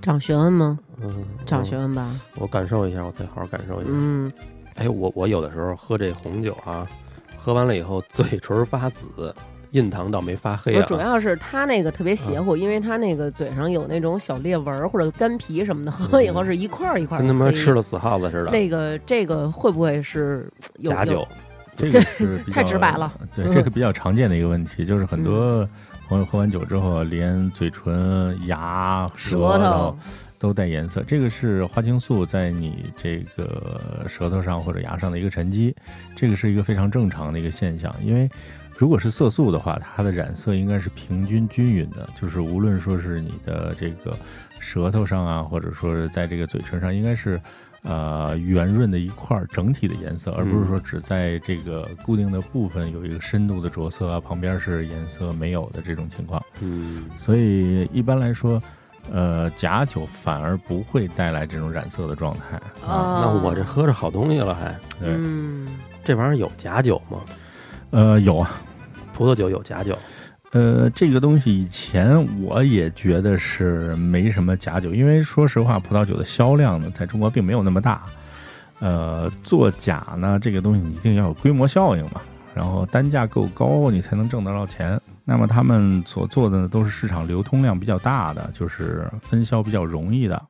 长学问吗？
嗯，
长学问吧。
我感受一下，我再好好感受一下。
嗯，
哎，我我有的时候喝这红酒啊，喝完了以后嘴唇发紫，印堂倒没发黑
我
啊。
主要是他那个特别邪乎，因为他那个嘴上有那种小裂纹儿或者干皮什么的， 喝了以后是一块儿一块儿
嗯跟
的
他妈
黑
吃了死耗子似的。
那个这个会不会是有
假？
有
酒，
这个是比
太
较
直白了。
对，
嗯
这个比较常见的一个问题，就是很多
嗯
朋友喝完酒之后，连嘴唇、牙、
舌
头
头，
都带颜色，这个是花青素在你这个舌头上或者牙上的一个沉积，这个是一个非常正常的一个现象。因为如果是色素的话，它的染色应该是平均均匀的，就是无论说是你的这个舌头上啊，或者说是在这个嘴唇上，应该是呃圆润的一块儿整体的颜色，而不是说只在这个固定的部分有一个深度的着色啊，旁边是颜色没有的这种情况。
嗯，
所以一般来说，呃，假酒反而不会带来这种染色的状态啊。
啊
那我这喝着好东西了还，
对，
嗯，
这玩意儿有假酒吗？
呃，有啊，
葡萄酒有假酒，
呃，这个东西以前我也觉得是没什么假酒，因为说实话，葡萄酒的销量呢，在中国并没有那么大。呃，做假呢，这个东西你一定要有规模效应嘛，然后单价够高，你才能挣得到钱。那么他们所做的呢，都是市场流通量比较大的，就是分销比较容易的。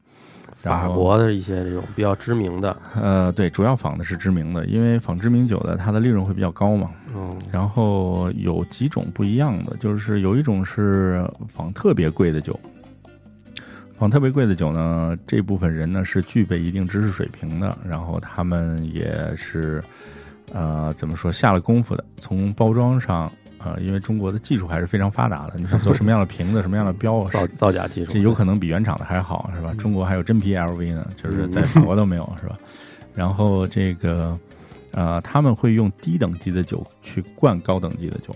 然后
法国的一些这种比较知名的，
呃，对，主要仿的是知名的，因为仿知名酒的它的利润会比较高嘛。
嗯
然后有几种不一样的，就是有一种是仿特别贵的酒，仿特别贵的酒呢，这部分人呢是具备一定知识水平的，然后他们也是呃怎么说下了功夫的，从包装上。呃，因为中国的技术还是非常发达的，你想做什么样的瓶子、什么样的标，
造造假技术，
这有可能比原厂的还好，是吧？中国还有真皮 LV 呢，就是在法国都没有，是吧？然后这个，呃，他们会用低等级的酒去灌高等级的酒，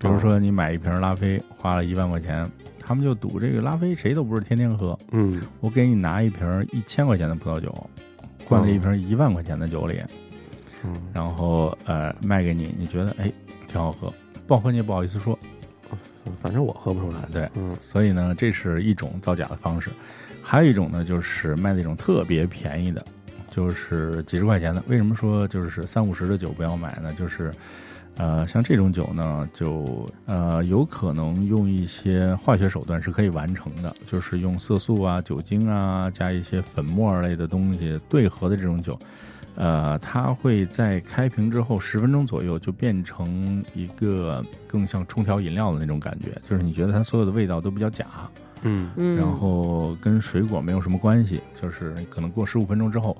比如说你买一瓶拉菲花了一万块钱，他们就赌这个拉菲谁都不是天天喝，
嗯
我给你拿一瓶一千块钱的葡萄酒，灌在一瓶一万块钱的酒里，
嗯，
然后呃卖给你，你觉得哎挺好喝，不好喝你也不好意思说，
反正我喝不出来，
对。
嗯
所以呢，这是一种造假的方式。还有一种呢，就是卖那种特别便宜的，就是几十块钱的。为什么说就是三五十的酒不要买呢？就是，呃，像这种酒呢，就呃有可能用一些化学手段是可以完成的，就是用色素啊、酒精啊，加一些粉末类的东西兑合的这种酒。呃，它会在开瓶之后十分钟左右就变成一个更像冲调饮料的那种感觉，就是你觉得它所有的味道都比较假，
嗯
嗯，
然后跟水果没有什么关系，就是可能过十五分钟之后，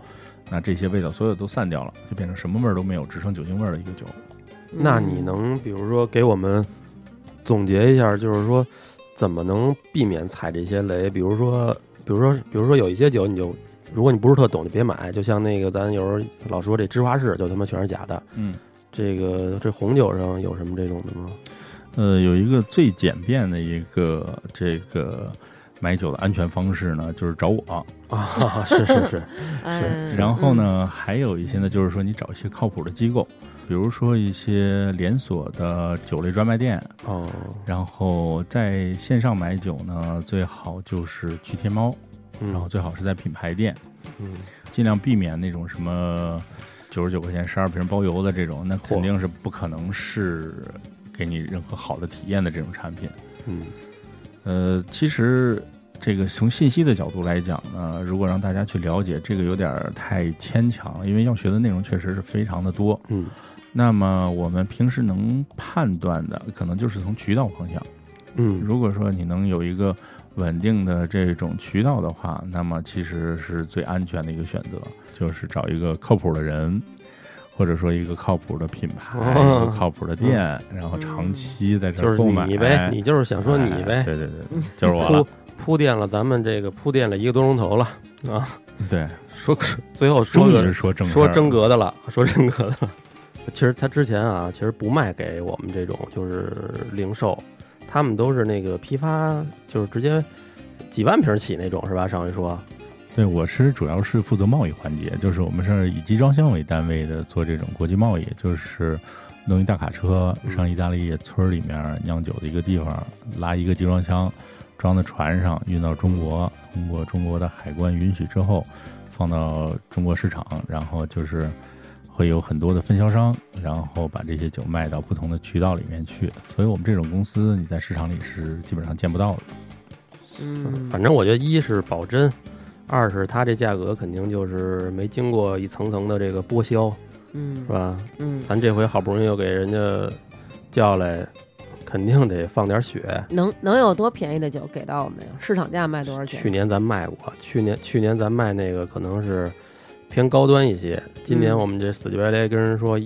那这些味道所有都散掉了，就变成什么味儿都没有，只剩酒精味儿的一个酒。
那你能比如说给我们总结一下，就是说怎么能避免踩这些雷？比如说，比如说，比如说有一些酒，你就如果你不是特懂，就别买。就像那个咱有时候老说这芝华士就他妈全是假的，
嗯，
这个这红酒上有什么这种的吗？
呃，有一个最简便的一个这个买酒的安全方式呢，就是找我。
啊，是是是，
嗯？
然后呢，还有一些呢，就是说你找一些靠谱的机构，比如说一些连锁的酒类专卖店，
哦，
然后在线上买酒呢，最好就是去天猫，然后
嗯
最好是在品牌店，
嗯，
尽量避免那种什么九十九块钱十二瓶包邮的这种，那肯
嚯
定是不可能是给你任何好的体验的这种产品。
嗯
呃，其实这个从信息的角度来讲呢，如果让大家去了解，这个有点儿太牵强了，因为要学的内容确实是非常的多。
嗯
那么我们平时能判断的，可能就是从渠道方向。
嗯
如果说你能有一个稳定的这种渠道的话，那么其实是最安全的一个选择，就是找一个靠谱的人，或者说一个靠谱的品牌、
哦嗯
一个靠谱的店，然后长期在这
就
儿
是
购买。
你呗，你就是想说你
哎
呗，
对对对，就是我了
铺。铺垫了咱们这个铺垫了一个多钟头了，
对，
说最后说
终于
个
是说正
说
真
真格的了，说真格的了。 其实他之前啊，其实不卖给我们这种就是零售，他们都是那个批发，就是直接几万瓶起那种是吧？上回说，
对，我是主要是负责贸易环节，就是我们是以集装箱为单位的做这种国际贸易，就是弄一大卡车
嗯
上意大利村儿里面酿酒的一个地方，拉一个集装箱装到船上，运到中国，通过中国的海关允许之后，放到中国市场，然后就是会有很多的分销商，然后把这些酒卖到不同的渠道里面去。所以我们这种公司你在市场里是基本上见不到的。
嗯，
反正我觉得一是保真，二是它这价格肯定就是没经过一层层的这个剥削，
嗯
是吧？
嗯，
咱这回好不容易又给人家叫来，肯定得放点血。
能能有多便宜的酒给到我们呀？市场价卖多少钱？
去年咱卖过，去年去年咱卖那个可能是偏高端一些，今年
嗯
我们这死乞白赖跟人说，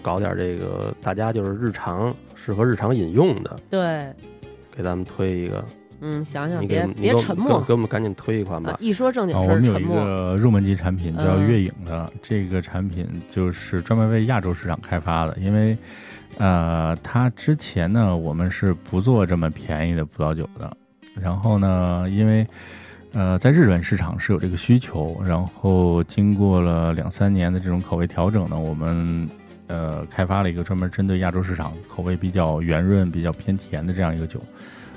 搞点这个大家就是日常适合日常饮用的，
对，
给咱们推一个。
嗯，想
你
想
给
别
我们你
别
给我们
沉
给我
默
们给，我们赶紧推一款吧
啊。一说正经
啊，
事
我
儿
们有
沉
一
默。
个入门级产品叫
嗯
月影的，这个产品就是专门为亚洲市场开发的，因为呃，它之前呢我们是不做这么便宜的葡萄酒的，然后呢，因为呃在日本市场是有这个需求，然后经过了两三年的这种口味调整呢，我们。呃，开发了一个专门针对亚洲市场，口味比较圆润、比较偏甜的这样一个酒，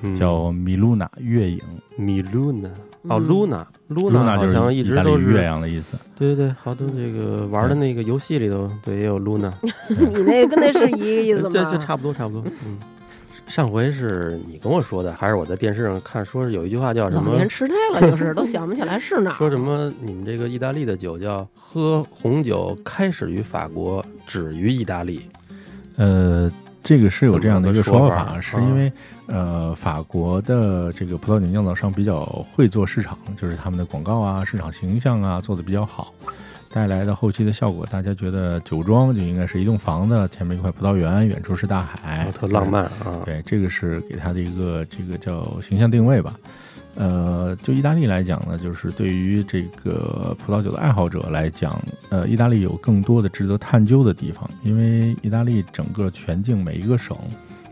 嗯
叫米露娜月影。
米露娜哦
嗯
露娜露
露娜
娜好
就是
像一
意
直
大
都
利月
是
亮的意思。
对对对，好多这个玩的那个游戏里头对也有露娜， 呃
你那跟那是一个意思吗？
这这差不多差不多。嗯，上回是你跟我说的，还是我在电视上看，说是有一句话叫什
老
么
年？痴呆了，就是都想不起来是哪
啊
儿。
说什么？你们这个意大利的酒叫喝红酒开始于法国，止于意大利。
呃，这个是有这样的一个说
怎么
法，
个
是
说法啊
因为呃，法国的这个葡萄酒酿造商比较会做市场，就是他们的广告啊、市场形象啊做的比较好，带来的后期的效果，大家觉得酒庄就应该是一栋房子，前面一块葡萄园，远处是大海
啊，特浪。漫啊！
哎对，这个是给它的一个这个叫形象定位吧。呃，就意大利来讲呢，就是对于这个葡萄酒的爱好者来讲，呃，意大利有更多的值得探究的地方，因为意大利整个全境每一个省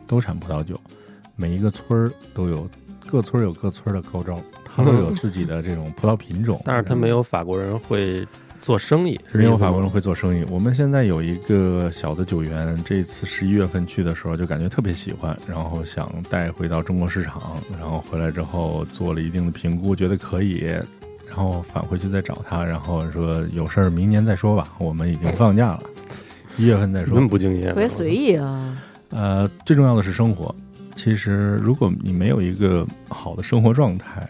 都产葡萄酒，每一个村儿都有，各村儿有各村儿的高招，它都有自己的这种葡萄品种，
但是他没有法国人会做生意，
没有法国
人
人会做生意。我们现在有一个小的酒园，这次十一月份去的时候就感觉特别喜欢，然后想带回到中国市场，然后回来之后做了一定的评估，觉得可以，然后返回去再找他，然后说有事儿明年再说吧，我们已经放假了，一月份再说
那。么不敬业呢，
特别随意啊，
呃，最重要的是生活。其实，如果你没有一个好的生活状态，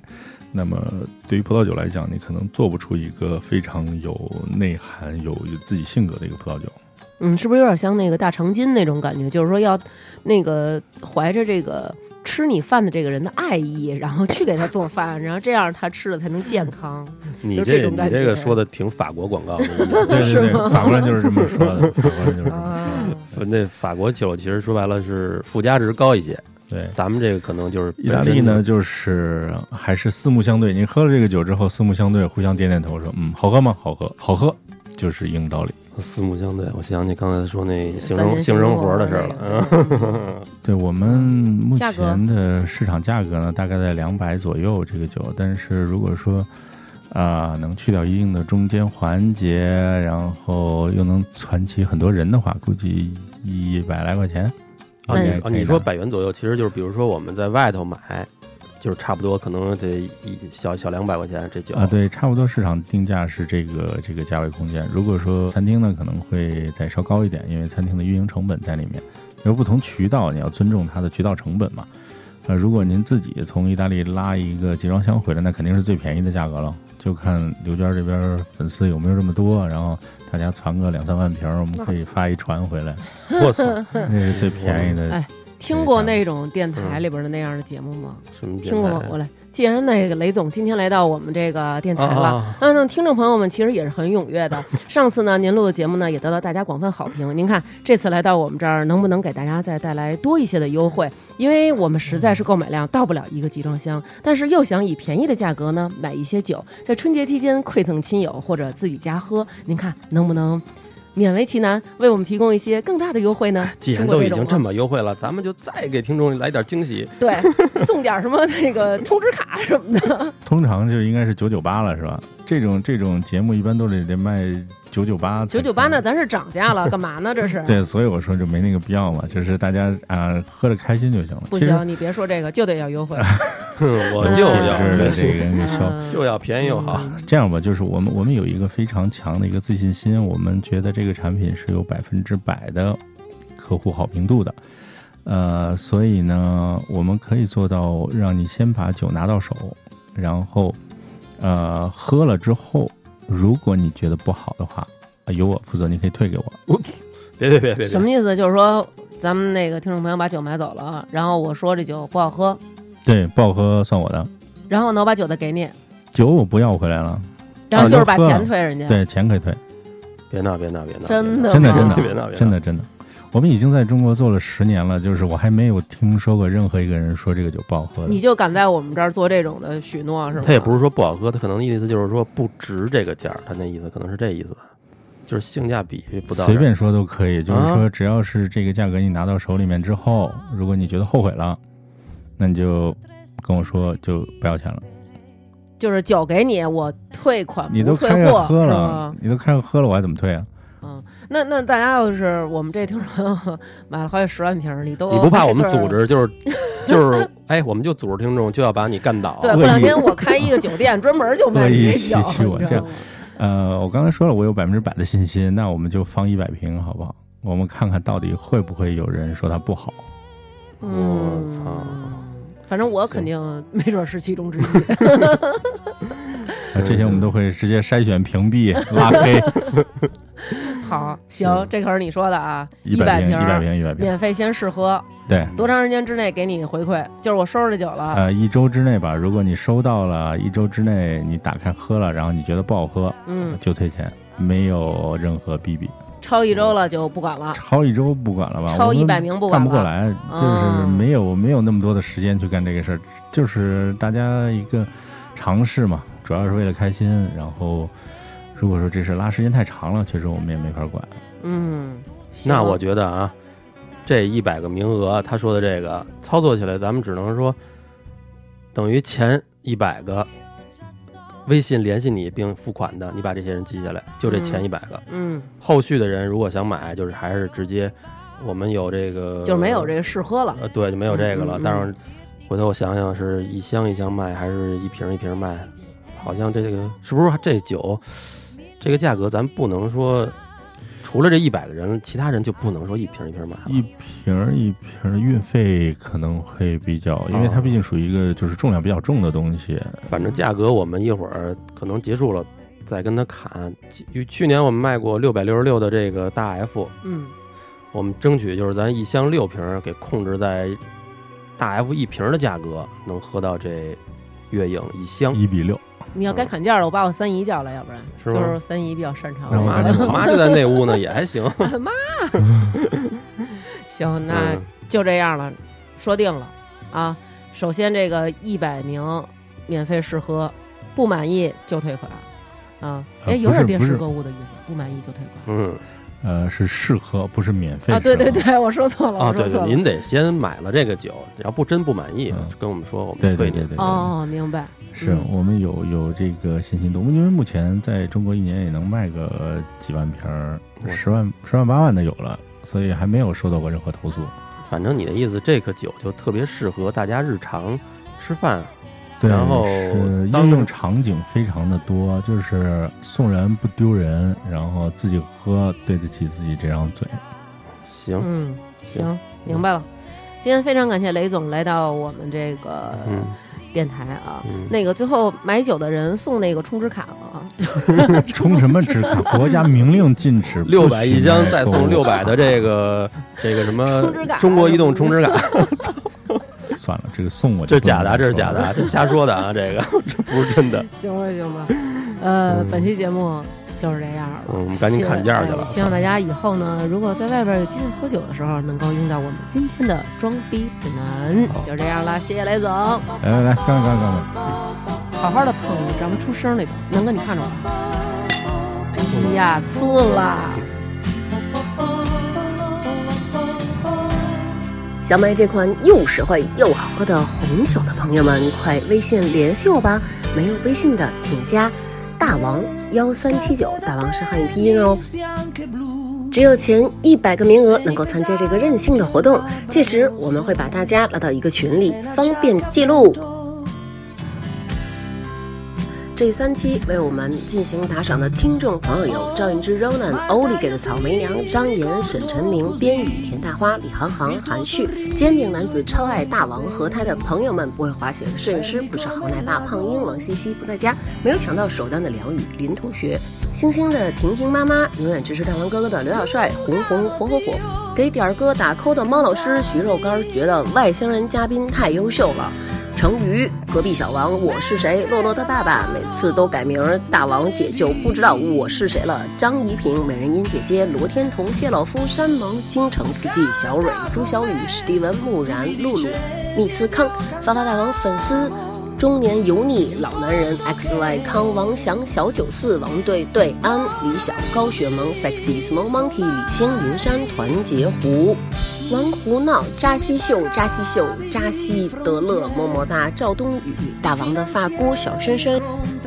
那么对于葡萄酒来讲，你可能做不出一个非常有内涵、有自己性格的一个葡萄酒。
嗯，是不是有点像那个大长今那种感觉？就是说要那个怀着这个吃你饭的这个人的爱意，然后去给他做饭，然后这样他吃的才能健康。
你
就这
这
种
你
感
这个
觉
说的挺法国广告的，
对对
是
对
吗，
法国人就是这么说 的，法国人就是这么说的。
那法国酒其实说白了是附加值高一些，
对，
咱们这个可能就是
意大利呢，就是还是四目相对。你喝了这个酒之后，四目相对，互相点点头，说：“嗯，好喝吗？好喝，好喝。”就是硬道理。
四目相对。我想起刚才说那性
三
生
年
性生活的事儿
啊那
了，
个
嗯，
对
对我们目
价格
前的市场价格呢，大概在两百左右这个酒，但是如果说啊、能去掉一定的中间环节，然后又能攒起很多人的话，估计一百来块钱。
啊，
那
你
也
说啊
可以
你说
的
百元左右，其实就是比如说我们在外头买，就是差不多可能这一小小两百块钱这酒
啊，，对，差不多市场定价是这个这个价位空间。如果说餐厅呢，可能会再稍高一点，因为餐厅的运营成本在里面。有不同渠道，你要尊重它的渠道成本嘛。呃，如果您自己从意大利拉一个集装箱回来，那肯定是最便宜的价格了。就看刘娟这边粉丝有没有这么多，然后大家攒个两三万瓶儿，我们可以发一船回 来，
我操，
那是最便宜的。
哎 听过那种
嗯
电台里边的那样的节目吗？
什么啊
听过吗？我来，既然那个雷总今天来到我们这个电台了，
啊啊
那那听众朋友们其实也是很踊跃的。上次呢，您录的节目呢也得到大家广泛好评。您看这次来到我们这儿，能不能给大家再带来多一些的优惠？因为我们实在是购买量到不了一个集装箱，但是又想以便宜的价格呢买一些酒，在春节期间馈赠亲友或者自己家喝。您看能不能勉为其难，为我们提供一些更大的优惠呢？
既然
听过
都已
种
经
吗
这么优惠了，咱们就再给听众来点 惊喜。
对，送点儿什么那个充值卡什么的。
通常就应该是九九八了，是吧？这种这种节目一般都得得卖九九八。
九九八呢，咱是涨价了，干嘛呢？这是。
对，所以我说就没那个必要嘛，就是大家啊、喝着开心就行了。
不
其实哎
行，你别说这个，就得要优惠，
哼，我
嗯
就
就是
要
这个人给消。
嗯
就要便宜又好。
这样吧，就是我们我们有一个非常强的一个自信心，我们觉得这个产品是有百分之百的客户好评度的。呃，所以呢，我们可以做到让你先把酒拿到手，然后呃喝了之后，如果你觉得不好的话，啊由我负责，你可以退给我。
别别别别
什
别，
么意思？就是说，咱们那个听众朋友把酒买走了，啊然后我说这酒不好喝，
对，不好喝算我的，
然后呢，我把酒再给你，
酒我不要回来了，
然后就是
啊
把
就喝了
钱退人家。
对，钱可以退。
别闹别闹别闹！
真的
真的
吗
真的
别闹别闹
真的真的，我们已经在中国做了十年了，就是我还没有听说过任何一个人说这个酒不好喝的
你。就敢在我们这儿做这种的许诺是吗？
他也不是说不好喝，他可能意思就是说不值这个价儿，他那意思可能是这意思吧，就是性价比不到这儿。
随便说都可以，就是说只要是这个价格你拿到手里面之后，如果你觉得后悔了，那你就跟我说就不要钱了。
就是酒给你，我退款
你
不
都
退
开着
货，
喝
是
了
吗，？
你都开着喝了，我还怎么退啊？
嗯，那那大家要是我们这听众朋友买了好几十万瓶儿，你都
你不怕我们
挨个儿
组 织就是就是哎，我们就组织听众就要把你干倒。
对，
恶
过两
意
天我开一个酒店，专门就卖
恶意
这
袭
酒，
击我
你知道
这样
吗？
呃，我刚才说了，我有百分之百的信心，那我们就放一百瓶好不好？我们看看到底会不会有人说它不好。
嗯
我操！
反正我肯定没准是其中之一。
啊这些我们都会直接筛选、屏蔽、拉黑，
好，行
嗯，
这可是你说的啊，
一
百
瓶、一百嗯
儿，
瓶、一百瓶，
免费先试喝，
对。
多长时间之内给你回馈？就是我收拾这酒了，
呃，一周之内吧，如果你收到了，一周之内你打开喝了，然后你觉得不好喝，
嗯，
就退钱，没有任何逼逼。
超一周了就不管了。
超一周不管了吧？
超
我们
100名不管
干不过
了
来，就是
嗯
没有没有那么多的时间去干这个事儿，就是大家一个尝试嘛，主要是为了开心。然后如果说这事儿拉时间太长了，确实我们也没法管。
嗯，行
那我觉得啊，这一百个名额，他说的这个操作起来，咱们只能说等于前一百个微信联系你并付款的，你把这些人记下来，就这前
嗯
一百个。
嗯，
后续的人如果想买，就是还是直接我们有这个，
就是没有这个试喝了。
呃，对，就没有这个
嗯
了。
嗯嗯
但是回头我想想，是一箱一箱卖，还是一瓶一瓶卖？好像这个是不是这酒这个价格，咱不能说除了这一百个人，其他人就不能说一瓶一瓶买
一
了。
瓶儿一瓶儿运费可能会比较，因为
哦
它毕竟属于一个就是重量比较重的东西，
反正价格我们一会儿可能结束了再跟他砍。去去年我们卖过六百六十六的这个大 F，
嗯，
我们争取就是咱一箱六瓶儿给控制在大 F 一瓶儿的价格，能喝到这月影一
哦
箱。
一比六。
你要该砍价了，我把我三姨叫来，要不然
是
就
吗
是三姨比较擅长
我妈
这
就
个。
我妈就在那屋呢，也还行。
行， 那
嗯
就这样了，说定了啊。首先这个一百名免费试喝，不满意就退款啊。
呃
哎，有
不是
点电
不
视
是
购物的意思，不满意就退款
嗯。
呃，是试喝，不是免费
啊。对
试喝
对对，我说错了，
啊，
我
对
说
对，
错了。
您得先买了这个酒，要不真不满意
嗯，
就跟我们说，我
对
们
对
退
对
您。
对。
哦，明白。
是
嗯
我们有有这个信心度，因为目前在中国一年也能卖个几万瓶儿，
我
十万十万八万的有了，所以还没有收到过任何投诉。
反正你的意思，这个酒就特别适合大家日常吃饭。啊
对，
然后
是
当
应用场景非常的多，就是送人不丢人，然后自己喝对得起自己这 张嘴。
行，
嗯，
行
行，明白了。今天非常感谢雷总来到我们这个
嗯
电台啊。
嗯，
那个最后买酒的人送那个充值卡啊吗？
充什么值卡？国家明令禁止，
六百一箱，再送六
百。
百的这个这个什么
充值卡嗯
中国移动充 值卡，
算了，这个送我
这
就是
假的啊，
不
这
能
是假
说
的
了。
啊，这瞎说的啊，这个 这不是真的。
行吧，行吧。呃
嗯，
本期节目就是这样了。
嗯，我们赶紧砍价去
哎
了。
希望大家以后呢，如果在外边有机会喝酒的时候，能够用到我们今天的装逼指南。就这样了，谢谢雷总，好
来来来，干干干干。
好的捧你，咱们出声那种。能哥，你看着我。哎呀，刺啦！
想买这款又实惠又好喝的红酒的朋友们，快微信联系我吧！没有微信的请加大王幺三七九，大王是汉语拼音哦。只有前一百个名额能够参加这个任性的活动，届时我们会把大家拉到一个群里，方便记录。这三期为我们进行打赏的听众朋友有赵云之、Ronan、欧里给的草莓娘、张岩、沈晨明、边宇、田大花、李航航、韩旭、煎饼男子、超爱大王和他的朋友们、不会滑雪的摄影师、不是好奶爸、胖英、王西西不在家、没有抢到首单的梁宇、林同学、星星的婷婷妈妈、永远支持大王哥哥的刘小帅、红红火火火、给点儿哥打 call 的猫老师、徐肉干儿觉得外星人嘉宾太优秀了。成鱼、隔壁小王、我是谁、洛洛的爸爸，每次都改名儿大王姐就不知道我是谁了。张怡萍、美人音姐姐、罗天童、谢老夫、山盟、京城四季、小蕊、朱小雨、史蒂文、木然、露露、密斯康、发发大王粉丝。中年油腻老男人 X Y 康王翔小九四王队队安李晓高雪萌 sexy small monkey 李星云山团结湖王胡闹扎西秀扎西秀扎西德勒么么哒赵冬雨大王的发箍小轩轩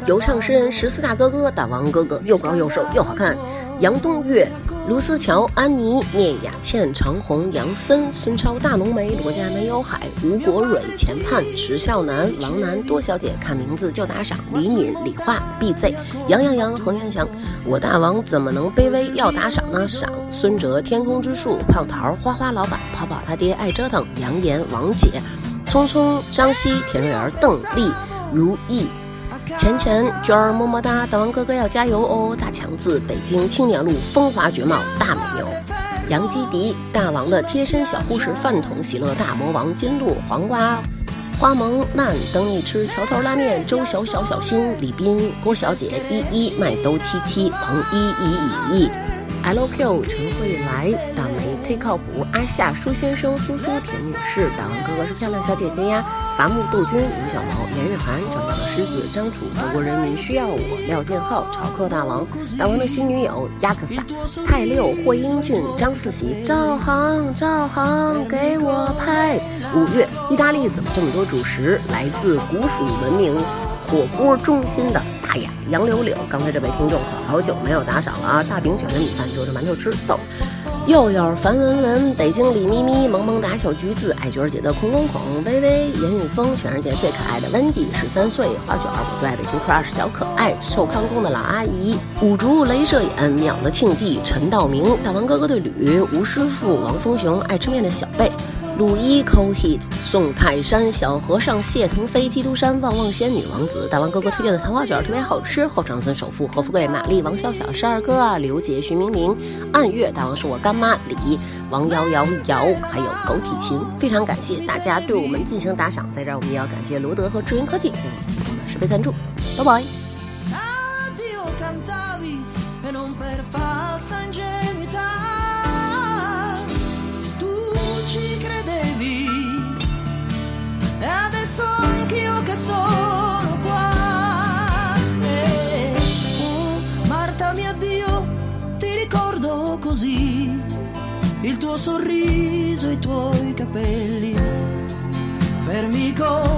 游唱诗人十四大哥哥大王哥哥又高又瘦又好看杨东岳卢思乔、安妮、聂雅倩、常红、杨森、孙超、大浓眉、罗家没有海、吴国蕊、钱盼、迟笑楠、王楠、多小姐，看名字就打赏，李敏、李化、BZ、杨洋洋、恒源祥，我大王怎么能卑微？要打赏呢，赏！孙哲、天空之树、胖桃、花花老板、跑跑他爹、爱折腾、杨言、王姐、聪聪、张希、田瑞儿、邓丽、如意、钱钱、娟儿、么么哒，大王哥哥要加油哦！大强子、北京青年路、风华绝貌、大美哦牛、杨基迪、大王的贴身小护士、饭桶、喜乐大魔王、金鹿、黄瓜、花萌、慢、等你吃、桥头拉面、周小小小新、李斌、郭小姐、依依、麦兜七七、王一一一一。LQ 陈慧来、大梅忒靠谱、阿夏、舒先生、苏苏、田女士、大王哥哥是漂亮小姐姐呀、伐木斗君、吴小毛、严雨涵、长大的狮子、张楚、德国人民需要我、廖建浩、朝客大王、大王的新女友、亚克萨、泰六、霍英俊、张四喜、赵航、赵航给我拍。五月，意大利怎么这么多主食？来自古蜀文明。火锅中心的大雅杨柳柳。刚才这位听众可好久没有打赏了啊！大饼卷着米饭，就着馒头吃，逗。又有樊文文、北京李咪咪、萌萌哒小橘子、爱娟儿姐的孔孔孔、微微、严雨峰、全世界最可爱的温迪，十三岁花卷儿，我最爱的球块二是小可爱，寿康宫的老阿姨，五竹、镭射眼、秒的庆帝、陈道明、大王哥哥对吕、吴师傅、王峰雄、爱吃面的小贝。鲁伊 Co Hit、宋泰山、小和尚、谢腾飞、基督山、旺旺仙女、王子、大王哥哥推荐的糖花卷儿特别好吃。后场村首富何富贵、玛丽、王小小、十二哥啊、刘杰、徐明明、暗月、大王是我干妈李、王瑶瑶瑶，还有狗体琴。非常感谢大家对我们进行打赏，在这儿我们也要感谢罗德和智云科技为我们提供的设备赞助，拜拜。
Addio cantavi e non per falsa ingenuità. Tu ci credevi e adesso anch'io che sono qua. E, oh, Marta mia Dio, ti ricordo così. Il tuo sorriso, i tuoi capelli, fermi con